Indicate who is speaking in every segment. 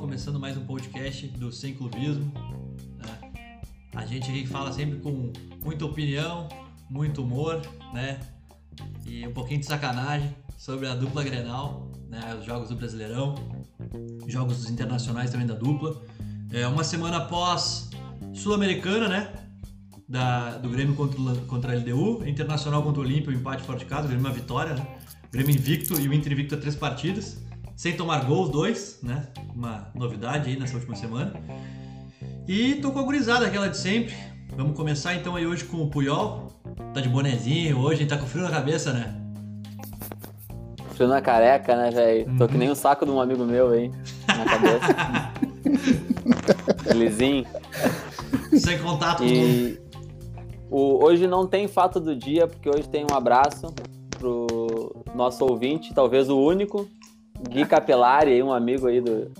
Speaker 1: começando mais um podcast do Sem Clubismo. né? A gente aqui fala sempre com muita opinião, muito humor, né? E um pouquinho de sacanagem sobre a dupla Grenal, né? Os jogos do Brasileirão, jogos internacionais também da dupla. É uma semana após Sul-Americana, né? Da, do Grêmio contra, o Lan- contra a LDU, Internacional contra o Olímpio, empate fora de casa, o Grêmio uma vitória, né? O Grêmio invicto e o Inter invicto a três partidas, sem tomar gols, dois, né? Uma novidade aí nessa última semana. E tô com a gurizada, aquela de sempre. Vamos começar então aí hoje com o Puyol. Tá de bonezinho hoje, tá com frio na cabeça, né?
Speaker 2: Frio na careca, né, velho? Tô que nem o saco de um amigo meu aí, na cabeça. Lisinho.
Speaker 1: Sem contato com o
Speaker 2: E o, hoje não tem fato do dia, porque hoje tem um abraço pro nosso ouvinte, talvez o único, Gui Capelari, aí, um amigo aí do, do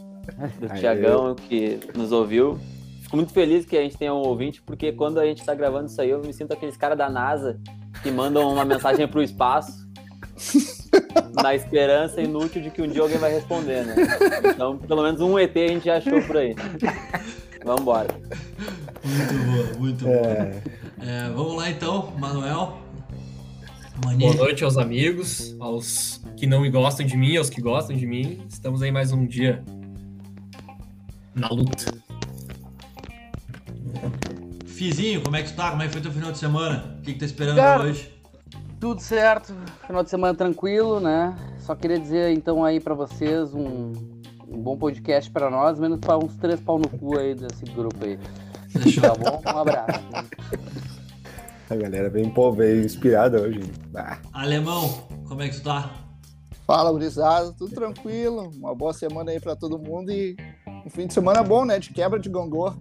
Speaker 3: Aê.
Speaker 2: Tiagão que nos ouviu. Fico muito feliz que a gente tenha um ouvinte, porque quando a gente tá gravando isso aí, eu me sinto aqueles caras da NASA que mandam uma mensagem pro espaço. Na esperança inútil de que um dia alguém vai responder, né? Então, pelo menos um ET a gente já achou por aí. Vambora.
Speaker 1: Muito boa, muito boa. É, vamos lá então, Manuel. Mani.
Speaker 4: Boa noite aos amigos, aos que não me gostam de mim, aos que gostam de mim. Estamos aí mais um dia na luta.
Speaker 1: Fizinho, como é que tu tá? Como é que foi teu final de semana? O que, que tá esperando
Speaker 5: Cara,
Speaker 1: hoje?
Speaker 5: Tudo certo, final de semana tranquilo, né? Só queria dizer então aí pra vocês um, um bom podcast pra nós, menos pra uns três pau no cu aí desse grupo aí.
Speaker 1: Fechou.
Speaker 5: Tá bom? Um abraço.
Speaker 3: A galera bem pobre, inspirada hoje. Ah,
Speaker 1: Alemão, como é que tu tá?
Speaker 6: Fala, gurizada, tudo tranquilo? Uma boa semana aí pra todo mundo e um fim de semana bom, né? De quebra de gongô.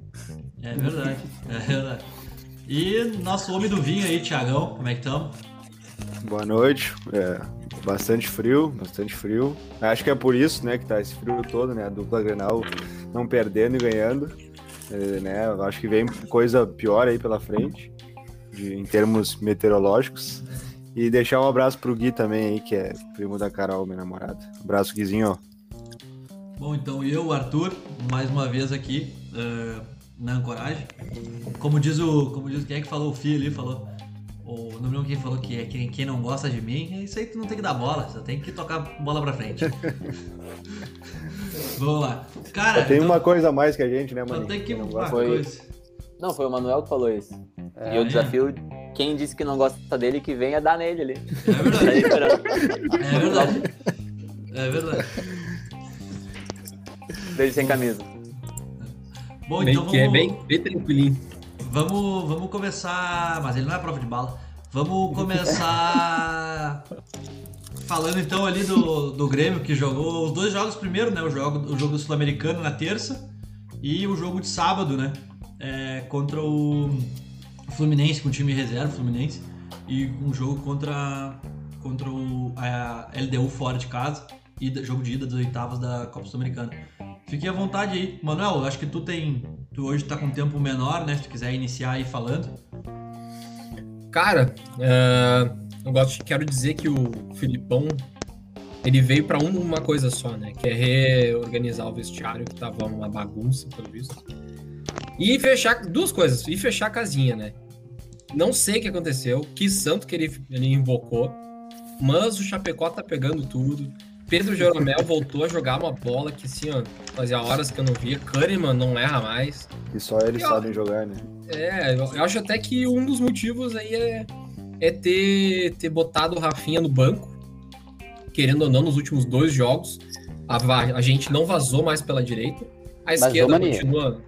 Speaker 1: É verdade, é verdade. E nosso homem do vinho aí, Tiagão, como é que tamo?
Speaker 3: boa noite. É, bastante frio, bastante frio. Acho que é por isso, né, que tá esse frio todo, né? A dupla Grenal não perdendo e ganhando. É, né, eu acho que vem coisa pior aí pela frente, de- em termos meteorológicos. E deixar um abraço pro Gui também aí, que é primo da Carol, minha namorada. Abraço, Guizinho, ó.
Speaker 1: Bom, então eu, Arthur, mais uma vez aqui eh, na Ancoragem. Como diz o. Como diz quem é que falou o Fih ali, falou. O, não me lembro quem falou que é quem, quem não gosta de mim, é isso aí tu não tem que dar bola, só tem que tocar a bola pra frente. Vamos lá. Cara,
Speaker 3: Só tem
Speaker 1: então-
Speaker 3: uma coisa a mais que a gente, né,
Speaker 1: Só
Speaker 3: mano?
Speaker 1: tem que
Speaker 3: Não
Speaker 1: uma
Speaker 3: gosta.
Speaker 2: Foi-
Speaker 1: coisa.
Speaker 2: Não, foi o Manuel que falou isso. e eu
Speaker 1: é?
Speaker 2: desafio quem disse que não gosta dele que venha dar nele ali.
Speaker 1: É verdade. É verdade.
Speaker 2: verdade.
Speaker 1: É verdade.
Speaker 2: Dele sem camisa.
Speaker 1: Bom,
Speaker 4: bem
Speaker 1: então
Speaker 4: que é
Speaker 1: vamos,
Speaker 4: bem, bem tranquilinho.
Speaker 1: vamos, vamos começar. Mas ele não é prova de bala. Vamos começar falando então ali do, do Grêmio que jogou os dois jogos primeiro, né? O jogo, o jogo do sul-americano na terça e o jogo de sábado, né? É, contra o Fluminense com o time reserva Fluminense e um jogo contra contra o a LDU fora de casa e jogo de ida das oitavas da Copa Sul-Americana. Fique à vontade aí, Manuel. Acho que tu tem tu hoje tá com um tempo menor, né? Se tu quiser iniciar aí falando.
Speaker 4: Cara, é, eu gosto, quero dizer que o Filipão ele veio pra um- uma coisa só, né? Que é reorganizar o vestiário que tava uma bagunça, pelo visto. E fechar duas coisas, e fechar a casinha, né? Não sei o que aconteceu, que santo que ele, ele invocou, mas o Chapecó tá pegando tudo. Pedro Jeromel voltou a jogar uma bola que assim, ó, fazia horas que eu não via. Kahneman não erra mais.
Speaker 3: E só eles
Speaker 4: E, ó,
Speaker 3: sabem jogar, né?
Speaker 4: É, eu eu acho até que um dos motivos aí é, é ter, ter botado o Rafinha no banco, querendo ou não, nos últimos dois jogos. A, va- a gente não vazou mais pela direita. A
Speaker 5: Vazou,
Speaker 4: esquerda
Speaker 5: mania.
Speaker 4: continua.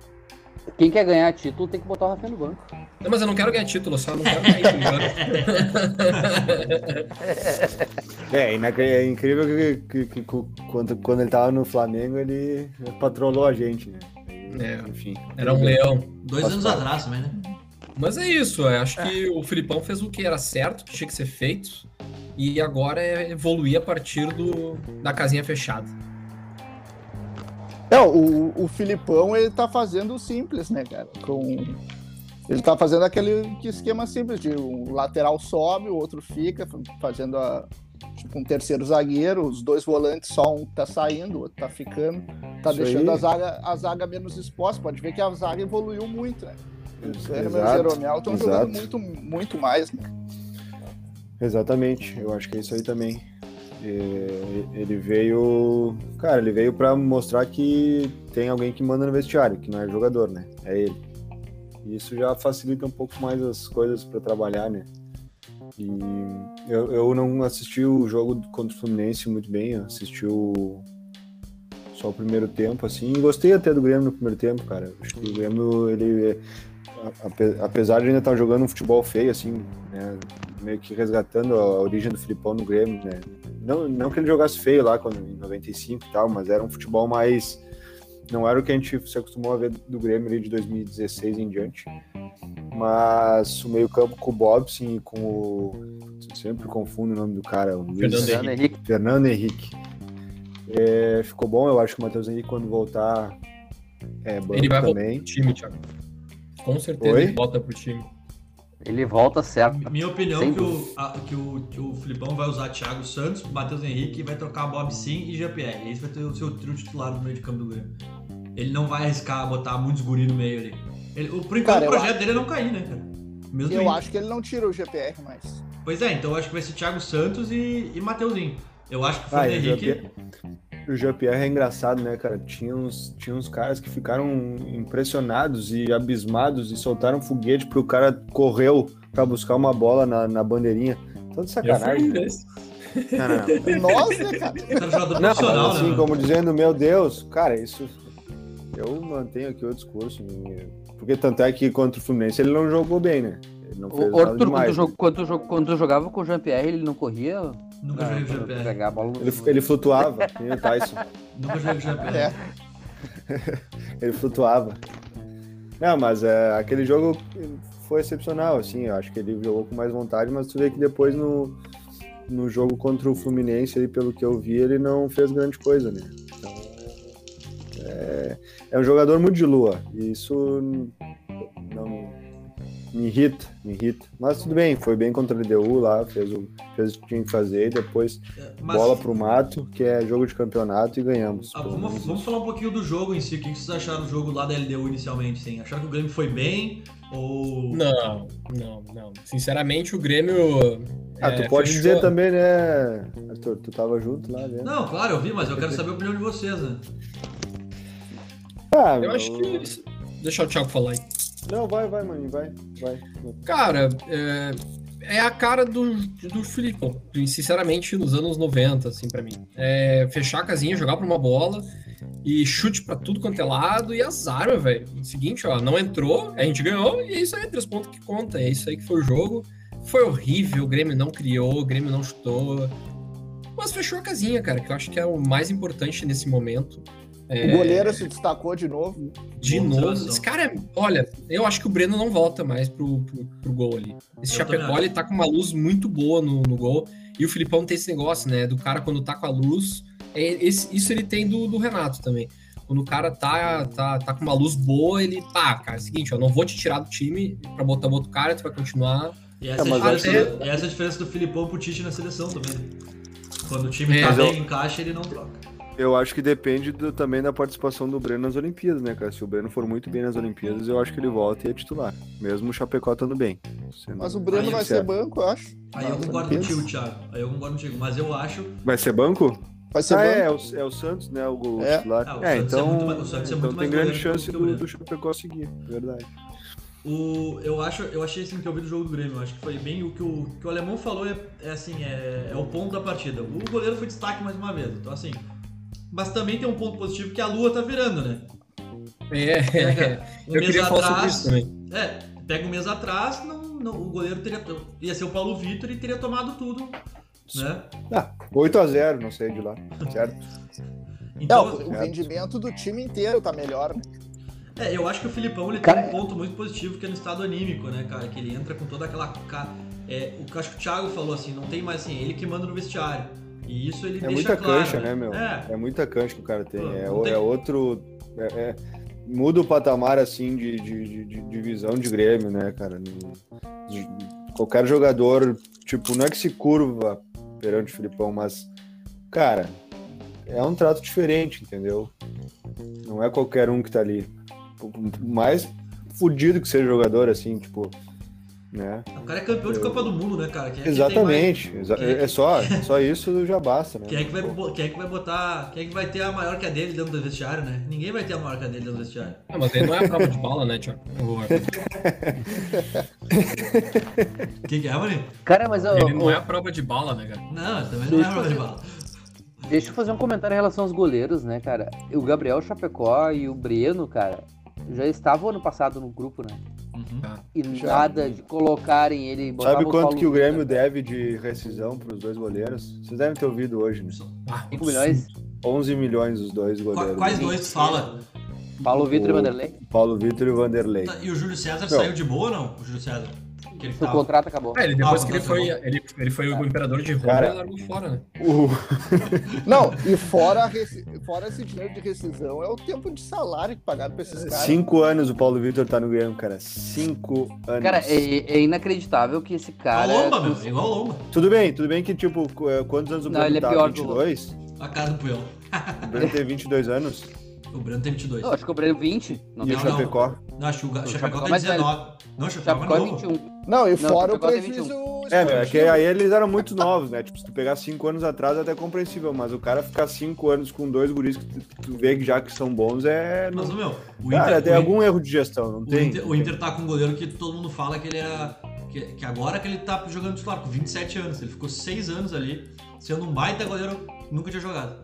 Speaker 5: Quem quer ganhar título tem que botar o Rafael no banco.
Speaker 4: Não, mas eu não quero ganhar título, eu só não quero cair. tá ligado?
Speaker 3: É, inacre- é incrível que, que- que- que quando, quando ele tava no Flamengo, ele patrolou a gente, né? Aí,
Speaker 4: É.
Speaker 3: Enfim.
Speaker 4: Era um leão.
Speaker 1: Dois
Speaker 3: Posso
Speaker 1: anos
Speaker 3: falar?
Speaker 1: atrás também, né?
Speaker 4: Mas é isso, eu acho que o Filipão fez o que era certo, que tinha que ser feito, e agora é evoluir a partir do, da casinha fechada.
Speaker 6: Não, É, o, o Filipão, ele tá fazendo o simples, né, cara? Com... Ele tá fazendo aquele que esquema simples de um lateral sobe, o outro fica, fazendo a, tipo um terceiro zagueiro, os dois volantes, só um tá saindo, o outro tá ficando, tá
Speaker 3: Isso
Speaker 6: deixando
Speaker 3: aí.
Speaker 6: a zaga, a zaga menos exposta. Pode ver que a zaga evoluiu muito, né? O Kahneman e o
Speaker 3: Exato,
Speaker 6: Jeromel então estão jogando muito, muito mais, né?
Speaker 3: Exatamente, eu acho que é isso aí também. É, Ele veio, cara, ele veio pra mostrar que tem alguém que manda no vestiário, que não é jogador, né? É ele. E isso já facilita um pouco mais as coisas pra trabalhar, né? E eu, eu não assisti o jogo contra o Fluminense muito bem, eu assisti o só o primeiro tempo, assim, e gostei até do Grêmio no primeiro tempo, cara. Acho que o Grêmio, ele, é- a- ape- apesar de ainda estar jogando um futebol feio, assim, né, meio que resgatando a origem do Filipão no Grêmio, né? Não, não que ele jogasse feio lá quando, em 95 e tal, mas era um futebol mais. Não era o que a gente se acostumou a ver do Grêmio ali de 2016 em diante. Mas o meio-campo com o Bobson e com o. Sempre confundo o nome do cara, o Luiz né?
Speaker 4: Fernando
Speaker 5: Fernando Henrique.
Speaker 3: Fernando Henrique. É, ficou bom, eu acho que o Matheus Henrique, quando voltar, é bom
Speaker 4: Ele vai voltar
Speaker 3: também.
Speaker 4: pro time, Thiago. Com certeza
Speaker 3: Oi?
Speaker 4: ele volta pro time.
Speaker 5: Ele volta certo.
Speaker 1: Minha opinião é
Speaker 5: Sem
Speaker 1: que o, a- que, o, que o Filipão vai usar Thiago Santos, Matheus Henrique, e vai trocar Bob Sim e GPR. Esse vai ter o seu trio titular no meio de campo do Grêmio. Ele não vai arriscar botar muitos guri no meio ali. Ele, o, por enquanto,
Speaker 6: Cara,
Speaker 1: o
Speaker 6: eu
Speaker 1: projeto dele é não cair, né, cara? Mesmo
Speaker 6: Eu
Speaker 1: indo.
Speaker 6: acho que ele não tira o GPR mais.
Speaker 1: Pois é, então eu acho que vai ser Thiago Santos e, e Mateuzinho. Eu acho que o
Speaker 3: Ah,
Speaker 1: Fernando
Speaker 3: e o
Speaker 1: Henrique.
Speaker 3: Jean-Pierre- O Jean-Pierre é engraçado, né, cara? Tinha uns, tinha uns caras que ficaram impressionados e abismados e soltaram foguete porque o cara correu pra buscar uma bola na, na bandeirinha. Tanto
Speaker 4: Eu fui um
Speaker 3: sacanagem. né?
Speaker 4: desses.
Speaker 3: Não, não, não.
Speaker 6: Nossa, né, cara.
Speaker 1: Tá um jogador
Speaker 3: Não, mas
Speaker 1: profissional,
Speaker 3: assim,
Speaker 1: né? mano?
Speaker 3: como dizendo, meu Deus, cara, isso. Eu mantenho aqui o discurso. né? Porque tanto é que contra o Fluminense ele não jogou bem, né? Ele não
Speaker 5: O
Speaker 3: fez nada
Speaker 5: Arthur, quando,
Speaker 3: demais.
Speaker 5: jo- quando, jo- quando jogava com o Jean-Pierre, ele não corria?
Speaker 1: Nunca joguei com o
Speaker 5: pra
Speaker 1: GPR.
Speaker 5: pegar a bola no-
Speaker 3: Ele, ele flutuava, que nem o Tyson.
Speaker 1: Nunca joguei com o GPR.
Speaker 6: É.
Speaker 3: Ele flutuava. Não, mas é, aquele jogo foi excepcional, assim. Eu acho que ele jogou com mais vontade, mas tu vê que depois no, no jogo contra o Fluminense, ali, pelo que eu vi, ele não fez grande coisa, né? Então, é, é um jogador muito de lua. E isso não, me irrita, me irrita. Mas tudo bem, foi bem contra o LDU lá, fez o, fez o que tinha que fazer, e depois
Speaker 1: Mas-
Speaker 3: bola pro mato, que é jogo de campeonato, e ganhamos.
Speaker 1: Ah,
Speaker 3: Pelo
Speaker 1: vamos,
Speaker 3: menos
Speaker 1: vamos falar um pouquinho do jogo em si. O que vocês acharam do jogo lá da LDU inicialmente? Sim? Acharam que o Grêmio foi bem? Ou.
Speaker 4: Não, não, não. Sinceramente, o Grêmio.
Speaker 3: Ah,
Speaker 4: é,
Speaker 3: tu pode
Speaker 4: fechou-
Speaker 3: dizer também, né, Arthur? Tu tava junto lá, né?
Speaker 1: Não, claro, eu vi, mas eu quero saber a opinião de vocês, né?
Speaker 3: Ah,
Speaker 4: Eu acho que. isso- Deixa o Thiago falar aí.
Speaker 3: Não, vai, vai, maninho, vai, vai.
Speaker 4: Cara, é, é a cara do, do Filipão, sinceramente, nos anos 90, assim, pra mim. É fechar a casinha, jogar pra uma bola e chute pra tudo quanto é lado e azar, meu velho. O Seguinte, ó, não entrou, a gente ganhou e é isso aí, três pontos que conta. É isso aí que foi o jogo. Foi horrível, o Grêmio não criou, o Grêmio não chutou. Mas fechou a casinha, cara, que eu acho que é o mais importante nesse momento.
Speaker 1: É.
Speaker 4: É,
Speaker 6: O goleiro se destacou de novo.
Speaker 4: De
Speaker 1: Boa
Speaker 4: novo.
Speaker 1: observação.
Speaker 4: Esse cara, é- olha, eu acho que o Breno não volta mais pro, pro, pro gol ali. Esse
Speaker 1: Eu também
Speaker 4: Chapecó, ele tá com uma luz muito boa no, no gol. E o Filipão tem esse negócio, né? Do cara quando tá com a luz. é, esse- isso ele tem do, do Renato também. Quando o cara tá, tá, tá com uma luz boa, ele. Tá, cara, é o seguinte, ó, não vou te tirar do time pra botar outro cara, tu vai continuar.
Speaker 1: E essa,
Speaker 3: É,
Speaker 1: é, a
Speaker 3: mas
Speaker 1: diferença, do- essa é a diferença do Filipão pro Tite na seleção também. Quando o time
Speaker 4: É,
Speaker 1: tá
Speaker 4: mas
Speaker 1: bem em caixa, ele não troca.
Speaker 3: Eu acho que depende do- também da participação do Breno nas Olimpíadas, né, cara? Se o Breno for muito bem nas Olimpíadas, eu acho que ele volta e é titular. Mesmo o Chapecó estando bem. Sendo
Speaker 6: Mas o Breno
Speaker 1: Aí, é.
Speaker 6: vai ser
Speaker 3: sincero.
Speaker 6: banco, eu acho.
Speaker 1: Aí eu
Speaker 6: Nossa,
Speaker 1: concordo
Speaker 6: pensa.
Speaker 1: contigo, Thiago. Aí eu concordo contigo. Mas eu acho.
Speaker 3: Vai ser banco?
Speaker 6: Vai ser
Speaker 3: ah,
Speaker 6: banco.
Speaker 3: é, é o, é o Santos, né? O, o
Speaker 6: É.
Speaker 3: titular.
Speaker 1: Ah, o
Speaker 3: é,
Speaker 1: Santos é
Speaker 3: então,
Speaker 1: muito mais- o Santos é
Speaker 3: então
Speaker 1: muito mais
Speaker 3: tem
Speaker 1: goleiro
Speaker 3: grande
Speaker 1: que
Speaker 3: chance
Speaker 1: o
Speaker 3: do,
Speaker 1: Breno.
Speaker 3: do Chapecó seguir, verdade.
Speaker 1: O, eu acho, eu achei assim que eu vi do jogo do Grêmio, eu acho que foi bem o que o, que o alemão falou é, é assim, é, é o ponto da partida. O goleiro foi destaque mais uma vez, então assim. Mas também tem um ponto positivo que a lua tá virando, né?
Speaker 4: É,
Speaker 1: É, cara, um
Speaker 4: eu
Speaker 1: mês
Speaker 4: queria falar sobre
Speaker 1: atrás,
Speaker 4: isso também.
Speaker 1: é, pega um mês atrás, não, não- o goleiro teria ia ser o Paulo Vitor e teria tomado tudo, né?
Speaker 3: Ah, 8x0, não sei de lá, certo? Tá
Speaker 6: Não,
Speaker 1: Então,
Speaker 6: o rendimento do time inteiro tá melhor, né?
Speaker 1: é, eu acho que o Filipão ele
Speaker 5: Cara,
Speaker 1: tem um ponto muito positivo que é no estado anímico, né, cara? Que ele entra com toda aquela ca- é, o que acho que o Thiago falou assim, não tem mais assim, ele que manda no vestiário. E isso ele
Speaker 3: É
Speaker 1: deixa
Speaker 3: muita
Speaker 1: claro.
Speaker 3: cancha, né, meu?
Speaker 1: É.
Speaker 3: É muita cancha que o cara tem.
Speaker 1: Pô,
Speaker 3: É,
Speaker 1: não
Speaker 3: o-
Speaker 1: tem-
Speaker 3: é outro. é- é- muda o patamar assim de, de, de- de- de visão de Grêmio, né, cara? Não- de- qualquer jogador, tipo, não é que se curva perante o Filipão, mas, cara, é um trato diferente, entendeu? Não é qualquer um que tá ali. Por Mais fudido que seja jogador, assim, tipo, né?
Speaker 1: O cara é campeão de Copa do Mundo, né, cara? Quem é que tem
Speaker 3: Exatamente. exa-
Speaker 1: quem é que-
Speaker 3: É só, só isso já basta, né?
Speaker 1: mais- Quem é, que vai, bo- quem é que vai botar. Quem é que vai ter a maior que a dele dentro do vestiário, né? Ninguém vai ter a maior que a dele dentro do vestiário.
Speaker 4: Ah, mas aí não é a prova de bala, né, Thiago?
Speaker 1: Quem que é, Maninho?
Speaker 5: Cara, mas eu,
Speaker 4: Ele não é a prova de bala, né, cara?
Speaker 1: Não, também não é Robert Bala.
Speaker 3: é-
Speaker 5: Deixa eu fazer um comentário em relação aos goleiros, né, cara? O Gabriel Chapecó e o Breno, cara, já estavam ano passado no grupo, né?
Speaker 1: Uhum.
Speaker 4: Tá,
Speaker 5: E
Speaker 6: Já.
Speaker 5: nada de colocarem ele. botava
Speaker 3: Sabe
Speaker 5: o
Speaker 3: quanto
Speaker 5: Paulo
Speaker 3: que o Grêmio
Speaker 5: Lucas,
Speaker 3: deve de rescisão para os dois goleiros? Vocês devem ter ouvido hoje, né?
Speaker 4: Ah,
Speaker 5: 5 milhões?
Speaker 3: 11 milhões os dois
Speaker 1: Qua-
Speaker 3: goleiros.
Speaker 1: Quais
Speaker 3: né?
Speaker 1: dois tu fala?
Speaker 5: Paulo Vitor e
Speaker 3: O-
Speaker 5: Vanderlei?
Speaker 3: Paulo Vitor e Vanderlei.
Speaker 1: Tá, E o Júlio César
Speaker 3: Não.
Speaker 1: saiu de boa ou não? O Júlio César? Que ele
Speaker 5: Seu
Speaker 1: tava.
Speaker 5: contrato acabou.
Speaker 4: É, ele depois
Speaker 1: Ah,
Speaker 4: que ele
Speaker 1: tá
Speaker 4: foi,
Speaker 1: bom.
Speaker 4: ele, ele foi o imperador de Roma,
Speaker 3: Cara.
Speaker 4: ele largou fora, né?
Speaker 3: O-
Speaker 6: Não, e fora, a reci- fora esse dinheiro de rescisão, é o tempo de salário que pagaram pra
Speaker 1: É,
Speaker 6: esses caras.
Speaker 3: Uh, Cinco anos o Paulo Vitor tá no Grêmio, cara. Cinco anos.
Speaker 5: Cara, é, é inacreditável é que esse
Speaker 1: Igual
Speaker 5: cara.
Speaker 1: Tá lomba, meu. Igual lomba.
Speaker 3: Tudo bem, tudo bem que, tipo, qu- eh, quantos anos o
Speaker 5: Não,
Speaker 3: Breno
Speaker 5: ele é
Speaker 3: tá?
Speaker 5: pior que o
Speaker 3: 22?
Speaker 1: A cara do Puyol.
Speaker 3: O Breno tem 22 anos.
Speaker 1: O Breno tem 22.
Speaker 5: Eu acho que eu comprei 20. Não
Speaker 3: e
Speaker 5: tem
Speaker 3: o
Speaker 1: não.
Speaker 3: Chapecó?
Speaker 1: Não, acho que o Ga-
Speaker 5: O
Speaker 1: Chapecó
Speaker 5: Chapecó
Speaker 1: tem
Speaker 5: mais velho.
Speaker 1: 19. Não, o Chapecó é
Speaker 5: Chapecó é
Speaker 1: mais novo.
Speaker 5: 21.
Speaker 6: Não, e
Speaker 1: tá
Speaker 5: Não,
Speaker 6: fora o
Speaker 5: Chapecó tem
Speaker 3: É,
Speaker 6: prejuízo.
Speaker 3: meu, é que
Speaker 6: esportivo.
Speaker 3: aí eles eram muito novos, né? Tipo, se tu pegar cinco anos atrás é até compreensível, mas o cara ficar cinco anos com dois guris que tu, que tu vê que já que são bons é.
Speaker 1: Mas,
Speaker 3: Não...
Speaker 1: meu, o
Speaker 3: Cara,
Speaker 1: Inter-
Speaker 3: tem
Speaker 1: o
Speaker 3: algum erro de gestão, não
Speaker 1: O
Speaker 3: tem?
Speaker 1: Inter, o Inter tá com um goleiro que todo mundo fala que ele era. Que, que agora que ele tá jogando titular, com 27 anos. Ele ficou 6 anos ali, sendo um baita goleiro, nunca tinha jogado.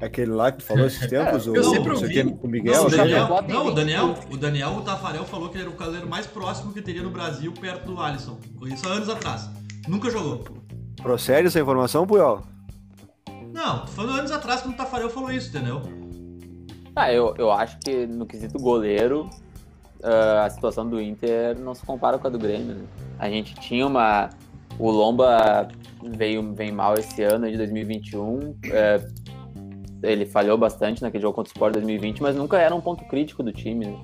Speaker 3: Aquele lá que tu falou esses tempos, o,
Speaker 4: eu sempre
Speaker 3: não sei
Speaker 4: ouvi.
Speaker 3: quem, o Miguel,
Speaker 1: não, o
Speaker 5: o
Speaker 3: sabe?
Speaker 1: Daniel,
Speaker 5: Chapecó tem
Speaker 1: não, o
Speaker 5: 20.
Speaker 1: Daniel, o Daniel, o Tafarel falou que ele era o goleiro mais próximo que teria no Brasil perto do Alisson. Isso há anos atrás. Nunca jogou.
Speaker 3: Procede essa informação, Puyol?
Speaker 1: Não, tô falando anos atrás quando o Tafarel falou isso, entendeu?
Speaker 2: Ah, eu, eu acho que no quesito goleiro, ah, a situação do Inter não se compara com a do Grêmio, né? A gente tinha uma. O Lomba veio, vem mal esse ano de 2021. é, ele falhou bastante naquele jogo contra o Sport 2020, mas nunca era um ponto crítico do time. Né?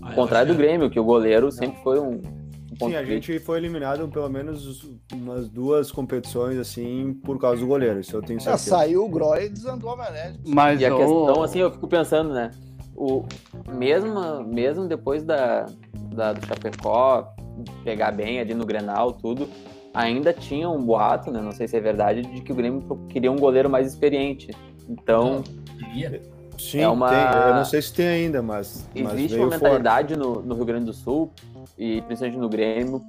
Speaker 1: Ah,
Speaker 2: Ao
Speaker 1: eu
Speaker 2: contrário
Speaker 1: acho
Speaker 2: do
Speaker 1: que é.
Speaker 2: Grêmio, que o goleiro sempre foi um, um ponto
Speaker 3: Sim, a
Speaker 2: crítico.
Speaker 3: gente foi eliminado pelo menos umas duas competições, assim, por causa do goleiro, isso eu tenho
Speaker 6: Ah,
Speaker 3: certeza.
Speaker 6: saiu o Groy e desandou a Mané.
Speaker 5: Mas
Speaker 2: E
Speaker 3: é
Speaker 2: a
Speaker 5: o-
Speaker 2: questão, assim, eu fico pensando, né? O, mesmo, mesmo depois da, da- do Chapecó pegar bem ali no Grenal, tudo, ainda tinha um boato, né? Não sei se é verdade, de que o Grêmio queria um goleiro mais experiente. Então,
Speaker 4: Queria.
Speaker 3: Sim,
Speaker 2: é uma-
Speaker 3: tem, eu não sei se tem ainda, mas, mas
Speaker 2: existe
Speaker 3: veio
Speaker 2: uma
Speaker 3: forte.
Speaker 2: mentalidade no, no Rio Grande do Sul, e principalmente no Grêmio,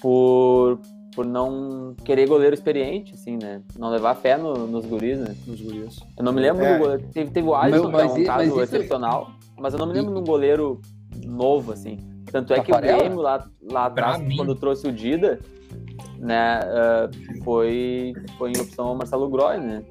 Speaker 2: por, por não querer goleiro experiente, assim, né? Não levar fé no- nos guris, né?
Speaker 3: nos guris.
Speaker 2: Eu não me lembro
Speaker 3: É.
Speaker 2: do goleiro. Teve, teve o Alisson,
Speaker 5: Meu,
Speaker 2: que é
Speaker 5: mas
Speaker 2: um
Speaker 5: i-
Speaker 2: caso
Speaker 5: mas isso-
Speaker 2: excepcional, mas eu não me lembro de um goleiro novo, assim. Tanto é que
Speaker 5: Tafarel?
Speaker 2: o Grêmio lá, lá
Speaker 4: Pra
Speaker 2: atrás,
Speaker 4: mim.
Speaker 2: quando trouxe o Dida, né, ah, foi, foi em opção ao Marcelo Groy, né?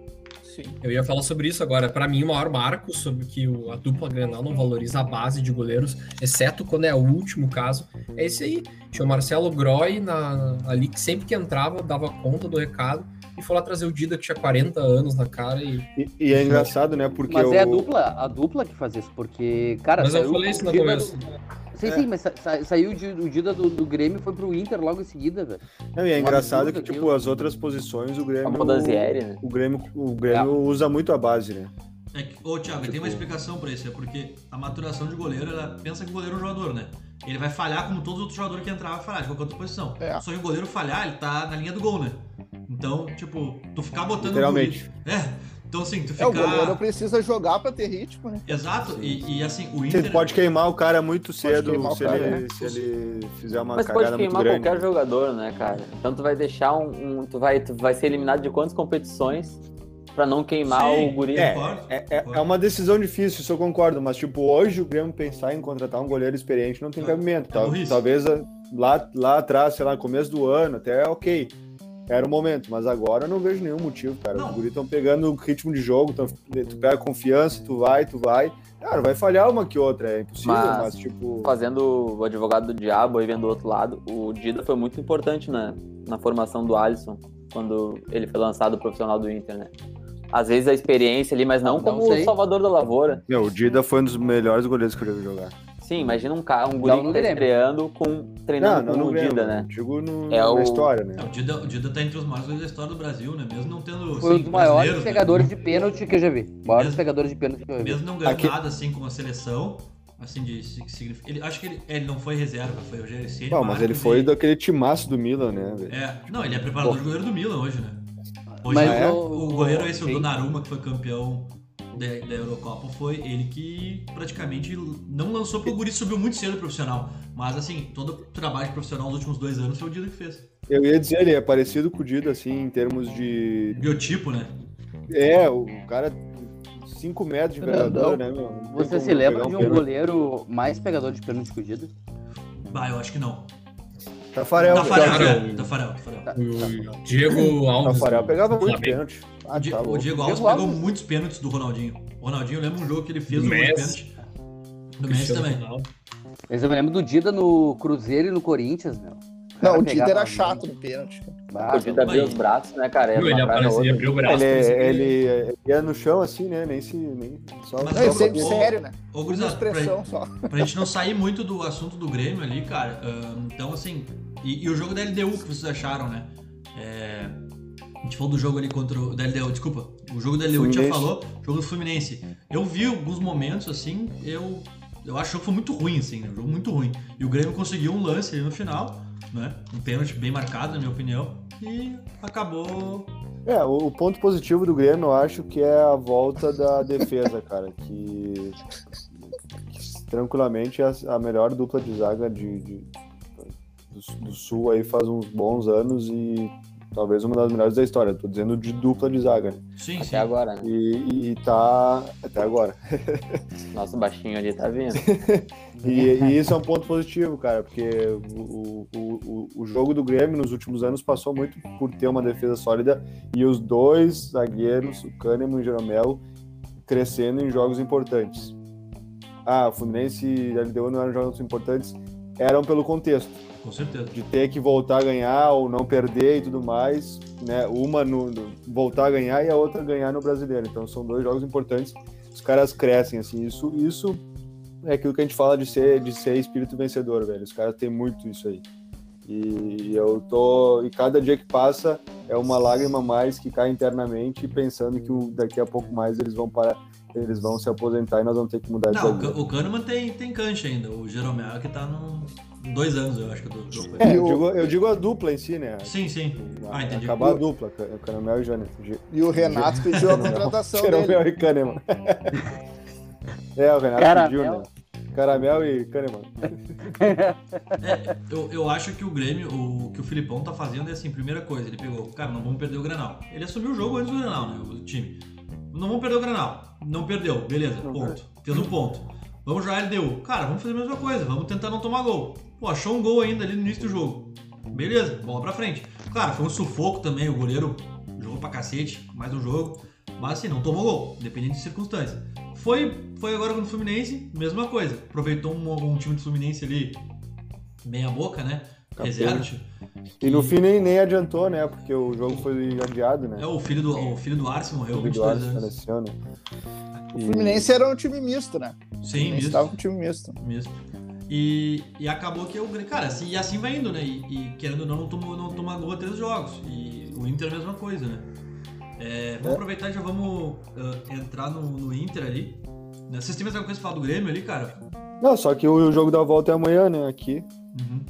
Speaker 6: Sim.
Speaker 4: Eu ia falar sobre isso agora. Pra mim, o maior marco sobre que o- a dupla Grenal não valoriza a base de goleiros, exceto quando é o último caso, é esse aí. Tinha o Marcelo Groy na- ali, que sempre que entrava, dava conta do recado, e foi lá trazer o Dida, que tinha 40 anos na cara. E...
Speaker 3: E, e é engraçado, né? Porque
Speaker 5: Mas
Speaker 3: o...
Speaker 5: é a dupla, a dupla que faz isso, porque, cara,
Speaker 4: Mas eu
Speaker 5: saiu
Speaker 4: falei isso no
Speaker 5: Dida
Speaker 4: começo.
Speaker 5: do-
Speaker 3: É.
Speaker 5: Sim, sim, mas sa- sa- saiu o Di- o Dida do, do Grêmio e foi pro Inter logo em seguida, velho.
Speaker 3: Não, e é
Speaker 5: Um
Speaker 3: engraçado
Speaker 5: absurdo
Speaker 3: que, tipo,
Speaker 5: aquilo.
Speaker 3: as outras posições o Grêmio.
Speaker 2: Como o Danzieri, né?
Speaker 3: O Grêmio, o
Speaker 2: É.
Speaker 3: Grêmio usa muito a base, né?
Speaker 1: É que, ô, Thiago, tem uma
Speaker 3: Tipo-
Speaker 1: explicação pra isso. É porque a maturação de goleiro, ela pensa que o goleiro é um jogador, né? Ele vai falhar como todos os outros jogadores que entravam vai falhar, de qualquer outra posição.
Speaker 6: É.
Speaker 1: Só que o goleiro falhar, ele tá na linha do gol, né? Então, tipo, tu ficar botando.
Speaker 3: Literalmente.
Speaker 1: o guri- É. Então, assim, tu
Speaker 6: É, o
Speaker 1: ficar.
Speaker 6: goleiro precisa jogar pra ter ritmo, né?
Speaker 1: Exato. E, e, assim, o
Speaker 3: Você
Speaker 1: Inter.
Speaker 3: pode queimar o cara muito cedo
Speaker 6: queimar o
Speaker 3: se,
Speaker 6: cara,
Speaker 3: ele,
Speaker 6: né?
Speaker 3: se ele fizer uma
Speaker 2: Mas
Speaker 3: cagada
Speaker 2: pode
Speaker 3: muito
Speaker 2: queimar
Speaker 3: grande.
Speaker 2: qualquer jogador, né, cara? Então tu vai deixar um... um- tu, vai, tu vai ser eliminado de quantas competições pra não queimar
Speaker 1: Sim,
Speaker 2: o guri?
Speaker 3: É,
Speaker 1: concordo.
Speaker 3: É, é- é uma decisão difícil, isso eu concordo, mas tipo, hoje o Grêmio pensar em contratar um goleiro experiente não tem
Speaker 1: É,
Speaker 3: cabimento.
Speaker 1: é
Speaker 3: Tal-
Speaker 1: burrice.
Speaker 3: talvez a- lá, lá atrás, sei lá, começo do ano, até ok. Era o momento, mas agora eu não vejo nenhum motivo, cara.
Speaker 1: Não.
Speaker 3: Os guris estão pegando o ritmo de jogo, tão, tu pega confiança, tu vai, tu vai. Cara, vai falhar uma que outra, é impossível, mas,
Speaker 2: Mas-
Speaker 3: tipo.
Speaker 2: fazendo o advogado do diabo e vendo do outro lado, o Dida foi muito importante na, na formação do Alisson quando ele foi lançado profissional do Inter, né? Às vezes a experiência ali, mas não,
Speaker 5: Não
Speaker 2: como
Speaker 5: sei.
Speaker 2: o salvador da lavoura.
Speaker 3: Meu, o Dida foi um dos melhores goleiros que eu já vi jogar.
Speaker 2: Sim, imagina um, ca... um guri
Speaker 5: Não
Speaker 2: que
Speaker 5: no
Speaker 2: tá
Speaker 5: Grêmio.
Speaker 2: estreando com,
Speaker 3: Não,
Speaker 2: treinando
Speaker 3: não
Speaker 2: com
Speaker 3: no
Speaker 2: o
Speaker 3: Grêmio,
Speaker 2: Dida, né?
Speaker 3: Digo no,
Speaker 2: É
Speaker 3: na
Speaker 2: o-
Speaker 3: Dida, né?
Speaker 1: É, o, Dida, o Dida tá entre os maiores goleiros da história do Brasil, né? Mesmo não tendo.
Speaker 5: Foi um
Speaker 1: assim,
Speaker 5: dos maiores
Speaker 1: brasileiros, né?
Speaker 5: pegadores de pênalti que eu já vi. Maiores
Speaker 1: Mesmo-
Speaker 5: pegadores de pênalti que eu já vi.
Speaker 1: Mesmo não ganhando
Speaker 3: Aqui-
Speaker 1: nada assim com a seleção. Assim, de si- que significa. Ele, acho que ele, ele não foi reserva, foi o GRC.
Speaker 3: Bom, mas ele foi daquele timaço do Milan, né, velho?
Speaker 1: É, não, ele é preparador de goleiro do Milan hoje, né? Hoje
Speaker 5: Mas
Speaker 1: o,
Speaker 5: o-
Speaker 1: o goleiro esse, o
Speaker 5: sim.
Speaker 1: Donnarumma, que foi campeão da, da Eurocopa, foi ele que praticamente não lançou porque o Guri subiu muito cedo profissional. Mas assim, todo o trabalho de profissional nos últimos dois anos foi o Dida que fez.
Speaker 3: Eu ia dizer, ele é parecido com o Dida, assim, em termos de.
Speaker 1: Biotipo, né?
Speaker 3: É, o cara. 5 metros de envergadura, né, meu? Não tem
Speaker 5: Você
Speaker 3: como
Speaker 5: se lembra
Speaker 3: pegar
Speaker 5: de um
Speaker 3: pênalti.
Speaker 5: goleiro mais pegador de pênalti que o Dida?
Speaker 1: Bah, eu acho que não.
Speaker 3: É Tafarel,
Speaker 1: Tafarel,
Speaker 3: cara.
Speaker 1: né? Tafarel, Tafarel.
Speaker 4: O Diego Alves.
Speaker 3: Tafarel pegava
Speaker 4: do
Speaker 3: muito
Speaker 4: Flamengo.
Speaker 3: pênalti.
Speaker 1: O
Speaker 3: Ah,
Speaker 1: Di-
Speaker 3: tá
Speaker 1: o
Speaker 3: louco.
Speaker 1: Diego Alves
Speaker 5: Diego
Speaker 1: pegou
Speaker 5: Alves.
Speaker 1: muitos pênaltis do Ronaldinho. O Ronaldinho, eu lembro um jogo que ele fez um
Speaker 4: Do
Speaker 1: monte de
Speaker 4: Messi.
Speaker 1: pênalti. Do Messi
Speaker 4: Cristiano
Speaker 1: também.
Speaker 4: Ronaldo.
Speaker 5: Mas eu me lembro do Dida no Cruzeiro e no Corinthians, meu.
Speaker 6: Não, o
Speaker 5: cara
Speaker 6: Dida
Speaker 5: pegava
Speaker 6: era
Speaker 5: a
Speaker 6: chato no pênalti.
Speaker 5: Bah,
Speaker 2: O Dida abriu os braços, né, cara? Era
Speaker 4: Não, ele
Speaker 2: uma praia
Speaker 4: apareceu,
Speaker 2: outra.
Speaker 4: ele abriu o braço. assim.
Speaker 3: Ele, é-
Speaker 4: parecia que
Speaker 3: ele, ele ia no chão assim, né? Nem se. Nem, só
Speaker 1: Mas
Speaker 6: Não, eu
Speaker 1: eu-
Speaker 3: só
Speaker 6: sempre
Speaker 1: eu-
Speaker 6: sério, né?
Speaker 1: Ô,
Speaker 6: Uma
Speaker 1: gurizada, pra,
Speaker 6: expressão só.
Speaker 1: Pra gente não sair muito do assunto do Grêmio ali, cara. ahn, então, assim. E, e o jogo da LDU que vocês acharam, né? É, a gente falou do jogo ali contra o. Da LDU, desculpa. O jogo da LDU a gente já
Speaker 3: Fluminense.
Speaker 1: falou. Jogo do Fluminense. Eu vi alguns momentos, assim, eu. Eu acho que foi muito ruim, assim, né? Um jogo muito ruim. E o Grêmio conseguiu um lance ali no final, né? Um pênalti bem marcado, na minha opinião. E acabou.
Speaker 3: É, o, o ponto positivo do Grêmio, eu acho que é a volta da defesa, cara, que, que tranquilamente é a, a melhor dupla de zaga de, de- do, do Sul aí faz uns bons anos e talvez uma das melhores da história. Tô dizendo de dupla de zaga. né?
Speaker 1: Sim, sim.
Speaker 2: Até agora, né?
Speaker 3: E, e- e tá até agora.
Speaker 2: Nosso baixinho ali tá vindo.
Speaker 3: E, e isso é um ponto positivo, cara, porque o, o, o, o jogo do Grêmio nos últimos anos passou muito por ter uma defesa sólida e os dois zagueiros, o Kahneman e o Jeromel, crescendo em jogos importantes. Ah, o Fluminense e a LDU não eram jogos importantes, eram pelo contexto,
Speaker 1: Com certeza.
Speaker 3: de ter que voltar a ganhar ou não perder e tudo mais, né? Uma no, no- voltar a ganhar e a outra ganhar no brasileiro. Então são dois jogos importantes. Os caras crescem assim, isso isso é aquilo que a gente fala de ser de ser espírito vencedor, velho. Os caras têm muito isso aí. E eu tô e cada dia que passa é uma lágrima a mais que cai internamente pensando que o- daqui a pouco mais eles vão parar, eles vão se aposentar e nós vamos ter que
Speaker 2: Tá
Speaker 3: mudar de
Speaker 1: Não, o
Speaker 3: jogo.
Speaker 1: Can- o Kahneman tem, tem cancha ainda. O Jeromel é que tá no. Dois anos, eu acho que do do-
Speaker 3: É, eu digo, eu digo a dupla em si, né?
Speaker 1: Sim, sim. Ah, entendi.
Speaker 3: É Acabar a dupla, Can- Canamel e Jonathan. Ge-
Speaker 6: E o Renato pediu a contratação dele.
Speaker 3: Caramel e Kahneman. É, o Renato
Speaker 5: Caramel.
Speaker 3: pediu, né? Caramel e Kahneman.
Speaker 1: Eu, eu acho que o Grêmio, o que o Filipão tá fazendo é assim, primeira coisa, ele pegou, cara, não vamos perder o Granal. Ele assumiu o jogo antes do Granal, né, o time. Não vamos perder o Granal. Não perdeu, beleza,
Speaker 3: Não
Speaker 1: ponto. Fez um ponto. Vamos jogar LDU. Cara, vamos fazer a mesma coisa, vamos tentar não tomar gol. Pô, achou um gol ainda ali no início do jogo. Beleza, bola pra frente. Claro, foi um sufoco também, o goleiro jogou pra cacete, mais um jogo. Mas assim, não tomou gol, dependendo de circunstâncias. Foi, foi agora com o Fluminense, mesma coisa. Aproveitou um, um time do Fluminense ali, meia boca, né?
Speaker 3: Capeta.
Speaker 1: Reserva.
Speaker 3: E no fim nem, nem adiantou, né? Porque o jogo foi adiado, né?
Speaker 1: É o filho do, o filho do Arce morreu
Speaker 3: O
Speaker 1: com
Speaker 3: Eduardo
Speaker 1: 22 anos.
Speaker 3: faleceu, né?
Speaker 6: O Fluminense era um time misto, né? O
Speaker 1: Sim,
Speaker 6: Fluminense
Speaker 1: mesmo.
Speaker 6: tava com um time misto.
Speaker 1: mesmo. E, e acabou que o Grêmio. Cara, assim, e assim vai indo, né? E, e querendo ou não, não tomou, não toma gol a três jogos. E o Inter é a mesma coisa, né? É, vamos aproveitar e já vamos ah, entrar no, no Inter ali. Né, Vocês têm mais alguma coisa pra falar do Grêmio ali, cara?
Speaker 3: Não, só que o jogo da volta é amanhã, né? Aqui.
Speaker 1: Uhum.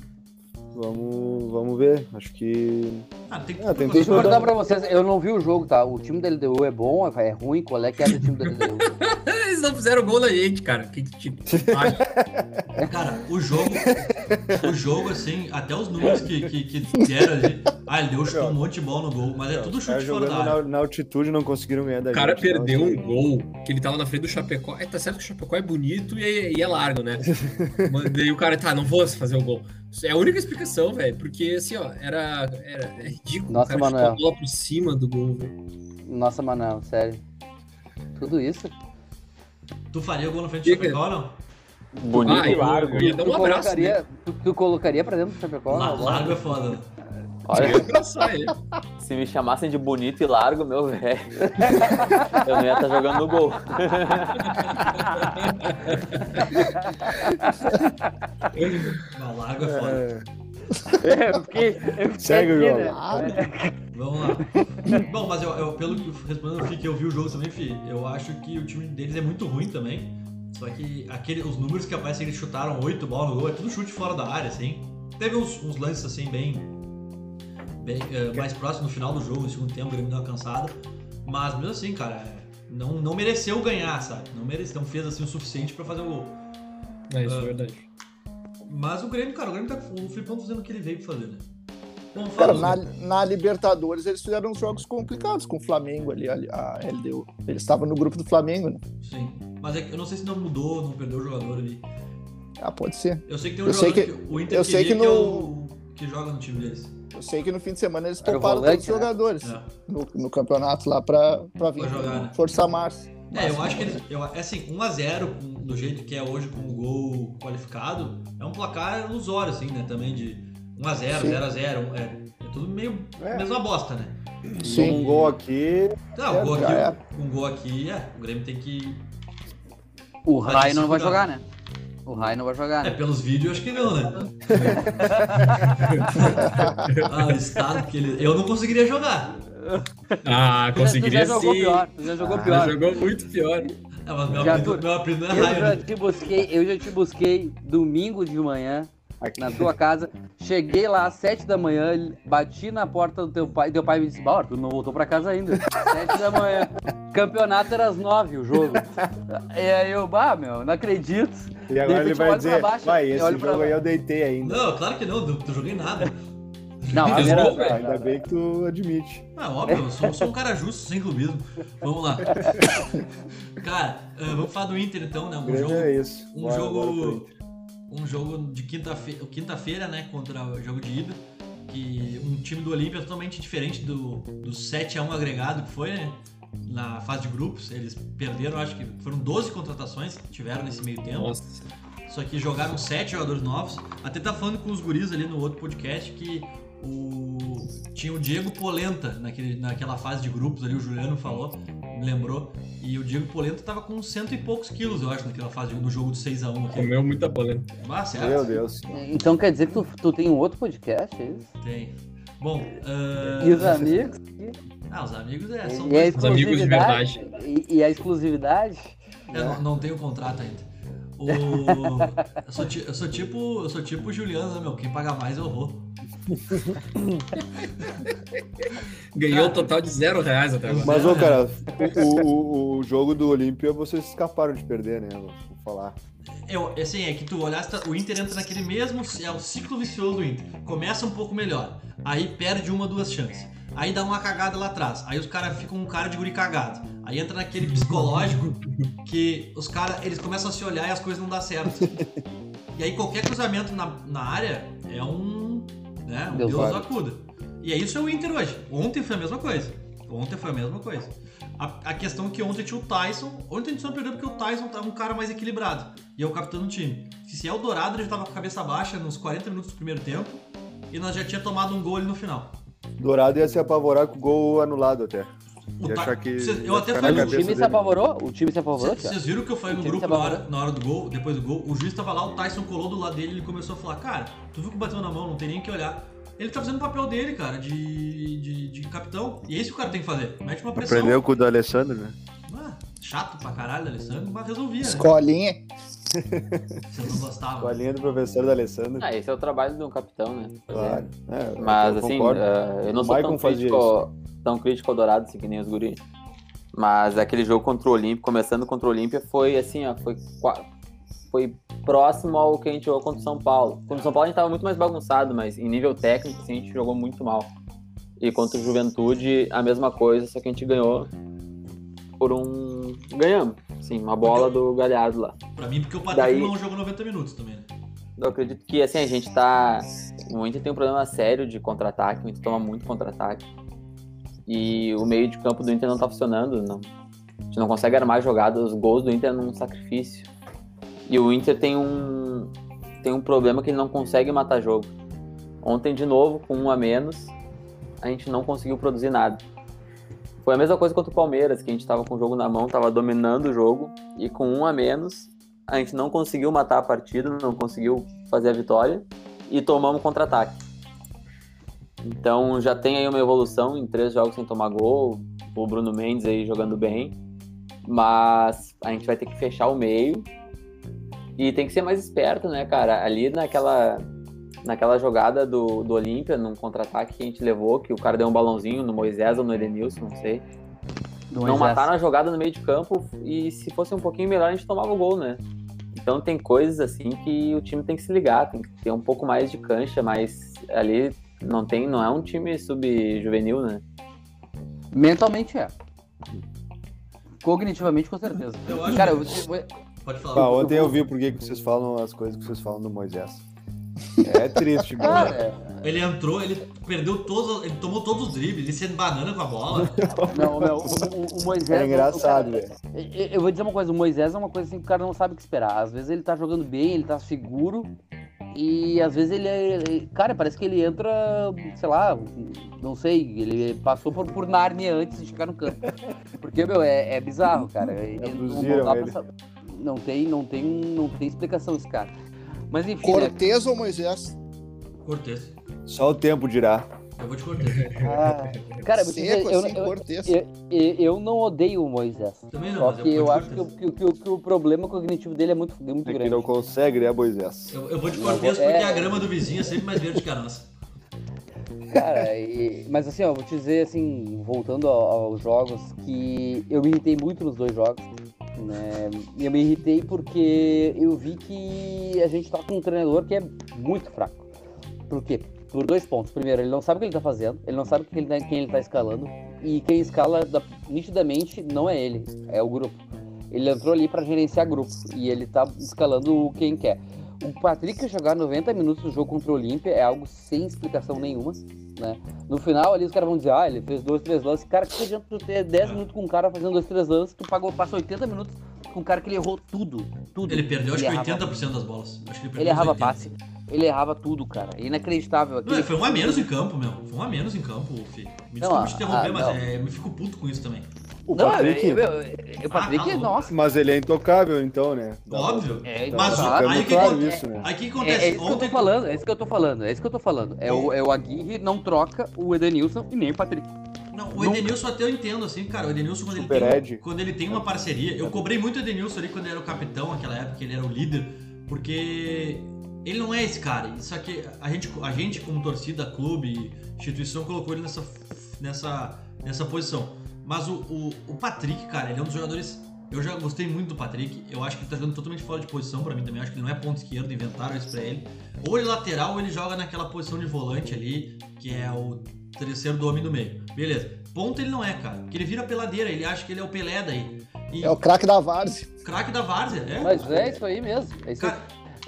Speaker 3: Vamos, vamos ver. Acho que.
Speaker 1: Ah, tem que.
Speaker 3: Ah, tem
Speaker 5: Deixa eu
Speaker 3: Não,
Speaker 5: perguntar
Speaker 3: não.
Speaker 5: pra vocês, eu não vi o jogo, tá? O time da LDU é bom, é ruim, qual é que é do time da LDU?
Speaker 4: era- Eles não fizeram gol na gente, cara. Que que tipo. Ah,
Speaker 1: Cara, o jogo. o jogo, assim, até os números que, que, que deram ali. Ah, ele deu chutou um monte de bola no gol, mas é tudo
Speaker 3: Os caras
Speaker 1: chute fora
Speaker 3: tá jogando
Speaker 1: da área.
Speaker 3: na, na altitude não conseguiram ganhar da
Speaker 4: o cara
Speaker 3: gente, então,
Speaker 4: perdeu
Speaker 3: assim,
Speaker 4: um gol que ele tava na frente do Chapecó. É, tá certo que o Chapecó é bonito e é, e é largo, né? Mas daí o cara, tá, não vou fazer o gol. Isso É a única explicação, velho. Porque assim, ó, era, era é ridículo.
Speaker 5: Nossa,
Speaker 4: o cara chutou
Speaker 5: Manoel.
Speaker 4: a bola por cima do gol, velho.
Speaker 5: Nossa, Manoel, sério. Tudo isso?
Speaker 1: Tu faria gol na frente do Chapecó, não?
Speaker 2: Bonito
Speaker 4: Ah,
Speaker 2: e
Speaker 4: eu,
Speaker 2: largo.
Speaker 4: eu ia dar um abraço. né? Ah,
Speaker 5: colocaria, tu, tu colocaria pra dentro do Chapecó?
Speaker 1: La-
Speaker 5: agora?
Speaker 1: Largo é foda. né?
Speaker 4: Eu
Speaker 2: Olha,
Speaker 4: ia abraçar ele.
Speaker 2: se me chamassem de bonito e largo, meu velho, eu não ia estar jogando no gol.
Speaker 1: Mas largo é foda.
Speaker 5: Eu fiquei, eu fiquei
Speaker 3: Segue o
Speaker 5: É, aqui,
Speaker 3: jogo.
Speaker 5: né?
Speaker 6: Ah,
Speaker 1: Vamos lá. Bom, mas eu, eu- pelo que respondendo o Fih, que eu vi o jogo também, Fih, eu acho que o time deles é muito ruim também. Só que aquele, os números que aparecem, eles chutaram oito bolas no gol, é tudo chute fora da área, assim. Teve uns, uns lances assim bem. bem eh, mais próximo no final do jogo, no segundo tempo, o Grêmio deu uma cansada. Mas mesmo assim, cara, não, não mereceu ganhar, sabe? Não mereceu, não fez assim o suficiente pra fazer o gol.
Speaker 4: É isso, é verdade.
Speaker 1: Mas o Grêmio, cara, o Grêmio tá. O Filipão tá fazendo o que ele veio pra fazer, né? Bom,
Speaker 6: Cara,
Speaker 1: fala.
Speaker 6: na, na Libertadores eles fizeram uns jogos complicados com o Flamengo ali, ali, a LDU. Eles estavam no grupo do Flamengo, né?
Speaker 1: Sim. Mas é que eu não sei se não mudou, não perdeu o jogador ali.
Speaker 6: Ah, pode ser.
Speaker 1: Eu sei que tem um
Speaker 6: Eu
Speaker 1: jogador
Speaker 6: sei
Speaker 1: que,
Speaker 6: que-
Speaker 1: o Inter queria
Speaker 6: eu sei que
Speaker 1: que, é
Speaker 6: no-
Speaker 1: o- que joga no time deles.
Speaker 6: Eu sei que no fim de semana eles
Speaker 5: Era o
Speaker 6: pouparam todos
Speaker 5: volante,
Speaker 6: os
Speaker 5: né?
Speaker 6: jogadores
Speaker 1: É,
Speaker 6: no, no campeonato lá pra, pra vir
Speaker 1: Pra jogar, né?
Speaker 6: forçar Márcio.
Speaker 1: É, eu acho que eles. Eu, é assim, 1x0 com- do jeito que é hoje com o gol qualificado, é um placar ilusório, assim, né? Também de 1x0,
Speaker 6: Sim.
Speaker 1: 0x0. É, é tudo meio.
Speaker 3: É.
Speaker 1: mesma bosta, né?
Speaker 6: Sim.
Speaker 3: Um gol aqui.
Speaker 1: Não, um
Speaker 6: É,
Speaker 1: gol
Speaker 6: já
Speaker 1: aqui,
Speaker 6: era.
Speaker 1: um gol aqui, é. O Grêmio tem que.
Speaker 5: O
Speaker 1: Mas
Speaker 5: Rai
Speaker 1: isso
Speaker 5: não vai
Speaker 1: cuidado.
Speaker 5: jogar, né? O Rai não vai jogar,
Speaker 1: É,
Speaker 5: né?
Speaker 1: pelos vídeos acho que não, né? ah, o estado que ele. Eu não conseguiria jogar.
Speaker 4: Ah, conseguiria
Speaker 5: tu já jogou
Speaker 4: sim.
Speaker 5: pior, tu já jogou
Speaker 3: Ah,
Speaker 5: pior.
Speaker 4: Ele jogou muito pior.
Speaker 1: É, mas meu
Speaker 5: Já
Speaker 1: apelido,
Speaker 5: tô-
Speaker 1: meu apelido não é
Speaker 5: Eu
Speaker 1: raio.
Speaker 5: já
Speaker 1: né?
Speaker 5: te busquei, eu já te busquei domingo de manhã
Speaker 3: aqui.
Speaker 5: na tua casa. Cheguei lá às sete da manhã, bati na porta do teu pai, teu pai me disse: "Bah, tu não voltou pra casa ainda". Sete da manhã. Campeonato era às nove o jogo. E aí eu, bah, meu, não acredito.
Speaker 3: E agora
Speaker 5: De repente
Speaker 3: ele
Speaker 5: eu
Speaker 3: vai
Speaker 5: olho
Speaker 3: dizer,
Speaker 5: pra baixo,
Speaker 3: vai,
Speaker 5: eu
Speaker 3: esse
Speaker 5: olho
Speaker 3: jogo
Speaker 5: pra
Speaker 3: aí
Speaker 5: baixo."
Speaker 3: eu deitei ainda.
Speaker 1: Não, claro que não, não, não joguei nada.
Speaker 5: Não, a
Speaker 4: Fez
Speaker 5: primeira-
Speaker 4: gol,
Speaker 5: não,
Speaker 4: velho.
Speaker 5: não,
Speaker 3: Ainda
Speaker 5: não.
Speaker 3: bem que tu admite.
Speaker 1: Ah, óbvio, eu sou, sou um cara justo, sem clubismo. Vamos lá. Cara, ah, vamos falar do Inter então, né?
Speaker 3: O
Speaker 1: Um
Speaker 3: grande
Speaker 1: jogo,
Speaker 3: é isso.
Speaker 1: um
Speaker 3: Bora,
Speaker 1: jogo-
Speaker 3: bora pro Inter.
Speaker 1: um jogo de quinta-feira, quinta-feira, né? Contra o jogo de ida. Que um time do Olímpia totalmente diferente do, do 7x1 agregado que foi, né? Na fase de grupos. Eles perderam, acho que foram 12 contratações que tiveram nesse meio tempo.
Speaker 4: Nossa.
Speaker 1: Só que jogaram sete jogadores novos. Até tá falando com os guris ali no outro podcast que o... tinha o Diego Polenta naquele, naquela fase de grupos ali, o Juliano falou, me lembrou. E o Diego Polenta tava com cento e poucos quilos, eu acho, naquela fase no jogo do 6x1 aqui.
Speaker 4: Comeu muita bola.
Speaker 1: Ah,
Speaker 3: Meu
Speaker 1: certo?
Speaker 3: Deus.
Speaker 5: Então quer dizer que tu, tu tem um outro podcast, é isso?
Speaker 1: Tem. Bom, ah,
Speaker 5: E os amigos?
Speaker 1: ah, os amigos é, são
Speaker 5: E a
Speaker 1: dois.
Speaker 4: Os amigos de
Speaker 5: exclusividade? E, e a exclusividade?
Speaker 1: Eu não, não tenho contrato ainda. O... eu, sou ti- eu sou tipo. Eu sou tipo o Juliano, né, meu? Quem paga mais eu vou.
Speaker 4: Ganhou um total de zero reais até agora.
Speaker 3: Mas, ô, cara, o, o- o jogo do Olímpia vocês escaparam de perder, né? Vou falar.
Speaker 1: Eu, assim, é que tu olhasse, o Inter entra naquele mesmo. É o ciclo vicioso do Inter. Começa um pouco melhor, aí perde uma, duas chances. Aí dá uma cagada lá atrás. Aí os caras ficam um cara de guri cagado. Aí entra naquele psicológico que os caras, eles começam a se olhar e as coisas não dão certo. E aí qualquer cruzamento na, na área é um. Né, um
Speaker 5: Deus
Speaker 1: Deus,
Speaker 3: vale.
Speaker 1: acuda. E é isso é o Inter hoje. Ontem foi a mesma coisa. Ontem foi a mesma coisa. A, a questão é que ontem tinha o Tyson. Ontem a gente só perdeu porque o Tyson tava um cara mais equilibrado. E é o capitão do time. Se é o Dourado, ele já tava com a cabeça baixa nos 40 minutos do primeiro tempo. E nós já tinha tomado um gol ali no final.
Speaker 3: Dourado ia se apavorar com o gol anulado até.
Speaker 1: O
Speaker 3: Ia
Speaker 1: Ty-
Speaker 3: achar que.
Speaker 1: Cês- eu
Speaker 3: ia
Speaker 1: até
Speaker 3: ficar
Speaker 1: falei,
Speaker 3: na
Speaker 5: O
Speaker 3: cabeça
Speaker 5: time se
Speaker 3: dele.
Speaker 5: apavorou? O time se apavorou, Thiago?
Speaker 1: Vocês viram que eu falei no
Speaker 5: O time
Speaker 1: grupo
Speaker 5: se
Speaker 1: na
Speaker 5: abalou.
Speaker 1: hora, na hora do gol, depois do gol, o juiz tava lá, o Tyson colou do lado dele, ele começou a falar, cara, tu viu que bateu na mão, não tem nem o que olhar. Ele tá fazendo o papel dele, cara, de, de, de capitão. E é isso que o cara tem que fazer. Mete uma pressão.
Speaker 3: Aprendeu com o do Alessandro, né?
Speaker 1: Ah, chato pra caralho, Alessandro, mas resolvia, né?
Speaker 6: Escolinha.
Speaker 1: Você não né?
Speaker 3: Com a
Speaker 1: gostava.
Speaker 3: linha do professor do Alessandro.
Speaker 2: Ah, esse é o trabalho de um capitão, né?
Speaker 3: Claro. É,
Speaker 2: Mas
Speaker 3: eu
Speaker 2: assim,
Speaker 3: concordo.
Speaker 2: eh, eu não sou
Speaker 3: Maicon
Speaker 2: tão
Speaker 3: fazia
Speaker 2: crítico, tão crítico ao Dourado assim, que nem os guris. Mas é aquele jogo contra o Olímpia, começando contra o Olímpia, foi assim, ó, foi, qua- foi próximo ao que a gente jogou contra o São Paulo. Contra o São Paulo a gente tava muito mais bagunçado, mas em nível técnico, assim, a gente jogou muito mal. E contra o Juventude, a mesma coisa, só que a gente ganhou por um. Ganhamos, sim, uma bola do Galhardo lá.
Speaker 1: Pra mim, porque o
Speaker 2: Daí-
Speaker 1: Patrick não jogou 90 minutos também, né?
Speaker 2: Eu acredito que assim, a gente tá. O Inter tem um problema sério de contra-ataque, o Inter toma muito contra-ataque. E o meio de campo do Inter não tá funcionando. Não. A gente não consegue armar jogadas, os gols do Inter é num sacrifício. um E o Inter tem um. tem um problema que ele não consegue matar jogo. Ontem, de novo, com um a menos, a gente não conseguiu produzir nada. Foi a mesma coisa contra o Palmeiras, que a gente estava com o jogo na mão, estava dominando o jogo, e com um a menos, a gente não conseguiu matar a partida, não conseguiu fazer a vitória, e tomamos um contra-ataque. Então já tem aí uma evolução em três jogos sem tomar gol, o Bruno Mendes aí jogando bem, mas a gente vai ter que fechar o meio e tem que ser mais esperto, né, cara? Ali naquela, naquela jogada do, do Olímpia, num contra-ataque que a gente levou, que o cara deu um balãozinho no Moisés ou no Edenilson, não sei. Não mataram a jogada no meio de campo e se fosse um pouquinho melhor a gente tomava o gol, né? Então tem coisas assim que o time tem que se ligar, tem que ter um pouco mais de cancha, mas ali não tem, não é um time sub-juvenil, né?
Speaker 5: Mentalmente é. Cognitivamente, com certeza.
Speaker 1: Eu acho
Speaker 5: Cara,
Speaker 1: que-
Speaker 5: eu vou te- vou-
Speaker 1: Pode falar.
Speaker 3: Bah, Ah, ontem eu vi por que que vocês falam as coisas que vocês falam do Moisés. É triste, mano.
Speaker 5: Cara,
Speaker 1: Ele entrou, ele perdeu todos, ele tomou todos os dribles, ele sendo banana com a bola.
Speaker 5: não, não, o, o- o Moisés.
Speaker 3: É engraçado,
Speaker 5: o cara-
Speaker 3: velho.
Speaker 5: eu, eu vou dizer uma coisa: o Moisés é uma coisa assim que o cara não sabe o que esperar. Às vezes ele tá jogando bem, ele tá seguro. E às vezes ele, é- ele- Cara, parece que ele entra, sei lá, não sei, ele passou por, por Nárnia antes de chegar no campo. Porque, meu, é, é bizarro, cara. Ele-
Speaker 3: Abduziram
Speaker 5: dá pra
Speaker 3: ele.
Speaker 5: saber. não tem, não tem, não tem explicação esse cara. Mas enfim, né?
Speaker 6: Cortez ou Moisés?
Speaker 1: Cortez.
Speaker 3: Só o tempo dirá. né,
Speaker 1: Eu vou te cortar.
Speaker 5: Ah, cara, eu,
Speaker 6: Seco,
Speaker 5: eu,
Speaker 6: assim,
Speaker 5: eu,
Speaker 6: Cortez.
Speaker 5: eu- eu não odeio o Moisés.
Speaker 1: Também é não,
Speaker 5: Só
Speaker 1: mas
Speaker 5: que
Speaker 1: eu
Speaker 5: eu
Speaker 1: vou
Speaker 5: acho
Speaker 1: te
Speaker 5: que, o-
Speaker 1: cortar.
Speaker 5: que, o- que o- que o problema cognitivo dele é muito, muito
Speaker 3: É que não
Speaker 5: grande.
Speaker 3: consegue, né, Moisés?
Speaker 1: Eu, eu vou de Cortez porque
Speaker 5: é.
Speaker 1: a grama do vizinho é sempre mais verde que a nossa.
Speaker 5: Cara, e- mas assim, ó, vou te dizer assim, voltando ao- aos jogos, que eu me irritei muito nos dois jogos. Né? E Eu me irritei porque eu vi que a gente tá com um treinador que é muito fraco. Por quê? Por dois pontos. Primeiro, ele não sabe o que ele tá fazendo, ele não sabe o que ele tá- quem ele tá escalando. E quem escala da- nitidamente não é ele, é o grupo. Ele entrou ali para gerenciar grupo e ele tá escalando quem quer. O Patrick jogar 90 minutos do jogo contra o Olímpia é algo sem explicação nenhuma, né? No final ali os caras vão dizer, ah, ele fez dois, três lances. Cara, que adianta tu ter 10 minutos com um cara fazendo dois, três lances, tu pagou, passa 80 minutos com um cara que ele errou tudo, tudo.
Speaker 1: Ele perdeu acho que
Speaker 5: Ele errava
Speaker 1: 80% das bolas. Acho que ele perdeu
Speaker 5: ele errava
Speaker 1: uns 80.
Speaker 5: passe. Ele errava tudo, cara. É Inacreditável aqui.
Speaker 1: Não, é, foi um a menos em campo, meu. Foi um a menos em campo, fi. Me desculpa
Speaker 5: Não, ah,
Speaker 1: te interromper,
Speaker 5: ah,
Speaker 1: mas
Speaker 5: não.
Speaker 1: é, eu me fico puto com isso também.
Speaker 3: O
Speaker 5: é,
Speaker 3: Patrick,
Speaker 1: é,
Speaker 5: o Patrick,
Speaker 1: Ah, tá
Speaker 5: nossa.
Speaker 3: mas ele é intocável, então, né?
Speaker 1: Óbvio.
Speaker 5: É,
Speaker 3: Tá
Speaker 1: Mas o-
Speaker 5: claro.
Speaker 3: ficando
Speaker 1: aí o que
Speaker 3: claro
Speaker 1: acontece?
Speaker 3: isso, né?
Speaker 1: Aí o que
Speaker 5: É,
Speaker 1: acontece?
Speaker 5: é isso que eu tô
Speaker 1: Ontem-
Speaker 5: falando, é isso que eu tô falando, é isso que eu tô falando. É o, é o Aguirre não troca o Edenilson e nem o Patrick.
Speaker 1: Não, o Edenilson até eu entendo, assim, cara. O Edenilson, quando ele,
Speaker 3: Super
Speaker 1: tem,
Speaker 3: Ed.
Speaker 1: quando ele tem uma parceria. Eu cobrei muito o Edenilson ali quando ele era o capitão, naquela época, ele era o líder, porque ele não é esse cara. Só que a gente, a gente como torcida, clube, instituição, colocou ele nessa, nessa, nessa posição. Mas o, o, o Patrick, cara, ele é um dos jogadores. Eu já gostei muito do Patrick. Eu acho que ele tá jogando totalmente fora de posição pra mim também. Eu acho que ele não é ponto esquerdo, inventaram isso pra ele. Ou ele é lateral, ou ele joga naquela posição de volante ali, que é o terceiro do homem do meio. Beleza. Ponto ele não é, cara. Porque ele vira peladeira, ele acha que ele é o Pelé daí. E
Speaker 6: É o craque da Várzea.
Speaker 1: craque da várzea, é.
Speaker 5: Mas é isso aí mesmo. É isso aí.
Speaker 1: Cara,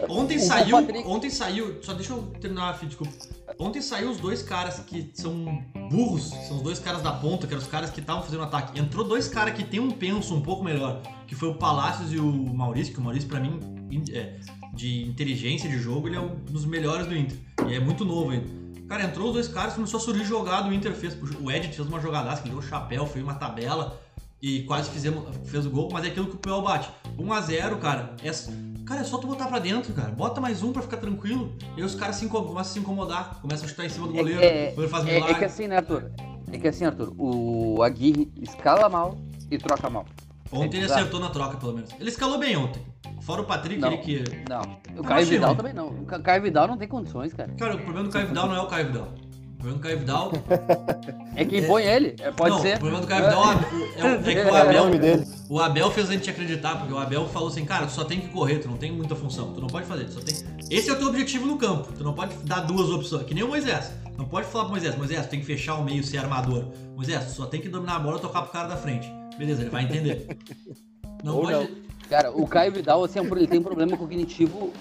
Speaker 1: ontem
Speaker 5: O
Speaker 1: saiu.
Speaker 5: Patrick-
Speaker 1: Ontem saiu. Só deixa eu terminar, Fih, desculpa. Ontem saiu os dois caras que são burros, que são os dois caras da ponta, que eram os caras que estavam fazendo ataque. Entrou dois caras que tem um penso um pouco melhor, que foi o Palácios e o Maurício, que o Maurício, pra mim, in- é, de inteligência de jogo, ele é um dos melhores do Inter. E é muito novo ainda. Cara, entrou os dois caras, começou a surgir jogada, o Inter fez. O Ed fez uma jogadaça, que deu o chapéu, foi uma tabela e quase fizemos, fez o gol, mas é aquilo que o Puel bate. 1x0, cara. É, s- cara, é só tu botar pra dentro, cara. Bota mais um pra ficar tranquilo. E aí os caras se incom- começam a se incomodar, começam a chutar em cima do
Speaker 5: É-
Speaker 1: goleiro,
Speaker 5: é-
Speaker 1: o goleiro faz
Speaker 5: É, é
Speaker 1: milagre.
Speaker 5: que assim, né, Arthur? É que assim, Arthur, o Aguirre escala mal e troca mal.
Speaker 1: Ontem ele
Speaker 5: Exato.
Speaker 1: acertou na troca, pelo menos. Ele escalou bem ontem. Fora o Patrick,
Speaker 5: Não.
Speaker 1: ele que.
Speaker 5: Não. O
Speaker 1: Não,
Speaker 5: Caio
Speaker 1: achei
Speaker 5: Vidal
Speaker 1: ruim.
Speaker 5: também não. O Ca- Caio Vidal não tem condições, cara.
Speaker 1: Cara, o problema do Caio Vidal não é o Caio Vidal. O problema do Caio Vidal.
Speaker 5: É quem
Speaker 1: É.
Speaker 5: põe ele, é, pode
Speaker 1: não,
Speaker 5: ser.
Speaker 1: O problema do Caio Vidal é, o- é o- é que o
Speaker 5: É,
Speaker 3: É o
Speaker 1: Abel
Speaker 3: nome dele.
Speaker 1: O Abel fez a gente acreditar, porque o Abel falou assim, cara, tu só tem que correr, tu não tem muita função, tu não pode fazer, tu só tem. Esse é o teu objetivo no campo. Tu não pode dar duas opções, que nem o Moisés. Não pode falar pro Moisés, Moisés, tu tem que fechar o meio, ser armador. Moisés, tu só tem que dominar a bola e tocar pro cara da frente. Beleza, ele vai entender. Não
Speaker 3: Ou
Speaker 1: pode.
Speaker 5: Cara, o Caio Vidal, assim, é um pro- ele tem um problema cognitivo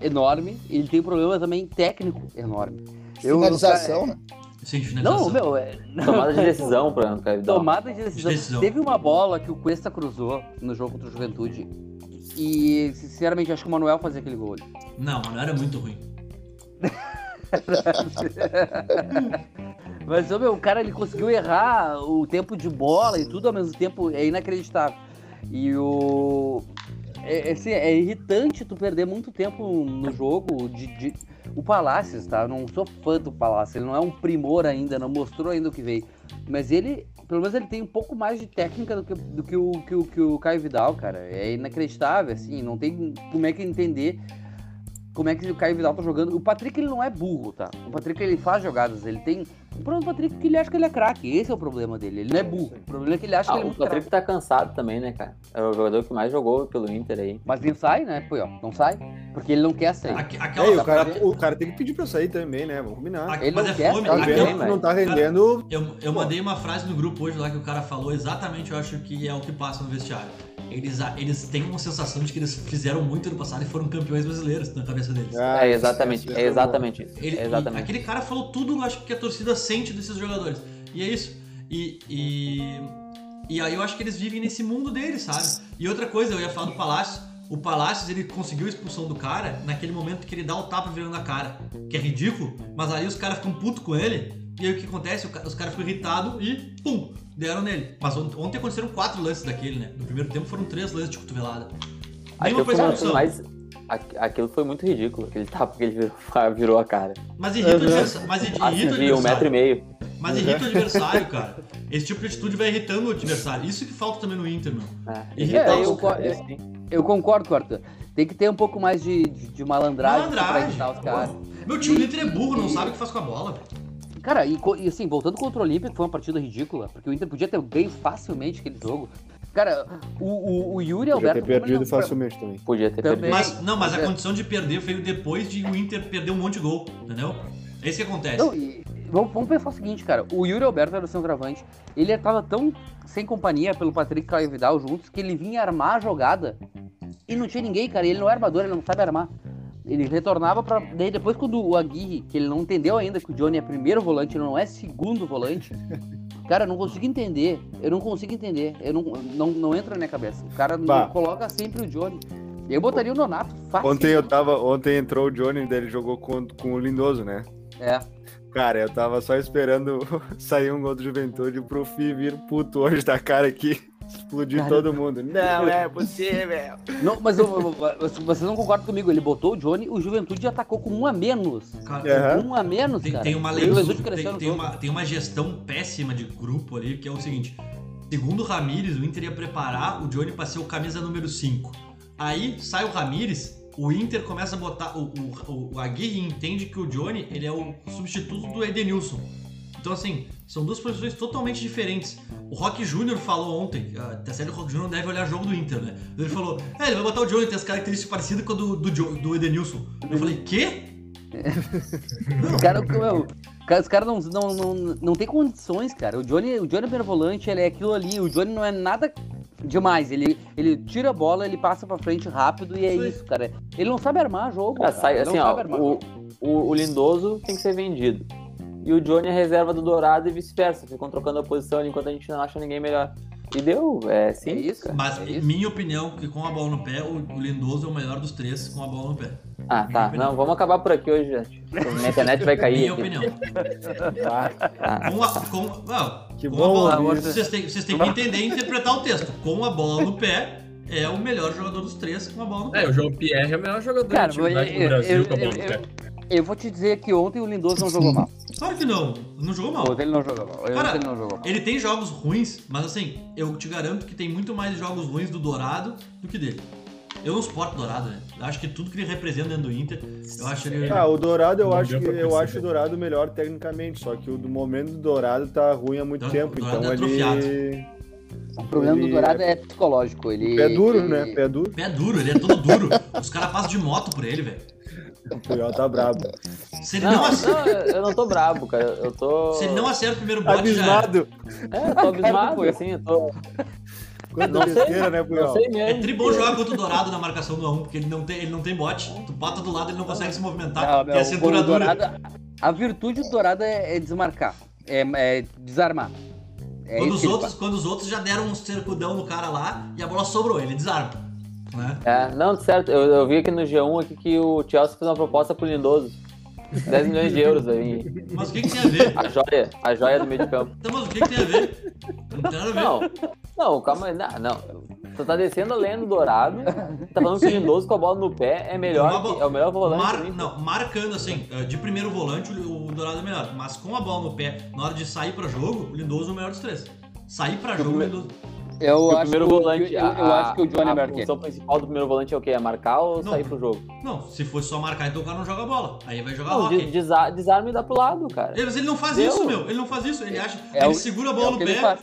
Speaker 5: enorme, ele tem um problema também técnico enorme. Eu- é,
Speaker 6: Finalização, né?
Speaker 1: Sem
Speaker 5: Não,
Speaker 1: finalização.
Speaker 5: meu, é,
Speaker 2: Tomada de decisão pra um- Caio Vidal.
Speaker 5: tomada de decisão.
Speaker 1: Decisão.
Speaker 5: Teve uma bola que o Cuesta cruzou no jogo contra o Juventude. E, sinceramente, acho que o Manuel fazia aquele gol. ali.
Speaker 1: Não, mano, era muito ruim.
Speaker 5: Mas, ô, meu, o cara ele conseguiu errar o tempo de bola e tudo ao mesmo tempo. É inacreditável. E o. É, é, assim, é irritante tu perder muito tempo no jogo. De, de- O Palacios, tá? Eu não sou fã do Palacios. Ele não é um primor ainda, não mostrou ainda o que veio. Mas ele, pelo menos, ele tem um pouco mais de técnica do que, do que, o, que, o, que o Caio Vidal, cara. É inacreditável, assim. Não tem como é que entender como é que o Caio Vidal tá jogando. O Patrick, ele não é burro, tá? O Patrick, ele faz jogadas. Ele tem. O problema do Patrick é que ele acha que ele é craque. Esse é o problema dele. Ele não é burro. O problema é que ele acha
Speaker 2: Ah,
Speaker 5: que ele é
Speaker 2: o
Speaker 5: muito craque.
Speaker 2: Patrick tá cansado também, né, cara? É o jogador que mais jogou pelo Inter aí.
Speaker 5: Mas não sai, né? Pô, ó, não sai. Porque ele não quer sair.
Speaker 1: Aque- Aquela,
Speaker 3: Ei, o, cara, o cara tem que pedir pra sair também, né? Vamos combinar.
Speaker 1: aque-
Speaker 5: Ele
Speaker 1: mas
Speaker 5: não
Speaker 1: é
Speaker 5: quer
Speaker 1: fome.
Speaker 3: Tá
Speaker 2: Ele
Speaker 1: aquela-
Speaker 2: quer,
Speaker 3: vendo que
Speaker 2: velho.
Speaker 3: não tá rendendo.
Speaker 1: Eu, eu
Speaker 3: Pô.
Speaker 1: mandei uma frase no grupo hoje lá que o cara falou exatamente, eu acho que é o que passa no vestiário. Eles, a- eles têm uma sensação de que eles fizeram muito no passado e foram campeões brasileiros na cabeça deles.
Speaker 3: Ah,
Speaker 2: É exatamente,
Speaker 3: isso
Speaker 2: é exatamente isso.
Speaker 1: Ele-
Speaker 2: É exatamente.
Speaker 1: Aquele cara falou tudo, eu acho que a torcida sente desses jogadores. E é isso. E, e, e aí eu acho que eles vivem nesse mundo deles, sabe? E outra coisa, eu ia falar do Palácio. O Palácios, ele conseguiu a expulsão do cara naquele momento que ele dá o tapa virando a cara, que é ridículo, mas aí os caras ficam putos com ele, e aí o que acontece? O ca- Os caras ficam irritados e, pum, deram nele. Mas on- ontem aconteceram quatro lances daquele, né? No primeiro tempo foram três lances de cotovelada. Nenhuma
Speaker 2: Aquilo
Speaker 1: foi
Speaker 2: foi, muito
Speaker 1: expulsão.
Speaker 2: mais, aqu- aquilo foi muito ridículo, aquele tapa que ele virou, virou a cara.
Speaker 1: Mas irrita o
Speaker 2: Uhum.
Speaker 1: adversário. Mas irrita o
Speaker 2: Assim, de um
Speaker 1: adversário.
Speaker 2: metro e meio.
Speaker 5: Uhum.
Speaker 1: Mas irrita o adversário, cara. Esse tipo de atitude vai irritando o adversário. Isso que falta também no Inter, meu.
Speaker 2: É,
Speaker 1: E
Speaker 2: irritante,
Speaker 5: eu-
Speaker 2: cara,
Speaker 5: eu-
Speaker 2: isso sim.
Speaker 5: Eu concordo com o Arthur. Tem que ter um pouco mais de, de, de malandragem, pra
Speaker 1: Malandragem.
Speaker 5: irritar os caras.
Speaker 1: Meu time do Inter é burro, não sabe o que faz com a bola. velho.
Speaker 5: Cara, e, co- e assim, voltando contra o Olímpia, que foi uma partida ridícula, porque o Inter podia ter ganho facilmente aquele jogo. Cara, o, o, o Yuri
Speaker 3: Eu já
Speaker 5: Alberto.
Speaker 3: ter perdido
Speaker 5: pra-
Speaker 3: facilmente também.
Speaker 2: Podia ter
Speaker 5: Também.
Speaker 2: perdido.
Speaker 1: Mas, não, mas a
Speaker 5: É.
Speaker 1: condição de perder veio depois de o Inter perder um monte de gol, entendeu? É isso que acontece.
Speaker 5: Não, e- e vamos, vamos pensar o seguinte, cara. O Yuri Alberto era o centroavante. Ele tava tão sem companhia pelo Patrick e Caio Vidal juntos que ele vinha armar a jogada e não tinha ninguém, cara. Ele não é armador, ele não sabe armar. Ele retornava pra. Daí depois, quando o Aguirre, que ele não entendeu ainda que o Johnny é primeiro volante, ele não é segundo volante. Cara, eu não consigo entender. Eu não consigo entender. Eu não, não, não entra na minha cabeça. O cara não
Speaker 3: Bah.
Speaker 5: coloca sempre o Johnny. Eu botaria o Nonato fácil.
Speaker 3: Ontem eu tava. Ontem entrou o Johnny, daí ele jogou com, com o Lindoso, né?
Speaker 5: É.
Speaker 3: Cara, eu tava só esperando sair um gol do Juventude pro Fi vir puto hoje da cara aqui. Explodir
Speaker 5: Cara,
Speaker 3: todo mundo. Não é possível.
Speaker 5: Não, mas eu, eu- eu- vocês não concordam comigo. Ele botou o Johnny, o Juventude atacou com um a menos.
Speaker 1: Cara,
Speaker 3: É. Aham.
Speaker 5: Um a menos,
Speaker 1: tem,
Speaker 5: cara.
Speaker 1: tem uma
Speaker 5: O
Speaker 1: lesão-
Speaker 5: Juventude cresceu
Speaker 1: tem,
Speaker 5: no
Speaker 1: tem
Speaker 5: jogo.
Speaker 1: uma, tem uma gestão péssima de grupo ali, que é o seguinte. Segundo o Ramires, o Inter ia preparar o Johnny pra ser o camisa número 5. Aí sai o Ramires, o Inter começa a botar. O, o, o Aguirre entende que o Johnny ele é o substituto do Edenilson. Então, assim, são duas posições totalmente diferentes. O Rock Júnior falou ontem, ah, tá certo que o Rock Júnior não deve olhar jogo do Inter, né? Ele falou, é, ele vai botar o Johnny, tem as características parecidas com a do, do, Jo- do Edenilson. Eu falei, quê? um-
Speaker 5: O cara, meu, o cara- os caras não, não, não, não tem condições, cara. O Johnny, o Johnny primeiro volante, ele é aquilo ali. O Johnny não é nada demais. Ele, ele tira a bola, ele passa pra frente rápido e é
Speaker 1: Sim.
Speaker 5: isso, cara. Ele não sabe armar jogo.
Speaker 2: Cara,
Speaker 5: cara.
Speaker 2: sai,
Speaker 5: Ele
Speaker 2: assim,
Speaker 5: Ah, não tá
Speaker 2: ó,
Speaker 5: sabe armar
Speaker 2: o,
Speaker 5: jogo.
Speaker 2: o, o Lindoso tem que ser vendido. E o Johnny é reserva do Dourado e vice-versa. Ficam trocando a posição ali enquanto a gente não acha ninguém melhor. E deu, é sim.
Speaker 5: É isso, cara.
Speaker 1: Mas,
Speaker 5: é
Speaker 1: em
Speaker 5: isso.
Speaker 1: minha opinião, que com a bola no pé, o, o Lindoso é o melhor dos três com a bola no pé.
Speaker 2: Ah, tá. Não, vamos acabar por aqui hoje, gente. Minha internet vai cair.
Speaker 1: Minha
Speaker 2: aqui.
Speaker 1: opinião.
Speaker 2: Ah,
Speaker 1: Com a, com, não,
Speaker 3: Que
Speaker 1: com
Speaker 3: bom,
Speaker 1: a bola,
Speaker 5: amor.
Speaker 1: vocês, têm, vocês têm que entender e interpretar o texto. Com a bola no pé, é o melhor jogador dos três com a bola no pé.
Speaker 4: É, o João Pierre é o melhor jogador
Speaker 5: Cara,
Speaker 4: de atividade
Speaker 5: eu-
Speaker 4: do
Speaker 5: eu-
Speaker 4: Brasil
Speaker 5: eu-
Speaker 4: com a bola no
Speaker 5: eu-
Speaker 4: pé.
Speaker 5: Eu vou te dizer que ontem o Lindoso não jogou mal.
Speaker 1: Claro que não, não jogou mal.
Speaker 5: Ontem ele não jogou mal. Ontem
Speaker 1: Cara,
Speaker 5: ele não jogou mal.
Speaker 1: Ele tem jogos ruins, mas assim, eu te garanto que tem muito mais jogos ruins do Dourado do que dele. Eu não suporto o Dourado, né? Eu acho que tudo que ele representa dentro do Inter, eu acho ele.
Speaker 3: Ah, o Dourado eu
Speaker 4: Não
Speaker 3: acho
Speaker 4: deu
Speaker 3: que
Speaker 4: pra
Speaker 3: eu
Speaker 4: perceber.
Speaker 3: acho o Dourado melhor tecnicamente, só que o do momento do Dourado tá ruim há muito
Speaker 1: Dourado-
Speaker 3: tempo,
Speaker 1: Dourado
Speaker 3: então
Speaker 1: é
Speaker 3: ele
Speaker 5: O problema do
Speaker 3: ele-
Speaker 5: Dourado é psicológico. Ele,
Speaker 3: pé duro,
Speaker 5: ele-
Speaker 3: né? Pé duro.
Speaker 1: Pé duro, ele é todo duro. Os caras passam de moto por ele, velho.
Speaker 3: O Puyol tá brabo.
Speaker 1: Se ele
Speaker 2: Não,
Speaker 1: não, acerta,
Speaker 2: não, eu não tô brabo, cara. Eu tô.
Speaker 1: se ele não acerta o primeiro bote, já
Speaker 3: Tá Abismado.
Speaker 2: É, eu tô abismado, assim. Eu tô...
Speaker 3: Quanta
Speaker 2: Não sei,
Speaker 3: besteira, né,
Speaker 2: Não
Speaker 3: Puyol?
Speaker 2: sei
Speaker 1: é. É
Speaker 2: mesmo.
Speaker 1: tribom jogar contra o Dourado na marcação do A1, porque ele não tem, ele não tem bote. Tu bota do lado, ele não consegue se movimentar.
Speaker 5: Não,
Speaker 1: Tem a
Speaker 5: meu,
Speaker 1: cintura
Speaker 5: o
Speaker 1: dura.
Speaker 5: Dourado- a virtude do Dourado é, é desmarcar, é, é desarmar. É
Speaker 1: Quando
Speaker 5: isso
Speaker 1: os,
Speaker 5: que ele
Speaker 1: outros, quando os outros já deram um cercudão no cara lá e a bola sobrou, ele desarma. Né?
Speaker 2: um É, não, certo. Eu, eu vi aqui no G1 aqui que o Chelsea fez uma proposta pro Lindoso. 10 milhões de euros aí.
Speaker 1: Mas o que, que tem a ver?
Speaker 2: A joia, a joia do meio de campo.
Speaker 1: Então, mas o que, que tem a ver? Não tem nada a ver.
Speaker 2: Não, não, calma aí. Não, não. Tu tá descendo a lenha do Dourado, tá falando que o Lindoso com a bola no pé é melhor, que- é o melhor volante.
Speaker 1: Mar-
Speaker 2: do Inter.
Speaker 1: não, marcando assim, eh, de primeiro volante, o o Dourado é melhor. Mas com a bola no pé, na hora de sair pra jogo, o Lindoso é o melhor dos três. Sair pra jogo, o
Speaker 2: primeiro-
Speaker 1: Lindoso.
Speaker 5: Eu,
Speaker 2: Porque o
Speaker 5: acho,
Speaker 2: primeiro
Speaker 5: que, o-
Speaker 2: volante.
Speaker 5: eu,
Speaker 2: a-
Speaker 5: eu acho que o Johnny
Speaker 2: a,
Speaker 5: Merkel.
Speaker 2: A função principal do primeiro volante é o quê? É marcar ou
Speaker 1: Não.
Speaker 2: sair pro jogo?
Speaker 1: Não, se fosse só marcar, então o cara não joga bola. Aí vai jogar
Speaker 2: Não,
Speaker 1: hockey.
Speaker 2: de- desa- desarma e dá pro lado, cara.
Speaker 1: Ele- Mas ele não faz
Speaker 2: Tá. Deu.
Speaker 1: isso, meu. Ele não faz isso. Ele acha.
Speaker 5: É
Speaker 1: ele
Speaker 5: o-
Speaker 1: segura a
Speaker 5: é
Speaker 1: bola
Speaker 5: o
Speaker 1: no
Speaker 5: que
Speaker 1: pé.
Speaker 5: ele faz.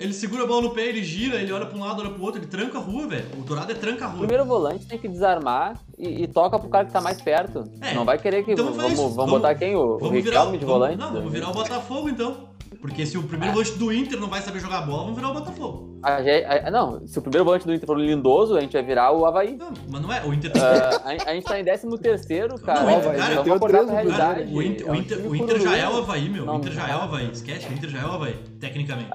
Speaker 1: Ele segura a bola no pé, ele gira, ele olha pra um lado, olha pro outro, ele tranca a rua, velho. O Dourado é tranca a
Speaker 2: O
Speaker 1: rua.
Speaker 2: primeiro volante tem que desarmar e, e toca pro cara que tá mais perto.
Speaker 1: É.
Speaker 2: Não vai querer que.
Speaker 1: Então vamos
Speaker 2: vamos,
Speaker 1: fazer
Speaker 2: vamos,
Speaker 1: isso. Vamos-
Speaker 2: botar quem? O, o
Speaker 1: Vamos virar,
Speaker 2: Riquelme de
Speaker 1: vamos-
Speaker 2: volante? né?
Speaker 1: Não, vamos virar o Botafogo então. Porque se o primeiro volante do Inter não vai saber jogar bola, vamos virar o Botafogo.
Speaker 2: A gente- a- não, se o primeiro volante do Inter for o Lindoso, a gente vai virar o Havaí.
Speaker 1: Não, mas não é. O Inter.
Speaker 2: Ah, a, a gente tá em 13o, cara.
Speaker 1: Não, o Havaí
Speaker 2: Então
Speaker 1: meteu
Speaker 2: vamos acordar pra
Speaker 3: três no primeiro,
Speaker 2: realidade.
Speaker 1: O Inter, o
Speaker 2: É um
Speaker 1: Inter-
Speaker 2: time
Speaker 1: o Inter já é o
Speaker 2: curulento.
Speaker 1: Havaí, meu. O
Speaker 2: Não,
Speaker 1: Inter já é o Havaí. Esquece, o Inter já é o Havaí, tecnicamente.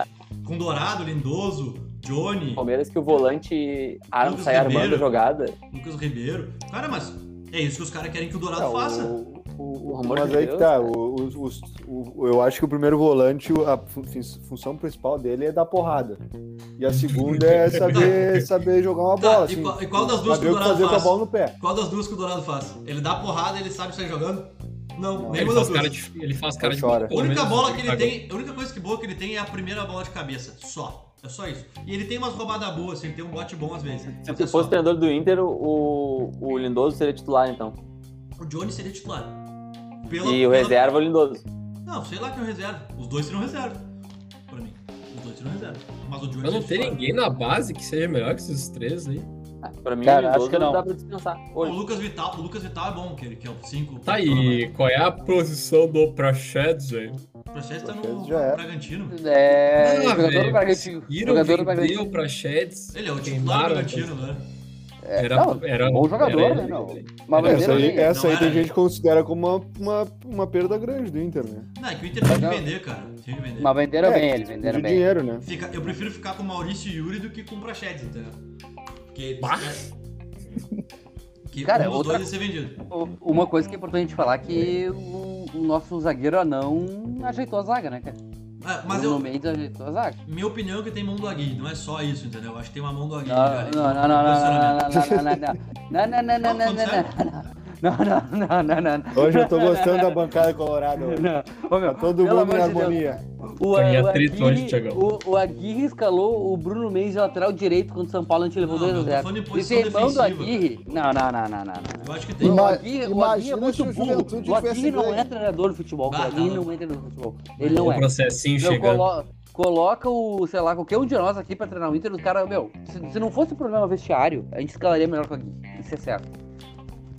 Speaker 1: Com Dourado, Lindoso, Johnny,
Speaker 2: Palmeiras que o volante arma,
Speaker 1: Lucas
Speaker 2: sai armando
Speaker 1: Ribeiro.
Speaker 2: a jogada.
Speaker 1: Lucas Ribeiro. Cara, mas é isso que os caras querem que o Dourado
Speaker 3: Não,
Speaker 1: faça.
Speaker 3: É, o- o-
Speaker 2: Pelo
Speaker 3: o-
Speaker 2: amor
Speaker 3: mas
Speaker 2: de
Speaker 3: aí
Speaker 2: Deus,
Speaker 3: que tá.
Speaker 2: cara.
Speaker 3: o- os- os- o- eu acho que o primeiro volante, a fu- fun- função principal dele é dar porrada. E a segunda é saber, saber jogar uma
Speaker 1: Tá,
Speaker 3: bola.
Speaker 1: e
Speaker 3: assim,
Speaker 1: qual- e qual das duas
Speaker 3: saber
Speaker 1: que o
Speaker 3: o que
Speaker 1: Dourado
Speaker 3: fazer com a
Speaker 1: faz?
Speaker 3: bola no pé.
Speaker 1: Qual das duas que o Dourado faz? Ele dá porrada, ele sabe sair jogando? Não,
Speaker 3: Não,
Speaker 4: Ele
Speaker 1: nenhuma das duas.
Speaker 4: faz, cara de, ele faz cara de
Speaker 3: Chora.
Speaker 1: A única bola que ele tem, a única coisa que boa que ele tem é a primeira bola de cabeça, só. É só isso. E ele tem umas roubadas boas, assim, ele tem um bote bom às vezes.
Speaker 2: Se
Speaker 1: Mas é
Speaker 2: tu
Speaker 1: só.
Speaker 2: fosse treinador do Inter, o, o Lindoso seria titular, então.
Speaker 1: O Johnny seria titular.
Speaker 2: E o reserva é o Lindoso.
Speaker 1: Não, sei lá quem é o reserva. Os dois seriam reserva. Pra mim. Os dois seriam reserva. Mas o Johnny
Speaker 4: Mas não
Speaker 1: seria
Speaker 4: tem
Speaker 1: titular.
Speaker 4: ninguém na base que seja melhor que esses três aí.
Speaker 2: Pra mim,
Speaker 5: Cara,
Speaker 2: o
Speaker 5: acho
Speaker 2: Lindoso
Speaker 5: que não.
Speaker 2: dá pra descansar.
Speaker 1: O
Speaker 2: Hoje.
Speaker 1: Lucas Vital, o Lucas Vital é bom, que, ele, que é o 5.
Speaker 4: Tá, e qual é a posição do Prachadze?
Speaker 1: O processo tá
Speaker 3: Processo
Speaker 1: no
Speaker 3: já era.
Speaker 1: Bragantino.
Speaker 5: É,
Speaker 4: Ah,
Speaker 5: jogador
Speaker 4: velho,
Speaker 5: do Bragantino.
Speaker 4: Viram
Speaker 5: Jogador do
Speaker 4: vender
Speaker 5: Bragantino.
Speaker 4: o Prachedes.
Speaker 1: Ele é o titular do Bragantino, né?
Speaker 4: Era,
Speaker 5: É, Não,
Speaker 4: era,
Speaker 5: bom jogador,
Speaker 4: era
Speaker 5: né,
Speaker 4: ele.
Speaker 5: não. Mas
Speaker 3: Essa
Speaker 5: maneiro,
Speaker 3: aí,
Speaker 5: né?
Speaker 3: essa
Speaker 1: Não
Speaker 3: aí
Speaker 1: era.
Speaker 3: tem gente que considera como uma, uma, uma perda grande do Inter, né?
Speaker 1: Não, é que o Inter tem que
Speaker 5: Não.
Speaker 1: vender, cara. Tem que vender.
Speaker 5: Mas venderam
Speaker 3: É,
Speaker 5: bem ele, venderam
Speaker 3: De
Speaker 5: bem.
Speaker 3: dinheiro, né?
Speaker 1: Fica- eu prefiro ficar com o Maurício e Yuri do que com o Prachedes, entendeu? Porque.
Speaker 4: Bah!
Speaker 1: Que
Speaker 5: Cara,
Speaker 1: um dos
Speaker 5: outra-
Speaker 1: dois ia ser vendido.
Speaker 5: U- Uma coisa que é importante a gente falar é que o, o nosso zagueiro anão ajeitou a zaga, né, cara?
Speaker 1: Ah, mas
Speaker 5: Bruno
Speaker 1: eu,
Speaker 5: Mendes ajeitou a zaga.
Speaker 1: minha opinião é que tem mão do Agui, não é só isso, entendeu? Eu acho que tem uma mão do Agui.
Speaker 5: Não,
Speaker 1: cara.
Speaker 5: não, não, não, não, não, não, não, não, não, não, não, não, não, não, não, não, não, não, não, não, não, não,
Speaker 3: Hoje eu tô gostando da bancada colorada. hoje.
Speaker 5: não, Ô, meu,
Speaker 3: Tá todo
Speaker 5: pelo
Speaker 3: mundo em
Speaker 5: amor de Deus.
Speaker 3: harmonia.
Speaker 5: O,
Speaker 4: Tô em
Speaker 5: o,
Speaker 4: atrito
Speaker 5: Aguirre,
Speaker 4: hoje, Thiagão.
Speaker 5: o, o Aguirre escalou o Bruno Mendes de lateral direito contra o São Paulo, a gente levou
Speaker 1: Não, eu tô
Speaker 5: 2x0.
Speaker 1: falando em
Speaker 5: Esse
Speaker 1: posição
Speaker 5: é irmão do
Speaker 1: defensiva.
Speaker 5: Aguirre. Não, não, não, não, não. não.
Speaker 1: Eu acho que tem.
Speaker 5: O
Speaker 6: Ima-
Speaker 5: Aguirre, o Aguirre é
Speaker 6: imagina se
Speaker 5: muito
Speaker 6: o
Speaker 5: burro.
Speaker 6: Juventude
Speaker 5: O
Speaker 6: tivesse
Speaker 5: Aguirre não
Speaker 6: ganho.
Speaker 5: é treinador de futebol.
Speaker 1: Bah,
Speaker 5: O
Speaker 1: tá
Speaker 5: Aguirre
Speaker 1: louco.
Speaker 5: não é treinador de futebol. Ele não
Speaker 4: O
Speaker 5: é.
Speaker 4: processinho
Speaker 5: Meu,
Speaker 4: chegando.
Speaker 5: colo- coloca o, sei lá, qualquer um de nós aqui pra treinar o Inter, os caras, meu, se, se não fosse problema vestiário, a gente escalaria melhor com a Gui. Isso é certo.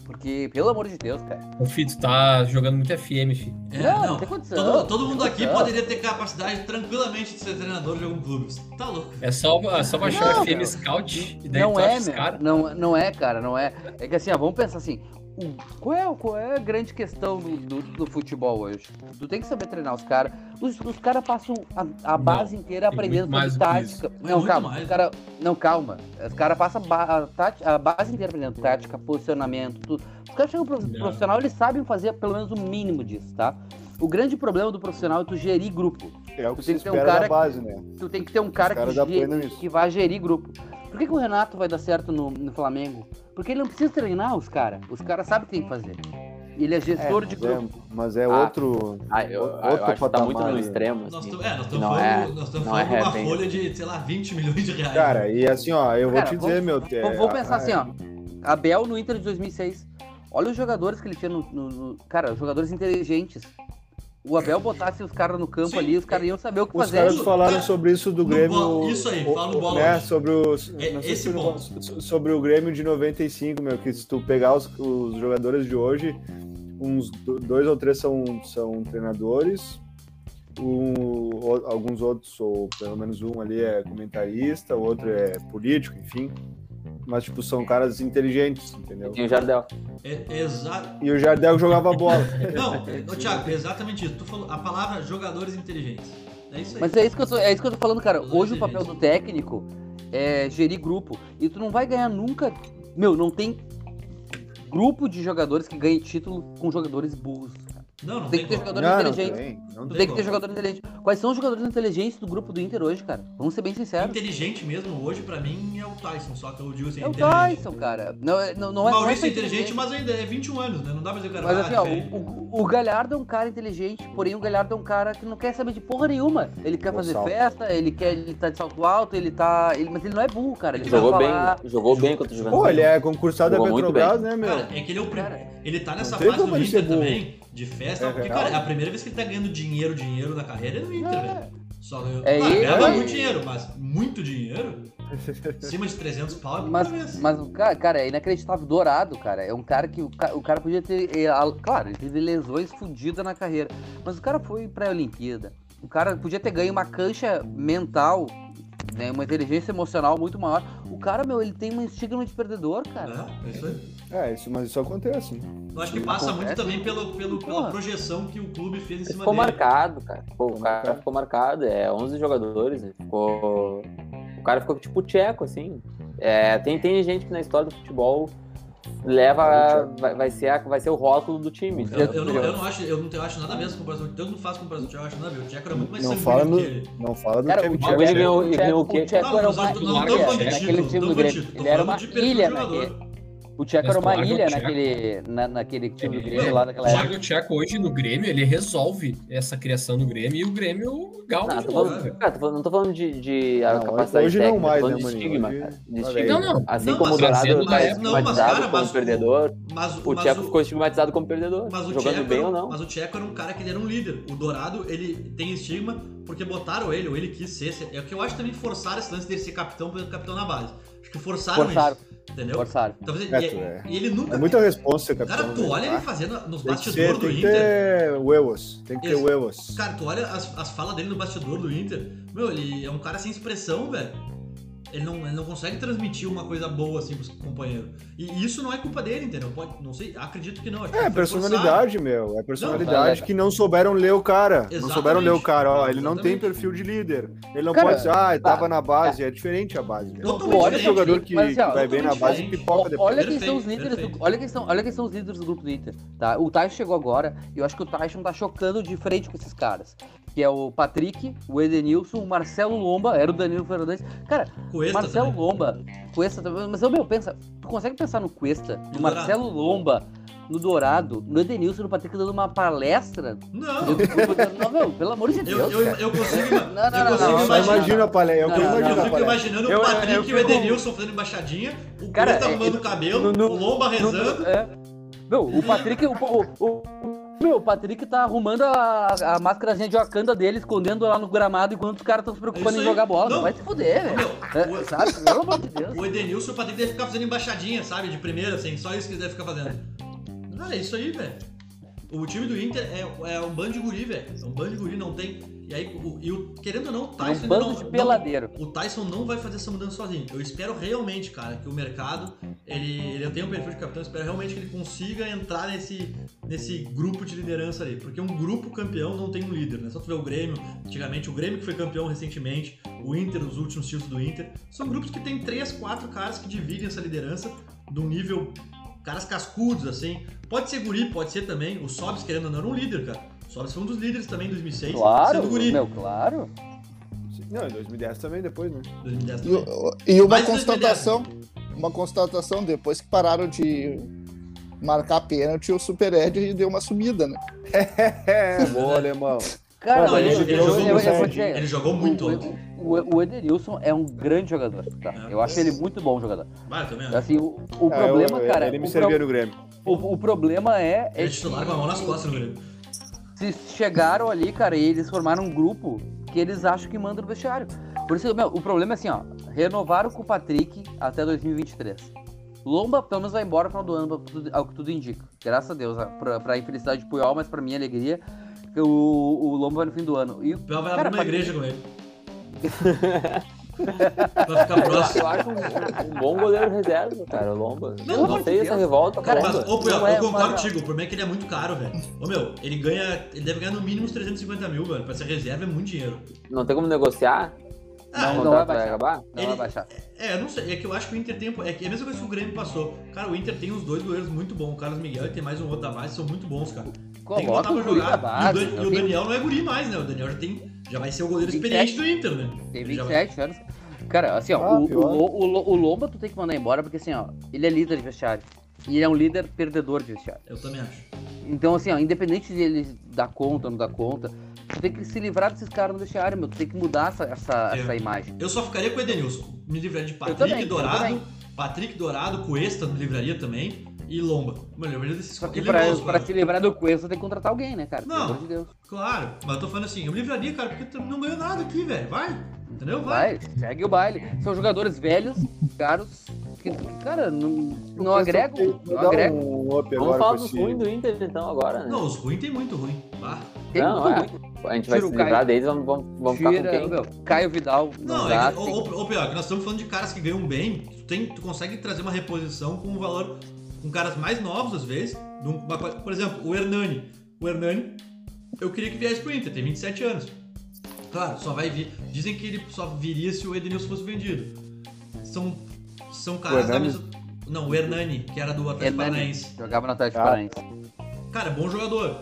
Speaker 5: Porque, pelo amor de Deus, cara.
Speaker 4: O Fito tá jogando muito FM, filho.
Speaker 1: É,
Speaker 5: Não,
Speaker 1: não.
Speaker 5: tem condição,
Speaker 1: Todo, todo mundo
Speaker 5: tem
Speaker 1: aqui
Speaker 5: condição.
Speaker 1: poderia ter capacidade tranquilamente de ser treinador de algum clube. Você Tá louco.
Speaker 4: É só, é só baixar
Speaker 5: Não,
Speaker 4: o FM
Speaker 5: meu.
Speaker 4: Scout e daí
Speaker 5: Não
Speaker 4: tu
Speaker 5: é,
Speaker 4: acha os
Speaker 5: meu.
Speaker 4: caras.
Speaker 5: Não, não é, cara, não é. É que assim, ó, vamos pensar assim. o- Qual é, qual é a grande questão do, do, do futebol hoje? Tu tem que saber treinar os caras. Os, os caras passam a, a
Speaker 4: Não,
Speaker 5: base inteira
Speaker 4: tem
Speaker 5: aprendendo
Speaker 4: muito mais
Speaker 5: sobre
Speaker 4: do que
Speaker 5: tática.
Speaker 1: Mas
Speaker 5: Não,
Speaker 1: muito
Speaker 5: calma.
Speaker 1: mais.
Speaker 5: Os
Speaker 4: né?
Speaker 5: cara, não, calma. Os caras passam a, ba- a tática- a base inteira aprendendo tática, posicionamento, tudo. Os caras chegam pro
Speaker 4: Não.
Speaker 5: profissional, eles sabem fazer pelo menos o mínimo disso, tá? O grande problema do profissional é tu gerir grupo.
Speaker 3: É o que
Speaker 5: Tu
Speaker 3: se
Speaker 5: tem que ter um
Speaker 3: espera
Speaker 5: cara
Speaker 3: da
Speaker 5: que-
Speaker 3: base, né?
Speaker 5: Tu tem que ter um cara
Speaker 3: Os caras
Speaker 5: que,
Speaker 3: já
Speaker 5: ge-
Speaker 3: apoiam nisso.
Speaker 5: que vai gerir grupo. Por que, que o Renato vai dar certo no, no Flamengo? Porque ele não precisa treinar os caras. Os caras sabem o que tem que fazer. Ele é gestor de
Speaker 3: mas é-
Speaker 5: grupo.
Speaker 3: mas é
Speaker 2: Ah.
Speaker 3: outro.
Speaker 2: Ah, eu, eu
Speaker 3: Outro
Speaker 2: acho que tá
Speaker 3: patamar,
Speaker 2: muito no
Speaker 3: né?
Speaker 2: extremo.
Speaker 1: Nós
Speaker 2: assim.
Speaker 1: estamos é, nós tamo
Speaker 2: Não
Speaker 1: falando,
Speaker 2: é-
Speaker 1: nós tamo
Speaker 2: não é
Speaker 1: falando de uma
Speaker 2: repente.
Speaker 1: folha de, sei lá, 20 milhões de reais.
Speaker 3: Cara, e assim, ó, eu
Speaker 5: Cara,
Speaker 3: vou te dizer, meu.
Speaker 5: Vou, vou
Speaker 3: é.
Speaker 5: pensar assim, ó. Abel no Inter de 2006. Olha os jogadores que ele tinha no. no- no- cara, os jogadores inteligentes. O Abel botasse os caras no campo
Speaker 1: Sim. é.
Speaker 5: ali, os caras iam saber o que
Speaker 3: Os
Speaker 5: fazer.
Speaker 3: caras
Speaker 1: isso,
Speaker 3: falaram
Speaker 1: tá.
Speaker 3: sobre isso do
Speaker 1: No
Speaker 3: Grêmio.
Speaker 1: bola, isso aí,
Speaker 3: o-
Speaker 1: fala no
Speaker 3: o-
Speaker 1: bola
Speaker 3: Né,
Speaker 1: hoje.
Speaker 3: sobre, os,
Speaker 1: É,
Speaker 3: não sei
Speaker 1: esse
Speaker 3: se eu
Speaker 1: ponto.
Speaker 3: falo- sobre o Grêmio de 95, meu, que se tu pegar os, os jogadores de hoje, uns do- dois ou três são, são treinadores, um- o- alguns outros, ou pelo menos um ali é comentarista, o outro é político, enfim. Mas, tipo, são caras inteligentes, entendeu?
Speaker 2: Tem o Jardel.
Speaker 1: É, exato.
Speaker 3: E o Jardel jogava bola.
Speaker 1: Não, ô, Thiago, é exatamente isso. Tu falou a palavra jogadores inteligentes. É isso aí.
Speaker 5: Mas é isso que eu tô, é isso que eu tô falando, cara.
Speaker 1: Os
Speaker 5: Hoje o
Speaker 1: inteligentes.
Speaker 5: papel do técnico é gerir grupo. E tu não vai ganhar nunca. Meu, não tem grupo de jogadores que ganhe título com jogadores burros. cara.
Speaker 1: Não, não
Speaker 5: Tem
Speaker 1: tem
Speaker 5: que ter
Speaker 1: como.
Speaker 5: jogador
Speaker 3: Não, não
Speaker 5: inteligente.
Speaker 3: tem, não
Speaker 5: Tu
Speaker 3: tem.
Speaker 5: tem que ter
Speaker 1: como.
Speaker 5: jogadores inteligentes. Quais são os jogadores inteligentes do grupo do Inter hoje, cara? Vamos ser bem sinceros.
Speaker 1: Inteligente mesmo hoje pra mim é o Tyson, só que eu digo assim,
Speaker 5: É o
Speaker 1: inteligente.
Speaker 5: Tyson, cara. Não, é- não, não
Speaker 1: O
Speaker 5: é
Speaker 1: Maurício
Speaker 5: não
Speaker 1: é inteligente, mas ainda é 21 anos, né? Não dá pra dizer que o cara
Speaker 5: Mas assim, ó,
Speaker 1: ah, é-
Speaker 5: o, o- o Galhardo é um cara inteligente, porém o Galhardo é um cara que não quer saber de porra nenhuma. Ele quer
Speaker 3: Bom
Speaker 5: fazer
Speaker 3: salto.
Speaker 5: festa, ele quer, ele tá de salto alto, ele tá. ele- mas ele não é burro, cara. Ele
Speaker 2: Jogou
Speaker 5: sabe
Speaker 2: bem,
Speaker 5: falar.
Speaker 2: jogou bem contra o Juventus.
Speaker 3: Pô, ele é concursado da
Speaker 2: Jogou muito
Speaker 3: Petrobras, né, meu?
Speaker 1: Cara, é que ele é o primeiro.
Speaker 5: Cara,
Speaker 1: Ele tá nessa
Speaker 3: não tem
Speaker 1: fase
Speaker 3: como
Speaker 1: do
Speaker 3: ele ser
Speaker 1: Inter
Speaker 3: burro.
Speaker 1: também, de festa,
Speaker 3: É
Speaker 1: porque,
Speaker 3: real.
Speaker 1: cara, é a primeira vez que ele tá ganhando dinheiro, dinheiro na carreira é no Inter, velho. Só ganhou.
Speaker 5: É
Speaker 1: ah,
Speaker 5: ele.
Speaker 1: ganhava muito dinheiro, mas muito dinheiro? Acima de 300 pau é muita
Speaker 5: Mas,
Speaker 1: vez.
Speaker 5: mas o cara, cara, é inacreditável, dourado, cara. É um cara que o, ca- o cara podia ter. é, a- claro, ele teve lesões fodidas na carreira. Mas o cara foi pra Olimpíada. O cara podia ter ganho uma cancha mental, né? Uma inteligência emocional muito maior. O cara, meu, ele tem um estigma de perdedor, cara.
Speaker 1: É, é isso aí.
Speaker 3: É, isso, mas isso acontece. né?
Speaker 1: Eu acho que passa muito
Speaker 5: Acontece. né? Então,
Speaker 1: também pelo, pelo, pela
Speaker 5: Porra.
Speaker 1: projeção que o clube fez
Speaker 5: é
Speaker 1: em
Speaker 2: Ele
Speaker 1: cima
Speaker 2: ficou
Speaker 1: dele.
Speaker 2: marcado, cara. Pô, o cara
Speaker 3: marcado.
Speaker 2: ficou marcado. É 11 jogadores. né? Ficou... O cara ficou tipo tcheco, assim. É, tem, tem gente que na história do futebol
Speaker 5: É
Speaker 2: leva. Vai, vai ser, a- vai ser o rótulo do time.
Speaker 1: Eu,
Speaker 5: né?
Speaker 2: entendeu?
Speaker 1: eu não, eu não acho, eu não eu acho nada mesmo comparação. Eu não faço comparação com o Tcheco, eu acho nada mesmo. O Tcheco era muito mais
Speaker 3: Não
Speaker 1: sanguíneo
Speaker 3: fala, no,
Speaker 1: que ele.
Speaker 3: não fala do
Speaker 5: Cara,
Speaker 3: Tcheco
Speaker 5: o
Speaker 2: Mas
Speaker 3: Tcheco.
Speaker 2: ele ganhou, ele
Speaker 5: Tcheco-
Speaker 2: ganhou o quê?
Speaker 5: o Tcheco
Speaker 1: Não,
Speaker 5: era
Speaker 1: mas
Speaker 5: uma
Speaker 1: eu tô- não,
Speaker 5: ilha
Speaker 1: não tô falando de
Speaker 5: naquele
Speaker 1: título,
Speaker 5: time
Speaker 1: não
Speaker 5: do
Speaker 1: tô falando
Speaker 5: Grêmio.
Speaker 1: de título,
Speaker 5: Ele
Speaker 1: tô
Speaker 5: era uma
Speaker 1: falando de perfil
Speaker 5: ilha né?
Speaker 1: de jogador.
Speaker 5: naquele. O Tcheco
Speaker 4: Mas
Speaker 5: era uma
Speaker 4: tu larga o
Speaker 5: ilha
Speaker 4: Tcheco.
Speaker 5: naquele, na- naquele time do
Speaker 4: Ele-
Speaker 5: Grêmio lá
Speaker 4: O
Speaker 5: naquela época.
Speaker 4: Thiago Tcheco hoje no Grêmio, ele resolve essa criação do Grêmio e o Grêmio galga
Speaker 2: Não,
Speaker 4: de
Speaker 2: tô
Speaker 4: novo,
Speaker 2: falando-
Speaker 4: velho.
Speaker 2: cara, tô falando- não tô falando de, de a
Speaker 3: Não,
Speaker 2: capacidade
Speaker 3: hoje não
Speaker 2: técnica,
Speaker 3: mais,
Speaker 2: tô falando
Speaker 3: né,
Speaker 2: de
Speaker 3: Maninho?
Speaker 2: estigma,
Speaker 3: Hoje-
Speaker 2: cara. De
Speaker 3: Olha aí.
Speaker 2: estigma.
Speaker 4: Não, não.
Speaker 2: Assim
Speaker 1: Não,
Speaker 2: como o
Speaker 1: mas
Speaker 2: Dourado
Speaker 4: fazendo
Speaker 2: tá
Speaker 4: na época-
Speaker 1: não, mas,
Speaker 2: estigmatizado
Speaker 1: cara,
Speaker 2: como
Speaker 1: mas o-
Speaker 2: perdedor,
Speaker 1: Mas,
Speaker 2: o
Speaker 1: mas
Speaker 2: Tcheco ficou estigmatizado como perdedor,
Speaker 1: Mas o
Speaker 2: jogando
Speaker 1: Tcheco,
Speaker 2: bem
Speaker 1: era-
Speaker 2: ou não.
Speaker 1: Mas o Tcheco era um cara que ele era um líder. O Dourado, ele tem estigma porque botaram ele, ou ele quis ser. É o que eu acho também que forçaram esse lance dele ser capitão por exemplo, capitão na base. Acho que forçaram,
Speaker 5: Forçaram,
Speaker 1: isso. Entendeu?
Speaker 5: forçaram.
Speaker 1: Talvez
Speaker 3: É,
Speaker 1: ele,
Speaker 3: tu,
Speaker 1: e, e ele nunca.
Speaker 3: É muita responsa, capitão.
Speaker 1: um cara, tu
Speaker 3: né?
Speaker 1: olha
Speaker 3: Ah,
Speaker 1: ele fazendo nos
Speaker 3: Tem que
Speaker 1: bastidores
Speaker 3: ser,
Speaker 1: do
Speaker 3: tem que
Speaker 1: Inter.
Speaker 3: ter huevos. Tem que ter
Speaker 1: Isso.
Speaker 3: huevos.
Speaker 1: Cara, tu olha as, as falas dele no bastidor do Inter. Meu, ele é um cara sem expressão, velho. Ele não, ele não consegue transmitir uma coisa boa assim pros companheiros. E isso não é culpa dele, entendeu? Pode, não sei, acredito que não. acho que foi
Speaker 3: É
Speaker 1: forçado.
Speaker 3: personalidade, meu. É personalidade
Speaker 5: Não,
Speaker 3: que não souberam ler o cara. Não
Speaker 1: Exatamente.
Speaker 3: souberam ler o cara. Ó, ele não tem
Speaker 1: Exatamente.
Speaker 3: perfil de líder. Ele não
Speaker 5: Cara,
Speaker 3: pode dizer, ah, ele tava na base. É diferente a base. meu.
Speaker 1: Totalmente
Speaker 3: Tem
Speaker 5: diferente.
Speaker 3: jogador que,
Speaker 5: Mas, assim, ó,
Speaker 3: que vai bem na
Speaker 1: totalmente
Speaker 3: base e
Speaker 1: diferente.
Speaker 3: pipoca depois.
Speaker 5: Olha quem
Speaker 1: Perfeito,
Speaker 5: são os líderes do,
Speaker 1: perfeito.
Speaker 5: olha quem são, olha quem são os líderes do grupo do Inter, tá? O Tyson chegou agora e eu acho que o Tyson tá chocando de frente com esses caras. Que é o Patrick, o Edenilson, o Marcelo Lomba, era o Danilo Fernandes. Cara,
Speaker 1: Cuesta
Speaker 5: Marcelo
Speaker 1: também.
Speaker 5: Lomba, Cuesta também. Mas, ô, meu, pensa, tu consegue pensar no Cuesta,
Speaker 1: No
Speaker 5: no Marcelo Lomba, no Dourado, no Edenilson, no Patrick dando uma palestra?
Speaker 1: Não,
Speaker 5: Eu- eu- não, meu, pelo amor de
Speaker 1: Eu,
Speaker 5: Deus.
Speaker 1: eu, eu consigo, ima-
Speaker 5: Não, não,
Speaker 1: eu
Speaker 5: não,
Speaker 1: consigo
Speaker 5: não,
Speaker 3: Eu só
Speaker 5: imagina.
Speaker 1: imaginar.
Speaker 3: imagino a palestra. Eu
Speaker 5: Não,
Speaker 3: consigo
Speaker 5: não,
Speaker 1: Eu
Speaker 3: imaginar a
Speaker 1: fico
Speaker 3: palestra.
Speaker 1: imaginando
Speaker 5: Eu-
Speaker 1: o
Speaker 5: eu-
Speaker 1: Patrick
Speaker 5: eu
Speaker 1: e o
Speaker 5: fico-
Speaker 1: Edenilson fazendo embaixadinha, o
Speaker 5: Cara,
Speaker 1: cara tá
Speaker 5: é-
Speaker 1: arrumando o cabelo,
Speaker 5: no- no-
Speaker 1: o Lomba rezando.
Speaker 5: No- é. Não, o Patrick. O, o, o- meu, o Patrick tá arrumando a, a máscarazinha de Wakanda dele, escondendo lá no gramado, enquanto os caras estão se preocupando
Speaker 1: É Isso
Speaker 5: em
Speaker 1: aí.
Speaker 5: jogar bola.
Speaker 1: Não.
Speaker 5: Não. Vai se fuder, velho.
Speaker 1: Meu,
Speaker 5: É, Sabe? Pelo amor de Deus.
Speaker 1: o, o Edenilson e o Patrick devem ficar fazendo embaixadinha, sabe? De primeira, assim, só isso que eles devem ficar fazendo. Cara, é isso aí, velho. O time do Inter é, é um bando de guri, velho. É um bando de guri, não tem. E aí, o, e o- querendo ou não, o
Speaker 5: É um
Speaker 1: Tyson ainda
Speaker 5: bando
Speaker 1: Tá não,
Speaker 5: de
Speaker 1: não-
Speaker 5: peladeiro.
Speaker 1: O Tyson não vai fazer essa mudança sozinho. Eu espero realmente, cara, que o mercado, ele, ele tem um perfil de capitão, eu espero realmente que ele consiga entrar nesse, nesse grupo de liderança ali. Porque um grupo campeão não tem um líder, né? Só tu ver o Grêmio, antigamente, o Grêmio que foi campeão recentemente, o Inter, os últimos títulos do Inter, são grupos que tem três, quatro caras que dividem essa liderança de um nível, caras cascudos, assim. Pode ser guri, pode ser também. O Sobs, querendo ou não, era um líder, cara. O Sobs foi um dos líderes também em 2006,
Speaker 5: Claro,
Speaker 1: sendo guri.
Speaker 5: meu, claro.
Speaker 3: Não, em 2010 também, depois, né?
Speaker 1: 2010
Speaker 6: E,
Speaker 1: também.
Speaker 6: o- e uma
Speaker 1: Mais
Speaker 6: constatação, uma constatação, depois que pararam de marcar pênalti, o Super Ed deu uma subida, né?
Speaker 3: É, boa, alemão.
Speaker 5: Cara,
Speaker 1: Não, ele-
Speaker 5: eu-
Speaker 1: ele
Speaker 5: eu-
Speaker 1: jogou
Speaker 5: eu- eu-
Speaker 1: muito
Speaker 5: eu vou
Speaker 3: bem.
Speaker 5: dizer,
Speaker 1: Ele jogou muito. ontem.
Speaker 5: o- O, o Edenilson é um grande jogador, tá?
Speaker 1: É.
Speaker 5: Eu acho ele muito bom jogador.
Speaker 1: Vai, tá também.
Speaker 5: Assim, o, o
Speaker 3: Ah, eu-
Speaker 5: problema,
Speaker 3: eu-
Speaker 5: cara,
Speaker 3: Ele me
Speaker 5: o,
Speaker 3: servia
Speaker 5: pro-
Speaker 3: no Grêmio.
Speaker 5: o- o problema é, é
Speaker 1: Ele é titular com a mão nas costas no Grêmio.
Speaker 5: se chegaram ali, cara, e eles formaram um grupo que eles acham que manda no vestiário. Por isso, meu, o problema é assim, ó. Renovaram com o Patrick até 2023. Lomba, pelo menos, vai embora no final do ano, ao que tudo- ao que tudo indica. Graças a Deus, a- pra, pra infelicidade de Puyol, mas pra minha alegria, que o, o Lomba vai no fim do ano. E,
Speaker 1: O Pel vai
Speaker 5: cara,
Speaker 1: abrir uma
Speaker 5: Patrick-
Speaker 1: igreja com ele. Pra ficar próximo.
Speaker 2: Eu acho um, um bom goleiro reserva, cara, o Lomba.
Speaker 1: Não,
Speaker 2: Não,
Speaker 5: pelo amor
Speaker 2: não
Speaker 5: de
Speaker 2: sei
Speaker 5: Deus.
Speaker 2: essa revolta,
Speaker 5: Cara,
Speaker 2: cara.
Speaker 1: Mas, ô, Puyol,
Speaker 5: não é
Speaker 1: eu concordo
Speaker 5: uma-
Speaker 1: contigo. O problema é que ele é muito caro, velho. Ô, meu, ele ganha. Ele deve ganhar no mínimo uns 350 mil, velho. Pra ser reserva é muito dinheiro.
Speaker 2: Não tem como negociar.
Speaker 5: Não,
Speaker 2: O
Speaker 5: não vai
Speaker 2: contrato vai
Speaker 5: baixar.
Speaker 2: acabar?
Speaker 5: Não vai baixar.
Speaker 1: É, eu não sei, é que eu acho que o Inter tem. É que é a mesma coisa que o Grêmio passou. Cara, o Inter tem uns dois goleiros muito bons, o Carlos Miguel e tem mais um outro a mais, são muito bons, cara. tem que
Speaker 5: Coloca
Speaker 1: botar pra
Speaker 5: o guri da
Speaker 1: jogar.
Speaker 5: base.
Speaker 1: e o, Dan- e o
Speaker 5: tem,
Speaker 1: Daniel não é guri mais, né? O Daniel já tem. Já vai ser o goleiro
Speaker 5: 27.
Speaker 1: experiente do Inter, né?
Speaker 5: tem
Speaker 1: Ele já vai-
Speaker 5: 27 anos. Cara, assim, ó,
Speaker 6: Ah,
Speaker 5: o, o,
Speaker 6: pior.
Speaker 5: Lo- o, Lo- o Lomba tu tem que mandar embora, porque assim, ó, ele é líder de vestiário. E ele é um líder perdedor de vestiário.
Speaker 1: Eu também acho.
Speaker 5: Então, assim, ó, independente de ele dar conta ou não dar conta, tu tem que se livrar desses caras no vestiário, meu. Tu tem que mudar essa, essa,
Speaker 1: É.
Speaker 5: essa imagem.
Speaker 1: Eu só ficaria com o Edenilson. Me livraria de Patrick
Speaker 5: também, eu
Speaker 1: Dourado.
Speaker 5: também.
Speaker 1: Patrick Dourado, Cuesta me livraria também. E Lomba. Mano, eu livraria desses
Speaker 5: Só que
Speaker 1: ele é
Speaker 5: pra,
Speaker 1: nosso,
Speaker 5: pra
Speaker 1: cara.
Speaker 5: se livrar do Cuesta tem que contratar alguém, né, cara?
Speaker 1: Não.
Speaker 5: Pelo amor de Deus.
Speaker 1: Claro, mas eu tô falando assim, eu me livraria, cara, porque tu não ganhou nada aqui, velho. Vai. Entendeu? Vai.
Speaker 5: Vai, segue o baile. São jogadores velhos, caros, que, que, cara, não, não agregam.
Speaker 6: Vou
Speaker 5: Não
Speaker 6: dar
Speaker 5: agregam.
Speaker 6: um up
Speaker 2: Vamos
Speaker 6: agora
Speaker 2: falar
Speaker 6: com
Speaker 2: dos
Speaker 6: esse-
Speaker 2: ruins do Inter então agora, né?
Speaker 1: Não, os ruins tem muito ruim. Bah.
Speaker 5: Tem
Speaker 2: Não,
Speaker 5: muito
Speaker 2: é.
Speaker 5: ruim.
Speaker 2: A gente vai
Speaker 5: Tira
Speaker 2: se
Speaker 5: o
Speaker 2: livrar
Speaker 5: Caio.
Speaker 2: deles, vamos, vamos, vamos ficar
Speaker 5: Tira,
Speaker 2: com quem?
Speaker 5: meu, Caio Vidal, não,
Speaker 1: Não,
Speaker 5: dá.
Speaker 1: é, que- ou, ou- ou pior, que nós estamos falando de caras que ganham bem, tu, tem, tu consegue trazer uma reposição com um valor, com caras mais novos às vezes. de um- uma coisa- por exemplo, o Hernani. O Hernani, eu queria que viesse pro Inter, tem 27 anos. Claro, só vai vir. Dizem que ele só viria se o Edenilson fosse vendido. São, são caras da
Speaker 3: Hernani?
Speaker 1: mesma. Não, o Hernani, que era do Atlético
Speaker 5: Hernani.
Speaker 1: Paranaense.
Speaker 5: Jogava no Atlético
Speaker 6: Ah.
Speaker 5: Paranaense.
Speaker 1: Cara, bom jogador.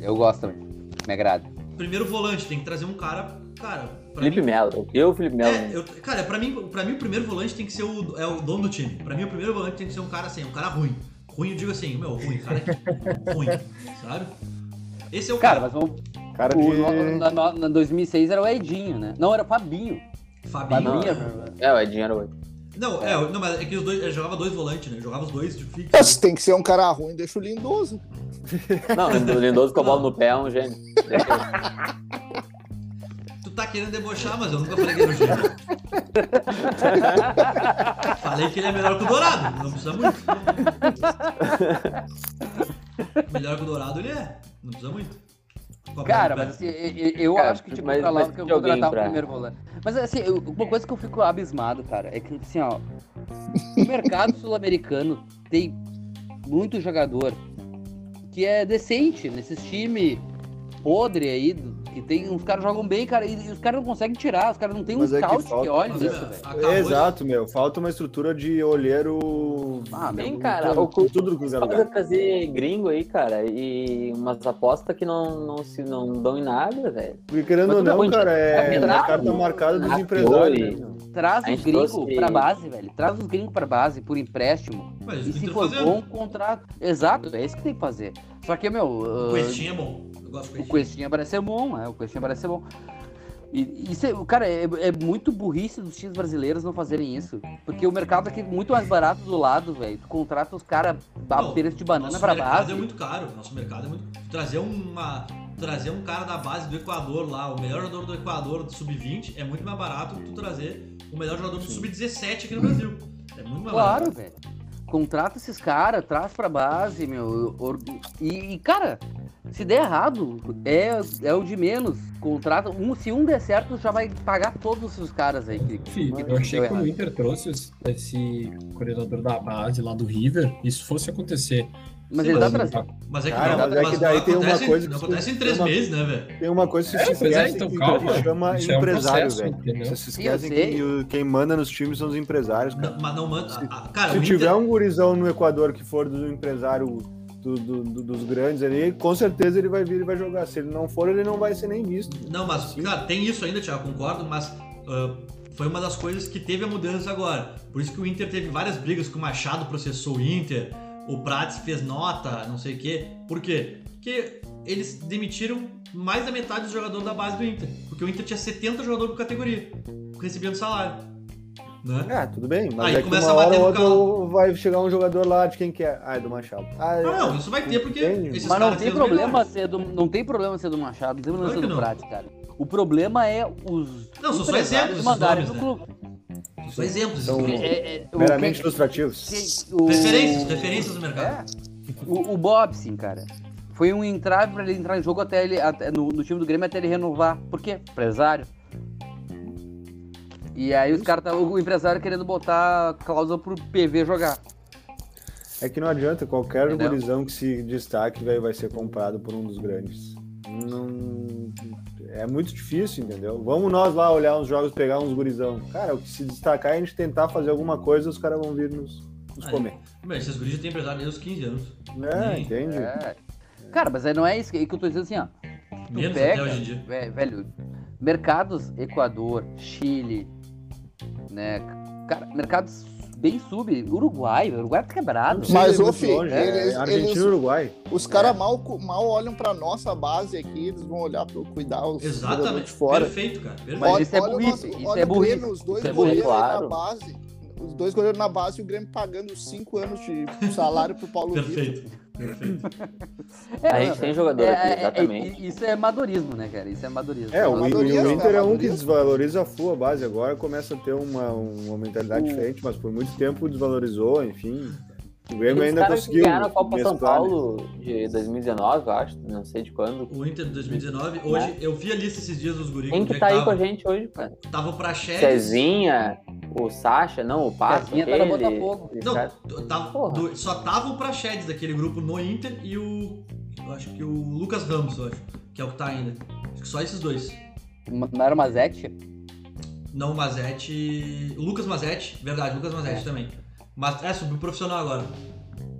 Speaker 5: Eu gosto também. Me agrada.
Speaker 1: Primeiro volante, tem que trazer um cara. Cara, pra mim,
Speaker 2: Felipe Melo. Eu, Felipe Melo.
Speaker 1: É, eu- cara, pra mim, pra mim o primeiro volante tem que ser o, é o dono do time. Pra mim o primeiro volante tem que ser um cara assim, um cara ruim. Ruim, eu digo assim, meu, ruim, cara que- ruim, sabe? Esse é o cara.
Speaker 5: Cara, mas vamos.
Speaker 3: Cara
Speaker 5: O,
Speaker 3: de...
Speaker 5: no, na, na- na 2006 era o Edinho, né? Não, era o Fabinho.
Speaker 1: Fabinho.
Speaker 5: Fabinho.
Speaker 2: É, o Edinho era o
Speaker 1: Não, é, não, mas é que os dois, eu jogava dois volantes, né? Eu jogava os dois de fixo.
Speaker 6: Se tem que ser um cara ruim, deixa o lindoso.
Speaker 2: Não, o Lindoso com a bola no pé é um gênio.
Speaker 1: Tu tá querendo debochar, mas eu nunca falei que é era o gênio. falei que ele é melhor que o Dourado, não precisa muito. melhor que o Dourado ele é, não precisa muito. Com a bola
Speaker 5: Cara,
Speaker 1: no pé.
Speaker 5: mas assim, eu, eu
Speaker 2: Cara,
Speaker 5: acho que tipo,
Speaker 2: mas-
Speaker 5: pra lá
Speaker 2: mas
Speaker 5: que eu
Speaker 2: de
Speaker 5: vou
Speaker 2: alguém
Speaker 5: contratar
Speaker 2: pra-
Speaker 5: o primeiro volante. Mas assim, eu- uma coisa que eu fico abismado, cara, é que assim, ó. O mercado sul-americano tem muito jogador que é decente nesses times podre aí, do- que tem. Os caras jogam bem, cara, e, e os caras não conseguem tirar, os caras não tem um
Speaker 3: Mas é que
Speaker 5: scout que,
Speaker 3: falta-
Speaker 5: olhe
Speaker 1: Mas,
Speaker 5: isso,
Speaker 1: é,
Speaker 5: velho.
Speaker 1: acabou esse-
Speaker 3: Exato, meu. Falta uma estrutura de olheiro...
Speaker 5: Ah,
Speaker 2: bem,
Speaker 3: meu,
Speaker 2: cara,
Speaker 3: tudo-
Speaker 2: o cu-
Speaker 3: Tudo com zero
Speaker 2: Pode
Speaker 3: lugar.
Speaker 2: trazer gringo aí, cara, e umas apostas que não, não se não dão em nada, velho.
Speaker 3: Porque querendo
Speaker 2: Mas
Speaker 3: ou
Speaker 2: tudo
Speaker 3: não,
Speaker 2: bom,
Speaker 3: cara, é...
Speaker 2: Tá
Speaker 3: A carta
Speaker 2: virado.
Speaker 3: marcada dos
Speaker 2: Ah,
Speaker 3: empresários. né?
Speaker 5: Traz
Speaker 2: A
Speaker 5: os
Speaker 2: gente
Speaker 5: gringos
Speaker 2: trouxe-
Speaker 5: pra base, velho. Traz os gringos pra base por empréstimo.
Speaker 1: Mas
Speaker 5: E
Speaker 1: isso que
Speaker 5: se
Speaker 1: eu tô
Speaker 5: for
Speaker 1: fazendo.
Speaker 5: bom, contrato. Exato, é isso que tem que fazer. Só que, meu.
Speaker 1: O
Speaker 5: ah,
Speaker 3: uh,
Speaker 1: Questinho é bom. Eu gosto do
Speaker 5: o
Speaker 1: Questinho.
Speaker 5: Questinha parece ser bom, é. O Questinha parece ser bom. E isso, é- cara, é, é muito burrice dos times brasileiros não fazerem isso. Porque o mercado aqui é muito mais barato do lado, velho. Tu contrata os caras a
Speaker 1: Não,
Speaker 5: peras de
Speaker 3: né,
Speaker 5: banana
Speaker 1: Nosso
Speaker 5: pra
Speaker 1: mercado
Speaker 5: base.
Speaker 1: é muito caro. Nosso mercado é muito. Trazer uma. Trazer um cara da base do Equador lá, o melhor jogador do Equador do Sub-20, é muito mais barato que tu trazer o melhor jogador do Sub-17 aqui no Brasil. É muito mais
Speaker 5: Claro,
Speaker 1: barato.
Speaker 5: velho. Contrata esses caras, traz pra base, meu. or- E, e, cara, se der errado, é, é o de menos. Contrata. Um, se um der certo, já vai pagar todos os caras aí. que- que-
Speaker 4: Felipe, eu achei
Speaker 5: deu
Speaker 4: que quando
Speaker 5: errado.
Speaker 4: o Inter trouxe esse- esse coordenador da base lá do River, isso fosse acontecer.
Speaker 5: Mas
Speaker 1: Sim,
Speaker 5: ele tá
Speaker 1: mas-
Speaker 5: trazendo.
Speaker 1: Mas é que,
Speaker 3: Cara,
Speaker 1: não,
Speaker 3: mas é que daí
Speaker 1: não
Speaker 3: tem uma
Speaker 1: acontece,
Speaker 3: coisa
Speaker 1: Não
Speaker 3: que-
Speaker 1: acontece em três
Speaker 3: uma-
Speaker 1: meses, né, velho?
Speaker 3: Tem uma coisa que
Speaker 4: É,
Speaker 3: se
Speaker 4: pois é,
Speaker 3: esquece
Speaker 4: então
Speaker 3: que
Speaker 4: calma.
Speaker 3: se chama
Speaker 4: Isso é um
Speaker 3: empresário,
Speaker 4: processo,
Speaker 3: velho.
Speaker 4: entendeu?
Speaker 3: Vocês se
Speaker 5: Sim, eu
Speaker 3: esquecem
Speaker 5: sei.
Speaker 3: que o- quem manda nos times são os empresários, cara.
Speaker 1: Não, Mas não manda. a- a- Cara,
Speaker 3: Se
Speaker 1: o
Speaker 3: tiver
Speaker 1: Inter.
Speaker 3: um gurizão no Equador que for do empresário do- do- do- dos grandes ali, com certeza ele vai vir e vai jogar. Se ele não for, ele não vai ser nem visto.
Speaker 1: Não, mas, cara, tem isso ainda, Thiago, concordo, mas ah, foi uma das coisas que teve a mudança agora. Por isso que o Inter teve várias brigas, que o Machado processou o Inter, o Prats fez nota, não sei o quê. Por quê? Porque eles demitiram mais da metade dos jogadores da base do Inter. Porque o Inter tinha 70 jogadores por categoria, recebendo salário. Né?
Speaker 3: Ah, tudo bem, mas
Speaker 1: Aí
Speaker 3: é que
Speaker 1: começa
Speaker 3: uma
Speaker 1: a bater
Speaker 3: hora ou
Speaker 1: no
Speaker 3: outra
Speaker 1: carro.
Speaker 3: vai chegar um jogador lá de quem que é? Ah, é do Machado. Ah,
Speaker 1: Ah,
Speaker 3: é-
Speaker 1: não, isso vai ter porque
Speaker 3: Entendi.
Speaker 1: esses
Speaker 5: Mas não
Speaker 1: caras
Speaker 5: tem
Speaker 1: sendo
Speaker 5: problema
Speaker 1: melhores.
Speaker 5: ser do, não tem problema ser do Machado, não tem problema
Speaker 1: Claro
Speaker 5: ser
Speaker 1: que
Speaker 5: do
Speaker 1: não.
Speaker 5: Prats, cara. O problema é os
Speaker 1: Não, são só
Speaker 5: empresários
Speaker 1: exemplos esses
Speaker 5: mandarem
Speaker 1: nomes,
Speaker 5: pro clube.
Speaker 1: São exemplos.
Speaker 3: Então,
Speaker 1: isso que-
Speaker 5: É, é, o
Speaker 3: meramente
Speaker 5: que-
Speaker 3: ilustrativos.
Speaker 5: que- o-
Speaker 1: Referências, referências do mercado.
Speaker 5: É. O, o Bobson, cara, foi um entrave pra ele entrar em jogo até ele até- no, no time do Grêmio até ele renovar. Por quê? Empresário. E aí os caras tavam- o empresário querendo botar a cláusula pro PV jogar.
Speaker 3: É que não adianta, qualquer
Speaker 5: Entendeu?
Speaker 3: gurizão que se destaque velho, vai ser comprado por um dos grandes. Não. É muito difícil, entendeu? Vamos nós lá olhar uns jogos, pegar uns gurizão. Cara, o que se destacar é a gente tentar fazer alguma coisa, os caras vão vir nos, nos
Speaker 1: Aí.
Speaker 3: comer.
Speaker 1: Meu, esses guris já têm empresário desde os 15 anos.
Speaker 3: É,
Speaker 1: Sim.
Speaker 3: entende?
Speaker 5: É. Cara, mas aí não é isso que, que eu tô dizendo assim, ó. Tu
Speaker 1: Menos
Speaker 5: pega,
Speaker 1: até hoje em dia.
Speaker 5: ve- velho, mercados Equador, Chile, né? Cara, mercados bem sub, Uruguai, Uruguai tá quebrado.
Speaker 3: Não precisa
Speaker 6: Mas,
Speaker 3: ir
Speaker 6: ô,
Speaker 3: muito
Speaker 6: filho,
Speaker 3: longe,
Speaker 6: eles-
Speaker 3: é Argentina
Speaker 6: eles-
Speaker 3: e Uruguai.
Speaker 6: Os
Speaker 1: É.
Speaker 6: caras mal, mal olham pra nossa base aqui, eles vão olhar pra cuidar os jogadores
Speaker 1: Exatamente.
Speaker 6: de fora.
Speaker 1: Perfeito, cara. Perfeito.
Speaker 5: Mas
Speaker 6: Olha-
Speaker 5: isso é
Speaker 6: olha o
Speaker 5: burrice,
Speaker 6: nosso-
Speaker 5: isso
Speaker 6: olha
Speaker 5: é
Speaker 6: o
Speaker 5: burrice,
Speaker 6: Grêmio, os dois
Speaker 5: isso é
Speaker 6: goleiros
Speaker 2: burrice,
Speaker 6: aí
Speaker 2: claro.
Speaker 6: na base. Os dois goleiros na base e o Grêmio pagando 5 anos de salário pro Paulo Vitor.
Speaker 1: Perfeito. Perfeito.
Speaker 2: A gente tem jogador
Speaker 5: É,
Speaker 2: aqui,
Speaker 5: é, é,
Speaker 2: exatamente.
Speaker 5: i- isso é amadorismo, né, cara? Isso é amadorismo.
Speaker 3: É, o, o-
Speaker 6: Valoriza,
Speaker 3: o Inter é um que
Speaker 6: valoriza.
Speaker 3: desvaloriza full a base agora, começa a ter uma, uma mentalidade
Speaker 5: O-
Speaker 3: diferente, mas por muito tempo desvalorizou, enfim. O Grêmio
Speaker 2: Os
Speaker 3: ainda
Speaker 2: caras que
Speaker 3: conseguiu.
Speaker 2: ganharam a Copa São
Speaker 3: mesclar, né?
Speaker 2: Paulo de 2019, eu acho, não sei de quando.
Speaker 1: O Inter de
Speaker 6: Né?
Speaker 1: 2019, hoje, eu vi a lista esses dias dos guris.
Speaker 2: Quem
Speaker 1: onde é
Speaker 2: que tá aí
Speaker 1: tava.
Speaker 2: com a gente hoje, cara?
Speaker 1: Tava o Praxedes.
Speaker 2: Cezinha, o Sacha, não, o Pato,
Speaker 5: Cezinha tá
Speaker 2: aquele.
Speaker 5: no Botafogo.
Speaker 2: esse
Speaker 1: Não,
Speaker 2: cara.
Speaker 1: t- tava,
Speaker 2: Porra.
Speaker 1: do- só tava o Praxedes daquele grupo no Inter e o. Eu acho que o Lucas Ramos, eu acho. Que é o que tá ainda. Acho que só esses dois.
Speaker 5: Ma- Não era Mazete?
Speaker 1: Não, o Mazete. O Lucas Mazete, verdade, o Lucas Mazete
Speaker 5: É.
Speaker 1: também. Mas é, subiu profissional agora.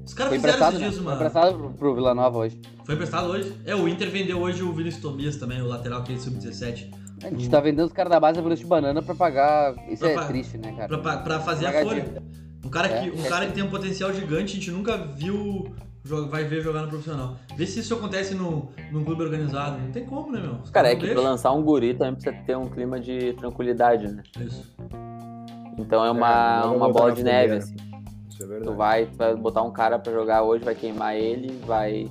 Speaker 1: Os caras
Speaker 5: Foi
Speaker 1: fizeram
Speaker 5: emprestado,
Speaker 1: esses
Speaker 5: né?
Speaker 1: dias,
Speaker 5: Foi
Speaker 1: mano.
Speaker 5: emprestado pro, pro Vila Nova hoje.
Speaker 1: Foi emprestado hoje. É, o Inter vendeu hoje o Vinícius Tobias também, o lateral que é sub-17.
Speaker 5: A gente tá vendendo os caras da base a de banana pra pagar. Isso
Speaker 1: Pra
Speaker 5: é
Speaker 1: pa-
Speaker 5: triste, né, cara?
Speaker 1: Pra, pra- pra fazer a
Speaker 5: Pagar
Speaker 1: folha.
Speaker 5: dívida.
Speaker 1: Um cara, que,
Speaker 5: É,
Speaker 1: um
Speaker 5: é
Speaker 1: cara que tem um potencial gigante, a gente nunca viu, jo- vai ver jogar no profissional. Vê se isso acontece no, num clube organizado. Não tem como, né, meu? Os
Speaker 2: Cara, é
Speaker 1: não
Speaker 2: que pra
Speaker 1: deixam.
Speaker 2: lançar um guri também precisa ter um clima de tranquilidade, né?
Speaker 1: Isso.
Speaker 2: Então é
Speaker 3: É,
Speaker 2: uma,
Speaker 3: não vou
Speaker 2: uma
Speaker 3: botar né?
Speaker 2: bola
Speaker 3: na
Speaker 2: de neve,
Speaker 3: fogueira.
Speaker 2: assim.
Speaker 3: Isso é
Speaker 2: Tu
Speaker 3: verdade.
Speaker 2: vai, tu vai botar um cara pra jogar hoje, vai queimar ele, vai,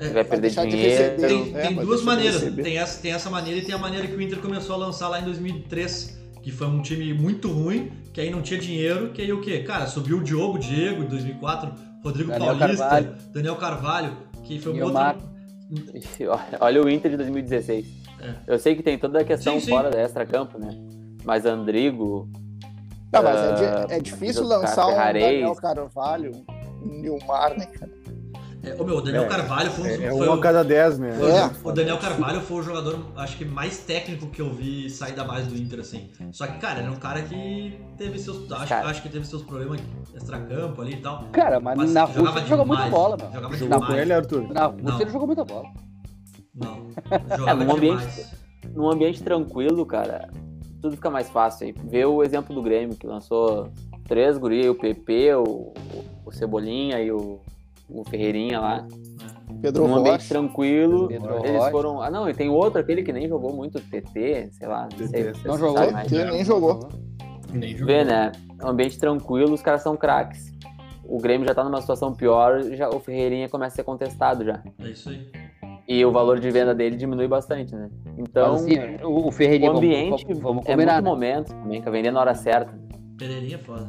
Speaker 1: É,
Speaker 2: vai perder
Speaker 6: deixar de
Speaker 2: dinheiro.
Speaker 6: receber.
Speaker 1: Tem,
Speaker 6: É,
Speaker 1: tem
Speaker 6: mas
Speaker 1: duas
Speaker 6: deixa eu
Speaker 1: maneiras.
Speaker 6: perceber.
Speaker 1: Tem essa, tem essa maneira e tem a maneira que o Inter começou a lançar lá em 2003, que foi um time muito ruim, que aí não tinha dinheiro, que aí o quê? Cara, subiu o Diogo, Diego, em 2004, Rodrigo
Speaker 5: Daniel
Speaker 1: Paulista,
Speaker 5: Carvalho.
Speaker 1: Daniel Carvalho, que foi um
Speaker 5: Guiomar.
Speaker 1: outro...
Speaker 2: Olha o Inter de 2016.
Speaker 1: É.
Speaker 2: Eu sei que tem toda a questão
Speaker 1: Sim, sim.
Speaker 2: fora da extra-campo, né? Mas Andrigo,
Speaker 6: Tá, mas é, di-
Speaker 3: Ah,
Speaker 6: é difícil
Speaker 2: José
Speaker 6: lançar um
Speaker 2: Ferrares.
Speaker 6: Daniel Carvalho, um Nilmar, né, cara?
Speaker 1: É, ô, meu, o Daniel
Speaker 3: É,
Speaker 1: Carvalho foi, um-
Speaker 3: É, é
Speaker 1: foi
Speaker 3: um a
Speaker 1: o-
Speaker 3: cada dez, né?
Speaker 1: Foi-
Speaker 6: É.
Speaker 1: O Daniel Carvalho foi o jogador, acho que mais técnico que eu vi sair da base do Inter, assim. Só que, cara, era um cara que teve seus. Acho,
Speaker 2: Cara.
Speaker 1: acho que teve seus problemas extracampo ali e tal.
Speaker 5: Cara, mas, na
Speaker 1: jogava
Speaker 5: Rússia ele jogou
Speaker 1: demais.
Speaker 5: muita bola, mano.
Speaker 1: Jogava
Speaker 3: Jogou
Speaker 1: demais.
Speaker 3: com ele, é. Arthur?
Speaker 5: Na Rússia
Speaker 1: Não.
Speaker 5: ele jogou muita bola.
Speaker 1: Não.
Speaker 2: É,
Speaker 1: Jogava
Speaker 2: num ambiente-
Speaker 1: demais.
Speaker 2: num ambiente tranquilo, cara, tudo fica mais fácil. Aí Vê o exemplo do Grêmio, que lançou três guri, o PP, o, o Cebolinha e o, o Ferreirinha lá.
Speaker 6: Pedro
Speaker 2: Num ambiente
Speaker 6: Rocha.
Speaker 2: tranquilo,
Speaker 5: Pedro
Speaker 2: eles
Speaker 5: Rocha.
Speaker 2: foram... Ah, não, e tem outro, aquele que nem jogou muito, TT, sei lá, não sei.
Speaker 1: é.
Speaker 3: TT.
Speaker 2: se
Speaker 5: Não
Speaker 2: vocês
Speaker 5: jogou?
Speaker 2: sabem mais.
Speaker 6: Ele nem jogou.
Speaker 4: tá Nem jogou.
Speaker 5: Uhum.
Speaker 2: Vê, né? Um ambiente tranquilo, os caras são craques. O Grêmio já tá numa situação pior, já, o Ferreirinha começa a ser contestado já.
Speaker 1: É isso aí.
Speaker 2: E o valor de venda dele diminui bastante, né? Então,
Speaker 5: Mas, assim, o o Ferreirinha,
Speaker 2: o
Speaker 5: vamos-
Speaker 2: ambiente
Speaker 5: vamos, vamos
Speaker 2: é
Speaker 5: combinar,
Speaker 2: muito
Speaker 5: né?
Speaker 2: momento também, que vender na hora certa.
Speaker 1: Pereirinha é foda.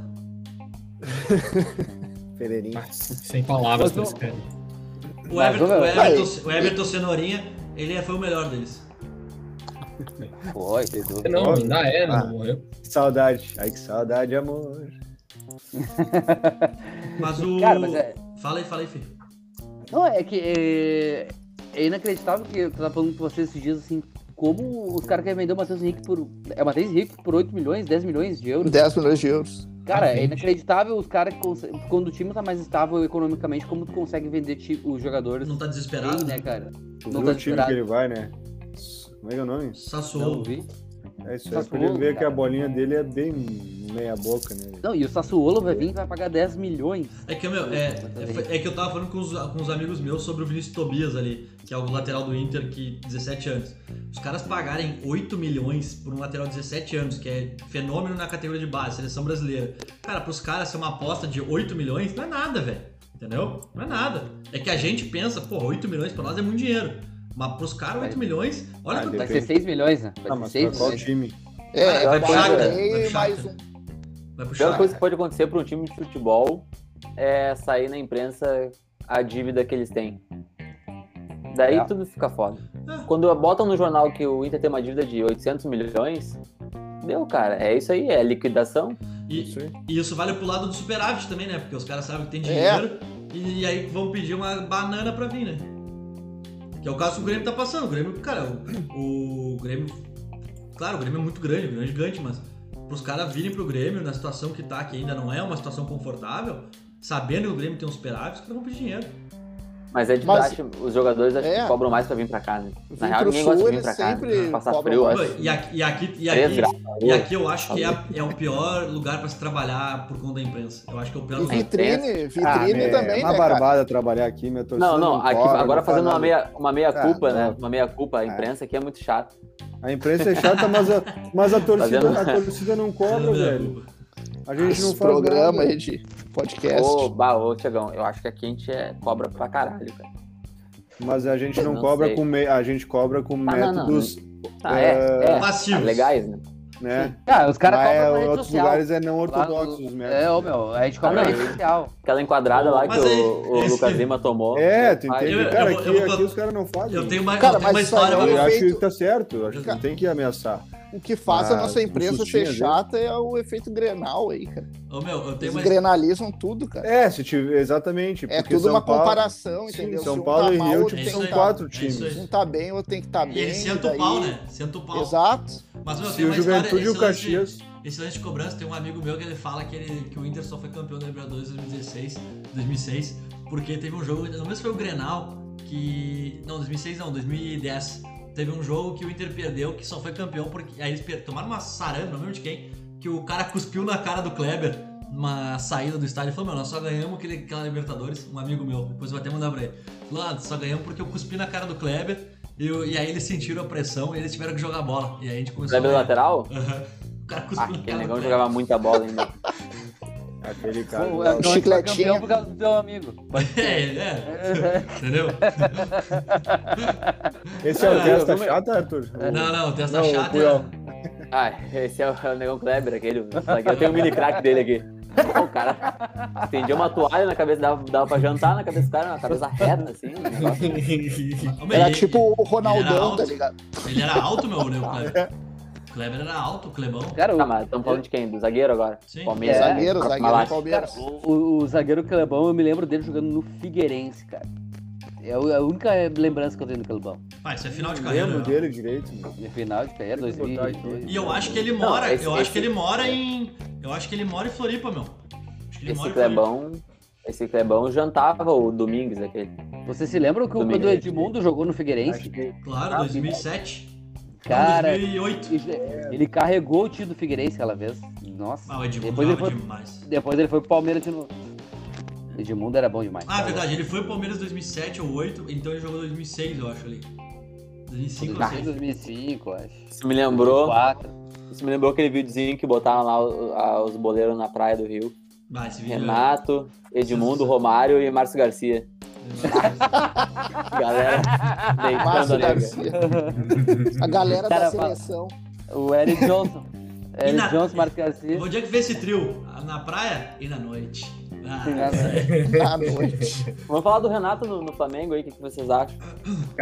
Speaker 3: Ferreirinha.
Speaker 4: Ah, sem palavras
Speaker 5: Mas
Speaker 4: pra
Speaker 5: não-
Speaker 4: esse cara.
Speaker 1: O Everton, o
Speaker 5: ô, meu,
Speaker 1: Everton, o Everton Cenourinha, ele é, foi o melhor deles.
Speaker 5: né? Foi, sem dúvida.
Speaker 4: Não, ainda é,
Speaker 3: Ah.
Speaker 4: não morreu.
Speaker 3: Que saudade. Ai, que saudade, amor.
Speaker 1: Mas o.
Speaker 5: Cara, mas é...
Speaker 1: Fala aí, fala aí, filho.
Speaker 5: Não, é que é, é inacreditável que eu tava falando com vocês esses dias, assim, como os caras querem vender o Matheus Henrique por... É o Matheus Henrique por 8 milhões, 10 milhões de euros.
Speaker 6: 10 milhões de euros.
Speaker 5: Cara, é
Speaker 4: Gente.
Speaker 5: inacreditável os caras que conse- Quando o time tá mais estável economicamente, como tu consegue vender ti- os jogadores
Speaker 1: Não tá desesperado?
Speaker 5: bem, né, cara?
Speaker 3: Tu
Speaker 5: Não
Speaker 3: viu
Speaker 5: tá
Speaker 3: o time
Speaker 5: desesperado.
Speaker 3: que ele vai, né? Como é que é o nome?
Speaker 5: Não
Speaker 1: Sassuolo.
Speaker 5: vi.
Speaker 3: É isso aí.
Speaker 5: Sassuolo,
Speaker 3: Podia ver que
Speaker 5: cara.
Speaker 3: a bolinha dele é bem meia boca, né?
Speaker 5: Não, e o Sassuolo vai vir e vai pagar 10 milhões.
Speaker 1: É que, meu, é, é- é que eu tava falando com os, com os amigos meus sobre o Vinícius Tobias ali, que é o lateral do Inter, que 17 anos. Os caras pagarem 8 milhões por um lateral de 17 anos, que é fenômeno na categoria de base, seleção brasileira. Cara, pros caras ser uma aposta de 8 milhões não é nada, velho. Entendeu? Não é nada. É que a gente pensa, pô, 8 milhões pra nós é muito dinheiro. Mas pros caras, 8
Speaker 5: Vai-
Speaker 1: milhões, olha
Speaker 3: Ah,
Speaker 1: quanto.
Speaker 5: Vai
Speaker 3: depende.
Speaker 5: ser 6 milhões, né?
Speaker 3: Ah,
Speaker 5: Vai ser
Speaker 3: mas
Speaker 5: 6
Speaker 3: pra qual
Speaker 5: milhões.
Speaker 3: time?
Speaker 1: Ah,
Speaker 6: É,
Speaker 2: vai pro
Speaker 1: vai
Speaker 2: Shakhtar,
Speaker 1: pro
Speaker 6: e mais um.
Speaker 1: Shakhtar. Vai
Speaker 2: A
Speaker 1: puxar.
Speaker 2: pior coisa que pode acontecer para um time de futebol é sair na imprensa a dívida que eles têm. Daí
Speaker 5: É.
Speaker 2: tudo fica foda.
Speaker 1: É.
Speaker 2: Quando botam no jornal que o Inter tem uma dívida de 800 milhões, deu, cara. É isso aí, é liquidação.
Speaker 1: E,
Speaker 3: Isso aí.
Speaker 1: E isso vale pro lado do superávit também, né? Porque os caras sabem que tem dinheiro e, e aí vão pedir uma banana pra vir, né? Que Que é o caso que o Grêmio tá passando. O Grêmio, cara, o, o Grêmio. Claro, o Grêmio é muito grande, o Grêmio é gigante, mas pros caras virem pro Grêmio na situação que tá, que ainda não é uma situação confortável, sabendo que o Grêmio tem uns peláveis, os caras vão pedir dinheiro.
Speaker 2: Mas é de
Speaker 6: Mas-
Speaker 2: praxe, os jogadores acho
Speaker 6: É.
Speaker 2: que cobram mais pra vir pra cá, né?
Speaker 6: Vim
Speaker 2: Na real,
Speaker 6: pro
Speaker 2: ninguém gosta
Speaker 6: sul,
Speaker 2: de vir pra
Speaker 6: eles
Speaker 2: cá.
Speaker 6: sempre
Speaker 2: né? Passar
Speaker 6: cobram
Speaker 2: frio, eu
Speaker 6: mais.
Speaker 2: acho.
Speaker 1: E aqui, e aqui, e
Speaker 2: Três
Speaker 1: aqui,
Speaker 2: graus,
Speaker 1: e aqui eu acho que é, a- é o pior lugar pra se trabalhar por conta da imprensa. Eu acho que é o pior
Speaker 6: E
Speaker 1: lugar.
Speaker 6: vitrine, vitrine
Speaker 3: é,
Speaker 6: também,
Speaker 3: uma
Speaker 6: né, cara?
Speaker 3: barbada trabalhar aqui, minha torcida.
Speaker 2: Não, não, aqui,
Speaker 3: cobra,
Speaker 2: agora fazendo
Speaker 3: não faz
Speaker 2: uma
Speaker 3: nada.
Speaker 2: meia, uma meia
Speaker 3: Ah,
Speaker 2: culpa, né?
Speaker 3: não.
Speaker 2: Uma meia culpa, a
Speaker 3: É.
Speaker 2: imprensa aqui é muito chata.
Speaker 3: A imprensa é chata, mas a, mas a, torcida,
Speaker 2: Fazendo-
Speaker 3: a torcida não cobra,
Speaker 1: Não é
Speaker 3: velho.
Speaker 1: culpa.
Speaker 3: A gente não
Speaker 6: Esse
Speaker 3: faz
Speaker 6: programa
Speaker 3: nada.
Speaker 6: aí de podcast.
Speaker 2: Ô, bah, ô, Tiagão, eu acho que aqui a gente é cobra pra caralho, cara.
Speaker 3: Mas a gente não,
Speaker 2: Não
Speaker 3: cobra
Speaker 2: sei.
Speaker 3: com me... a gente cobra com
Speaker 2: Ah, não, não,
Speaker 3: métodos,
Speaker 2: Ah, é, é.
Speaker 1: Passivos.
Speaker 2: Ah, legais, né?
Speaker 3: né?
Speaker 5: Cara, os caras
Speaker 3: Lá é-
Speaker 5: cobram na rede
Speaker 3: outros
Speaker 5: social.
Speaker 3: lugares é não
Speaker 5: Lá
Speaker 3: ortodoxos os
Speaker 5: no-
Speaker 3: métodos.
Speaker 5: É, ô meu, a gente cobra
Speaker 2: Ah,
Speaker 5: na
Speaker 2: não,
Speaker 5: rede social.
Speaker 2: Aquela enquadrada lá que
Speaker 1: Mas aí,
Speaker 2: o, o
Speaker 1: esse-
Speaker 2: Lucas Lima tomou.
Speaker 3: É, tu
Speaker 2: Ai,
Speaker 3: entende?
Speaker 1: eu-
Speaker 3: cara,
Speaker 1: eu-
Speaker 3: aqui,
Speaker 1: eu vou-
Speaker 3: aqui os caras não fazem.
Speaker 1: Eu tenho mais,
Speaker 6: Cara,
Speaker 1: eu tenho
Speaker 6: mas
Speaker 1: uma
Speaker 6: isso aí
Speaker 1: história.
Speaker 6: é
Speaker 1: pra
Speaker 6: um
Speaker 3: Eu
Speaker 1: contar.
Speaker 3: acho
Speaker 6: efeito-
Speaker 3: que tá certo, eu acho que não tem que ameaçar.
Speaker 6: O que faz
Speaker 3: Ah,
Speaker 6: a nossa imprensa
Speaker 3: um
Speaker 6: ser
Speaker 3: sustinho, né?
Speaker 6: chata é o efeito grenal aí, cara.
Speaker 1: Ô, meu, eu tenho
Speaker 6: Eles
Speaker 1: uma
Speaker 6: grenalizam tudo, cara.
Speaker 3: É, se tiver, exatamente.
Speaker 6: É
Speaker 3: porque
Speaker 6: tudo
Speaker 3: São
Speaker 6: uma
Speaker 3: Paulo-
Speaker 6: comparação,
Speaker 3: Sim,
Speaker 6: entendeu? Se
Speaker 3: São
Speaker 6: um
Speaker 3: Paulo
Speaker 6: tá
Speaker 3: e
Speaker 6: mal,
Speaker 3: Rio
Speaker 6: outro
Speaker 1: é
Speaker 3: tipo,
Speaker 6: tem
Speaker 1: isso
Speaker 6: que
Speaker 3: são
Speaker 1: aí.
Speaker 6: tá-
Speaker 3: quatro
Speaker 1: É isso
Speaker 3: times.
Speaker 1: aí.
Speaker 6: Um tá bem, outro tem que estar tá
Speaker 1: E
Speaker 6: bem.
Speaker 1: ele senta
Speaker 6: daí-
Speaker 1: o pau, né? Senta o pau.
Speaker 6: Exato.
Speaker 1: Mas meu, eu
Speaker 3: Se
Speaker 1: tenho
Speaker 3: o
Speaker 1: uma né, história.
Speaker 3: Juventude e
Speaker 1: Esse
Speaker 3: o
Speaker 1: lance, de-
Speaker 3: Caxias.
Speaker 1: esse lance de cobrança, tem um amigo meu que ele fala que, ele, que o Inter só foi campeão da Libertadores em 2016, 2006, porque teve um jogo, não mesmo se foi o Grenal, que. Não, 2006 não, 2010. Teve um jogo que o Inter perdeu, que só foi campeão, porque. Aí eles per- tomaram uma sarana, não lembro de quem, que o cara cuspiu na cara do Kleber numa saída do estádio e falou: Meu, nós só ganhamos aquele, aquela Libertadores, um amigo meu, depois eu vou até mandar pra ele. Falou: "Ah, só ganhamos porque eu cuspi na cara do Kleber. E, eu- e aí eles sentiram a pressão e eles tiveram que jogar bola. E aí a gente começou
Speaker 2: Lembra do
Speaker 1: a
Speaker 2: lateral?
Speaker 1: Aham. O cara
Speaker 2: Ah,
Speaker 1: cuspiu na
Speaker 2: aquele
Speaker 1: cara
Speaker 2: negão
Speaker 1: do
Speaker 2: jogava muita bola ainda.
Speaker 3: Aquele cara. um
Speaker 5: Pô,
Speaker 3: lá,
Speaker 5: é, então a gente foi
Speaker 6: Chicletinho.
Speaker 5: campeão por causa do teu amigo.
Speaker 1: Kleber. É, é. Entendeu?
Speaker 3: Esse é
Speaker 1: Ah, É.
Speaker 3: o testa
Speaker 2: eu-
Speaker 3: chata, Arthur?
Speaker 1: Não, não, tem essa
Speaker 3: Não,
Speaker 1: chata. né?
Speaker 3: Puyol.
Speaker 2: Ah, esse é o, é o Negão Kleber, aquele. Eu tenho o mini crack dele aqui. O cara estendia uma toalha na cabeça, dava, dava pra jantar na cabeça do cara, na cabeça reta, assim. um negócio.
Speaker 1: Ô, meu,
Speaker 6: Era
Speaker 1: ele-
Speaker 6: tipo o Ronaldão,
Speaker 1: alto.
Speaker 6: tá ligado?
Speaker 1: Ele era alto, meu, né, o Kleber. O Kleber era alto, o Clebão.
Speaker 5: Cara, o,
Speaker 2: Tá, mas estamos falando de quem? Do zagueiro agora?
Speaker 1: Sim.
Speaker 2: Palmeiras.
Speaker 5: É,
Speaker 2: né?
Speaker 6: zagueiro,
Speaker 2: Pra-
Speaker 6: zagueiro do
Speaker 2: Palácio.
Speaker 5: cara,
Speaker 6: Palmeiras.
Speaker 5: o- o zagueiro Clebão, eu me lembro dele jogando no Figueirense, cara. É o- a única lembrança que eu tenho do Clebão.
Speaker 1: Ah, isso é final de
Speaker 3: Não
Speaker 1: carreira.
Speaker 3: lembro
Speaker 1: né?
Speaker 3: dele direito, meu.
Speaker 5: De final de carreira,
Speaker 1: é
Speaker 3: Deixa eu botar aqui.
Speaker 5: 2002.
Speaker 1: E eu acho que ele mora,
Speaker 2: Não, esse-
Speaker 1: eu acho que
Speaker 2: esse-
Speaker 1: ele mora em. Eu acho que ele mora em Floripa, meu. Acho que ele mora
Speaker 2: Esse
Speaker 1: em Floripa.
Speaker 2: Clebão. Esse Clebão jantava o Domingues aquele.
Speaker 5: Vocês se lembram que o,
Speaker 2: Domingo.
Speaker 5: quando o Edmundo jogou no Figueirense?
Speaker 3: Acho
Speaker 1: é.
Speaker 3: que-
Speaker 1: Claro, 2007.
Speaker 5: Cara,
Speaker 1: Não, 2008.
Speaker 5: Ele, ele carregou o time do Figueirense aquela vez. Nossa.
Speaker 1: Ah, o Edmundo
Speaker 5: depois, ele
Speaker 1: jogava
Speaker 5: foi,
Speaker 1: demais.
Speaker 5: depois ele foi pro Palmeiras de novo. Edmundo era bom demais.
Speaker 1: Ah, verdade, ele foi pro Palmeiras 2007 ou 8, então ele jogou 2006, eu acho ali. 2005 ou
Speaker 5: Tá, em
Speaker 1: 2006.
Speaker 5: 2005, acho.
Speaker 2: Isso me lembrou.
Speaker 5: 2004.
Speaker 2: Isso me lembrou aquele videozinho que botaram lá o- a- os boleiros na praia do Rio.
Speaker 1: Ah, esse vídeo é-
Speaker 2: Renato, Edmundo, Romário e Márcio Garcia. Galera, deitando
Speaker 6: Márcio
Speaker 2: a nega.
Speaker 6: Garcia. A galera
Speaker 5: Cara,
Speaker 6: da
Speaker 5: fala.
Speaker 6: seleção.
Speaker 5: O Eric Johnson. Eric
Speaker 1: na-
Speaker 5: Johnson, Marcos Garcia.
Speaker 1: Onde é que vê esse trio? Na praia e na noite. Ah,
Speaker 5: Nada.
Speaker 6: à noite.
Speaker 2: Vamos falar do Renato no, no Flamengo aí, o que, que vocês acham?
Speaker 3: Pra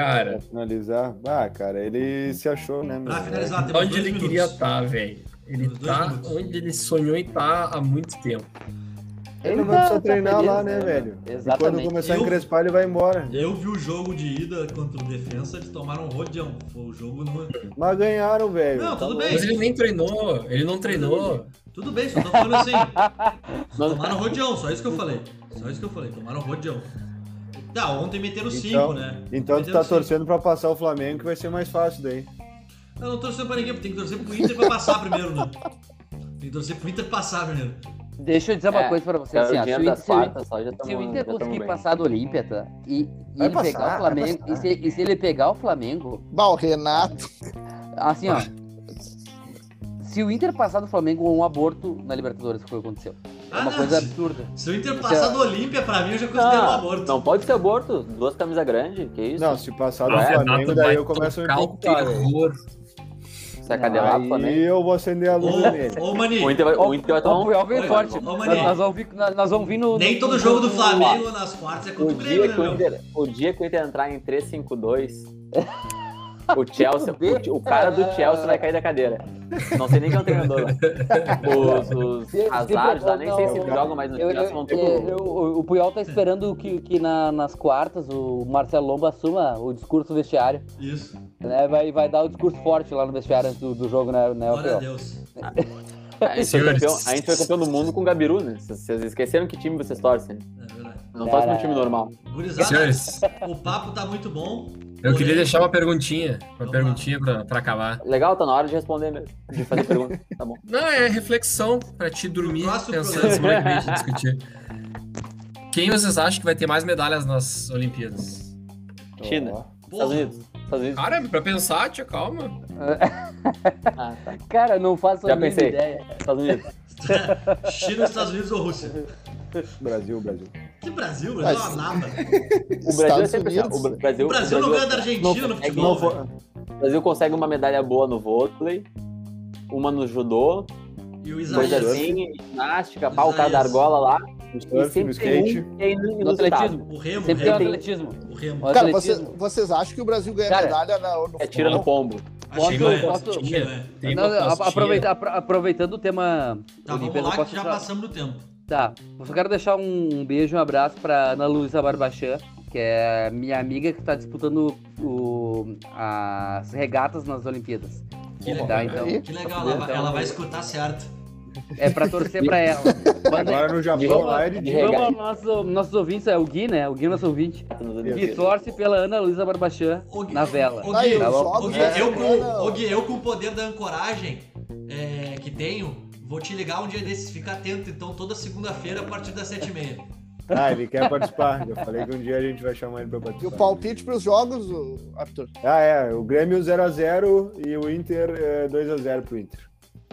Speaker 4: Cara,
Speaker 3: finalizar. Ah, cara, ele se achou, né, meu?
Speaker 1: pra finalizar, temos
Speaker 4: onde
Speaker 1: dois
Speaker 4: ele
Speaker 1: minutos.
Speaker 4: queria estar, velho. Ele
Speaker 1: Dois
Speaker 4: tá
Speaker 1: minutos.
Speaker 4: onde ele sonhou em estar há muito tempo.
Speaker 3: Ele não vai precisar treinar
Speaker 5: feliz,
Speaker 3: lá, né, velho? E quando
Speaker 5: tá Exatamente.
Speaker 3: começar a
Speaker 1: Eu-
Speaker 3: encrespar, ele vai embora.
Speaker 1: Eu vi o jogo de ida contra o Defensa, eles tomaram um rodeão. Foi o jogo no...
Speaker 3: Mas ganharam, velho.
Speaker 1: Não, tudo
Speaker 4: Mas
Speaker 1: bem,
Speaker 4: ele nem treinou, ele não treinou.
Speaker 1: tudo bem, só tô falando assim. Tomaram rodeão, só isso que eu falei. Só isso que eu falei, tomaram rodeão. Tá, ontem meteram 5,
Speaker 3: Então-
Speaker 1: né?
Speaker 3: Então tu
Speaker 1: Meteram
Speaker 3: tá
Speaker 1: cinco.
Speaker 3: torcendo pra passar o Flamengo, que vai ser mais fácil daí.
Speaker 1: Eu não torcendo pra ninguém, porque tem que torcer pro Inter pra passar primeiro, né? Tem que torcer pro Inter passar primeiro.
Speaker 5: Deixa eu dizer uma
Speaker 2: É,
Speaker 5: coisa pra vocês.
Speaker 2: Era o
Speaker 5: Assim, ó, se,
Speaker 2: dinheiro
Speaker 5: o Inter,
Speaker 2: das
Speaker 5: se o
Speaker 2: quartas só, já
Speaker 5: Se o
Speaker 2: estamos
Speaker 5: Inter conseguir
Speaker 2: bem.
Speaker 5: passar do Olímpia, tá? E, e
Speaker 3: Vai
Speaker 5: ele
Speaker 3: passar,
Speaker 5: pegar o
Speaker 3: vai
Speaker 5: Flamengo, e
Speaker 3: passar.
Speaker 5: se, e se ele pegar o Flamengo,
Speaker 6: Bah, o Renato.
Speaker 5: assim, ó. Se o Inter passar do Flamengo, um aborto na Libertadores, foi o que aconteceu. É
Speaker 1: Ah,
Speaker 5: uma
Speaker 1: não,
Speaker 5: coisa
Speaker 1: se-
Speaker 5: absurda.
Speaker 1: Se o Inter
Speaker 5: Isso
Speaker 1: passar
Speaker 5: é-
Speaker 1: do Olímpia, pra mim, eu já considero um
Speaker 2: Não,
Speaker 1: aborto.
Speaker 2: não pode ser aborto. Duas camisas grandes, que isso?
Speaker 3: Não, se passar do
Speaker 4: Ah, o
Speaker 3: Flamengo,
Speaker 4: Renato
Speaker 3: daí
Speaker 4: vai
Speaker 3: eu começo a me
Speaker 4: tocar o
Speaker 3: preocupar. velho.
Speaker 4: terror.
Speaker 2: Se é cadeirada do
Speaker 3: Aí
Speaker 2: Flamengo.
Speaker 3: eu vou acender a luz nele.
Speaker 1: Ô, ô Mani,
Speaker 2: O Inter vai, o Inter vai tomar
Speaker 5: Ó,
Speaker 2: um
Speaker 5: o Puyol veio
Speaker 2: Olha,
Speaker 5: forte.
Speaker 1: ô,
Speaker 5: nós,
Speaker 1: Mané.
Speaker 5: nós vamos vir, nós, nós vamos vir no...
Speaker 1: nem
Speaker 5: no-
Speaker 1: todo
Speaker 5: no-
Speaker 1: jogo do
Speaker 5: no-
Speaker 1: Flamengo nas quartas é contra
Speaker 2: O
Speaker 1: o Grêmio,
Speaker 2: dia,
Speaker 1: né,
Speaker 2: que o,
Speaker 1: meu?
Speaker 2: Inter, o dia que o Inter entrar em 3-5-2, O Chelsea, o, o cara do Chelsea vai cair da cadeira. Não sei nem quem é o treinador lá. Os, os Hazards lá, nem sei se
Speaker 5: Não,
Speaker 2: jogam mais no
Speaker 5: Eu- eu-
Speaker 2: Chelsea, vão ter
Speaker 5: eu-
Speaker 2: pro-
Speaker 5: eu- o- o Puyol tá esperando que, que na- nas quartas o Marcelo Lomba assuma o discurso do vestiário.
Speaker 1: Isso.
Speaker 5: né? Vai, vai dar o discurso forte lá no vestiário antes do, do jogo, né?
Speaker 2: É
Speaker 5: né o
Speaker 1: Glória a
Speaker 5: Puyol.
Speaker 1: Deus.
Speaker 2: A gente, foi
Speaker 4: Senhores.
Speaker 2: campeão, a gente foi campeão do mundo com o Gabiru, né? Vocês- Vocês esqueceram que time vocês torcem.
Speaker 1: É verdade.
Speaker 2: Não torce pra um time normal.
Speaker 1: Gurizada,
Speaker 4: Senhores,
Speaker 1: o papo tá muito bom.
Speaker 4: eu
Speaker 1: Porém,
Speaker 4: queria deixar uma perguntinha.
Speaker 1: Vamos
Speaker 4: Uma
Speaker 1: lá.
Speaker 4: perguntinha pra, pra acabar.
Speaker 2: Legal, tá na hora de responder mesmo. De fazer pergunta. Tá bom.
Speaker 4: Não, é reflexão pra te dormir
Speaker 1: Próximo
Speaker 4: pensando
Speaker 1: programa.
Speaker 4: semana que vem a gente discutir. Quem vocês acham que vai ter mais medalhas nas Olimpíadas?
Speaker 2: China. Estados
Speaker 1: Porra,
Speaker 2: Unidos. Estados Unidos.
Speaker 4: Cara, pra pensar, tia, calma.
Speaker 2: Ah, tá.
Speaker 5: Cara, não faço
Speaker 2: Já
Speaker 5: a mínima
Speaker 2: pensei.
Speaker 5: ideia.
Speaker 2: Estados Unidos.
Speaker 1: China, Estados Unidos ou Rússia?
Speaker 3: Brasil, Brasil.
Speaker 1: Que Brasil, o Brasil é uma naba.
Speaker 2: O Brasil é sempre chato. O Bra- Brasil,
Speaker 1: O Brasil não ganha da Argentina no
Speaker 2: consegue-
Speaker 1: futebol.
Speaker 2: não foi-
Speaker 1: velho.
Speaker 2: O Brasil consegue uma medalha boa no vôlei, uma no judô,
Speaker 1: E o
Speaker 2: coisa
Speaker 1: Isaías.
Speaker 2: assim, ginástica, pau, o cara da
Speaker 1: Isaías.
Speaker 2: argola lá. E
Speaker 3: surf,
Speaker 2: sempre
Speaker 3: no
Speaker 2: tem
Speaker 3: skate.
Speaker 2: um que é inu-
Speaker 5: No
Speaker 2: inusitado.
Speaker 5: atletismo.
Speaker 1: O Remo,
Speaker 5: Sempre tem o
Speaker 1: o Remo.
Speaker 5: atletismo.
Speaker 1: O Remo.
Speaker 5: O
Speaker 6: Cara, você-
Speaker 5: atletismo.
Speaker 6: vocês acham que o Brasil ganha
Speaker 5: Cara,
Speaker 6: medalha na, no
Speaker 2: É tira no
Speaker 6: futebol?
Speaker 2: pombo.
Speaker 1: Acho que
Speaker 5: Posso-
Speaker 1: vai.
Speaker 5: posso-
Speaker 1: Acho que é. vai.
Speaker 4: Tem
Speaker 5: Não,
Speaker 4: uma
Speaker 5: apro-
Speaker 4: postinha.
Speaker 5: aproveita- apro- aproveitando o tema
Speaker 1: Tá, vamos
Speaker 5: Olimpíada,
Speaker 1: lá
Speaker 5: posso
Speaker 1: que já
Speaker 5: só-
Speaker 1: passamos do tempo.
Speaker 5: Tá, eu só quero deixar um, um beijo, um abraço pra Ana Luísa Barbachan, que é minha amiga que tá disputando o- as regatas nas Olimpíadas.
Speaker 1: Que legal.
Speaker 5: Tá, então.
Speaker 1: Que legal, ela, vai- ela vai escutar certo.
Speaker 5: É pra torcer pra ela. Manda-
Speaker 3: Agora no Japão
Speaker 5: Vamos-
Speaker 3: lá é de dia.
Speaker 5: Vamos aos nosso, nossos ouvintes, é o Gui, né? O Gui, nosso ouvinte,
Speaker 2: tá
Speaker 5: que torce pela Ana Luísa Barbachan
Speaker 1: Ô, Gui,
Speaker 5: na vela.
Speaker 1: ô,
Speaker 6: Aí,
Speaker 1: Gui,
Speaker 5: Tá bom.
Speaker 1: Ô,
Speaker 6: sobe,
Speaker 1: Gui,
Speaker 6: né?
Speaker 1: eu, com,
Speaker 6: Não.
Speaker 1: ô, Gui, eu com o poder da ancoragem é, que tenho, vou te ligar um dia desses. Fica atento, então, toda segunda-feira a partir das 7h30.
Speaker 3: Ah, ele quer participar. Já falei que um dia a gente vai chamar ele pra
Speaker 6: E o
Speaker 3: participar.
Speaker 6: palpite pros jogos, o Arthur?
Speaker 3: Ah, é. O Grêmio 0x0 e o Inter é, 2x0 pro Inter.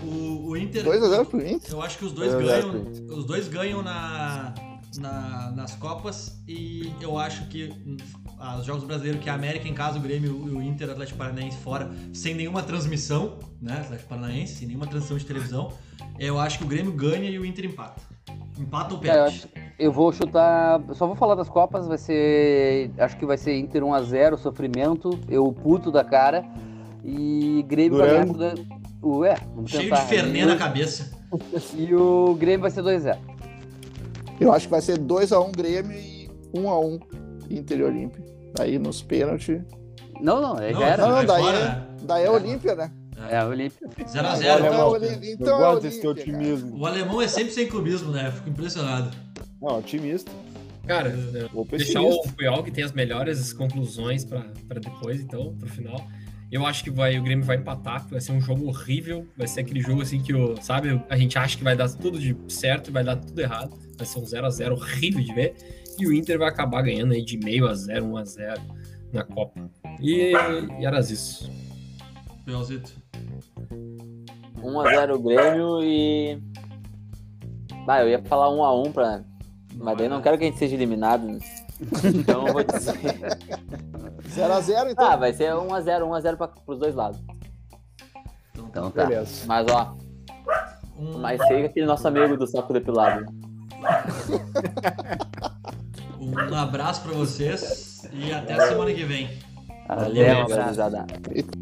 Speaker 1: O, o Inter.
Speaker 6: 2x0 pro Inter?
Speaker 1: Eu acho que os dois
Speaker 3: Dois a zero
Speaker 1: ganham. Os dois ganham na, na- nas Copas e eu acho que hum, ah, os jogos brasileiros, que é a América em casa, o Grêmio e o Inter, Atlético Paranaense fora, sem nenhuma transmissão, né? Atlético Paranaense, sem nenhuma transmissão de televisão, eu acho que o Grêmio ganha e o Inter empata. Empata ou
Speaker 5: Cara, É, eu,
Speaker 1: perde.
Speaker 5: acho- eu vou chutar. eu Só vou falar das Copas, vai ser. Acho que vai ser Inter 1x0, sofrimento, eu puto da cara. E Grêmio
Speaker 3: Durango.
Speaker 5: vai ganhar. tudo- Ué, vamos
Speaker 1: Cheio
Speaker 5: tentar. né?
Speaker 1: de Fernê na cabeça.
Speaker 5: E o Grêmio vai ser 2x0.
Speaker 6: Eu acho que vai ser 2x1 Grêmio e 1x1 Inter e Olímpia. Aí nos pênaltis.
Speaker 5: Não, não, é, já
Speaker 6: não,
Speaker 5: era.
Speaker 1: vai
Speaker 6: daí
Speaker 1: fora,
Speaker 6: Daí é Olímpia, né?
Speaker 5: É, o Olímpia.
Speaker 1: né? 0 a
Speaker 6: Agora é
Speaker 1: 0
Speaker 6: uma-
Speaker 3: Não,
Speaker 6: o Olímpia,
Speaker 3: eu
Speaker 6: então é o
Speaker 3: gosto desse teu
Speaker 6: Olímpia, cara.
Speaker 3: otimismo.
Speaker 1: O alemão é sempre sem clubismo, né? Fico impressionado.
Speaker 3: Não, otimista.
Speaker 4: Cara,
Speaker 3: Ou pessimista.
Speaker 4: deixar o Puyol, que tem as melhores conclusões pra, pra depois, então, pro final. Eu acho que vai, o Grêmio vai empatar, vai ser um jogo horrível, vai ser aquele jogo assim que, o, sabe, a gente acha que vai dar tudo de certo e vai dar tudo errado. Vai ser um 0x0 horrível de ver. E o Inter vai acabar ganhando aí de meio a 0, 1x0 na Copa. E, e era isso.
Speaker 1: Piolzito.
Speaker 2: 1x0 o Grêmio e. Ah, eu ia falar 1x1 pra. Mas daí não quero que a gente seja eliminado. né? Então eu vou dizer.
Speaker 6: 0x0, então.
Speaker 2: Ah, vai ser 1x0, 1x0 pra, pros dois lados.
Speaker 1: Então,
Speaker 5: Então tá.
Speaker 3: Beleza.
Speaker 2: Mas ó,
Speaker 1: um-
Speaker 2: mais feio que aquele nosso amigo do saco depilado.
Speaker 1: um abraço pra vocês e até semana que vem.
Speaker 5: Até
Speaker 2: Valeu,
Speaker 5: um abraço.
Speaker 2: rapaziada.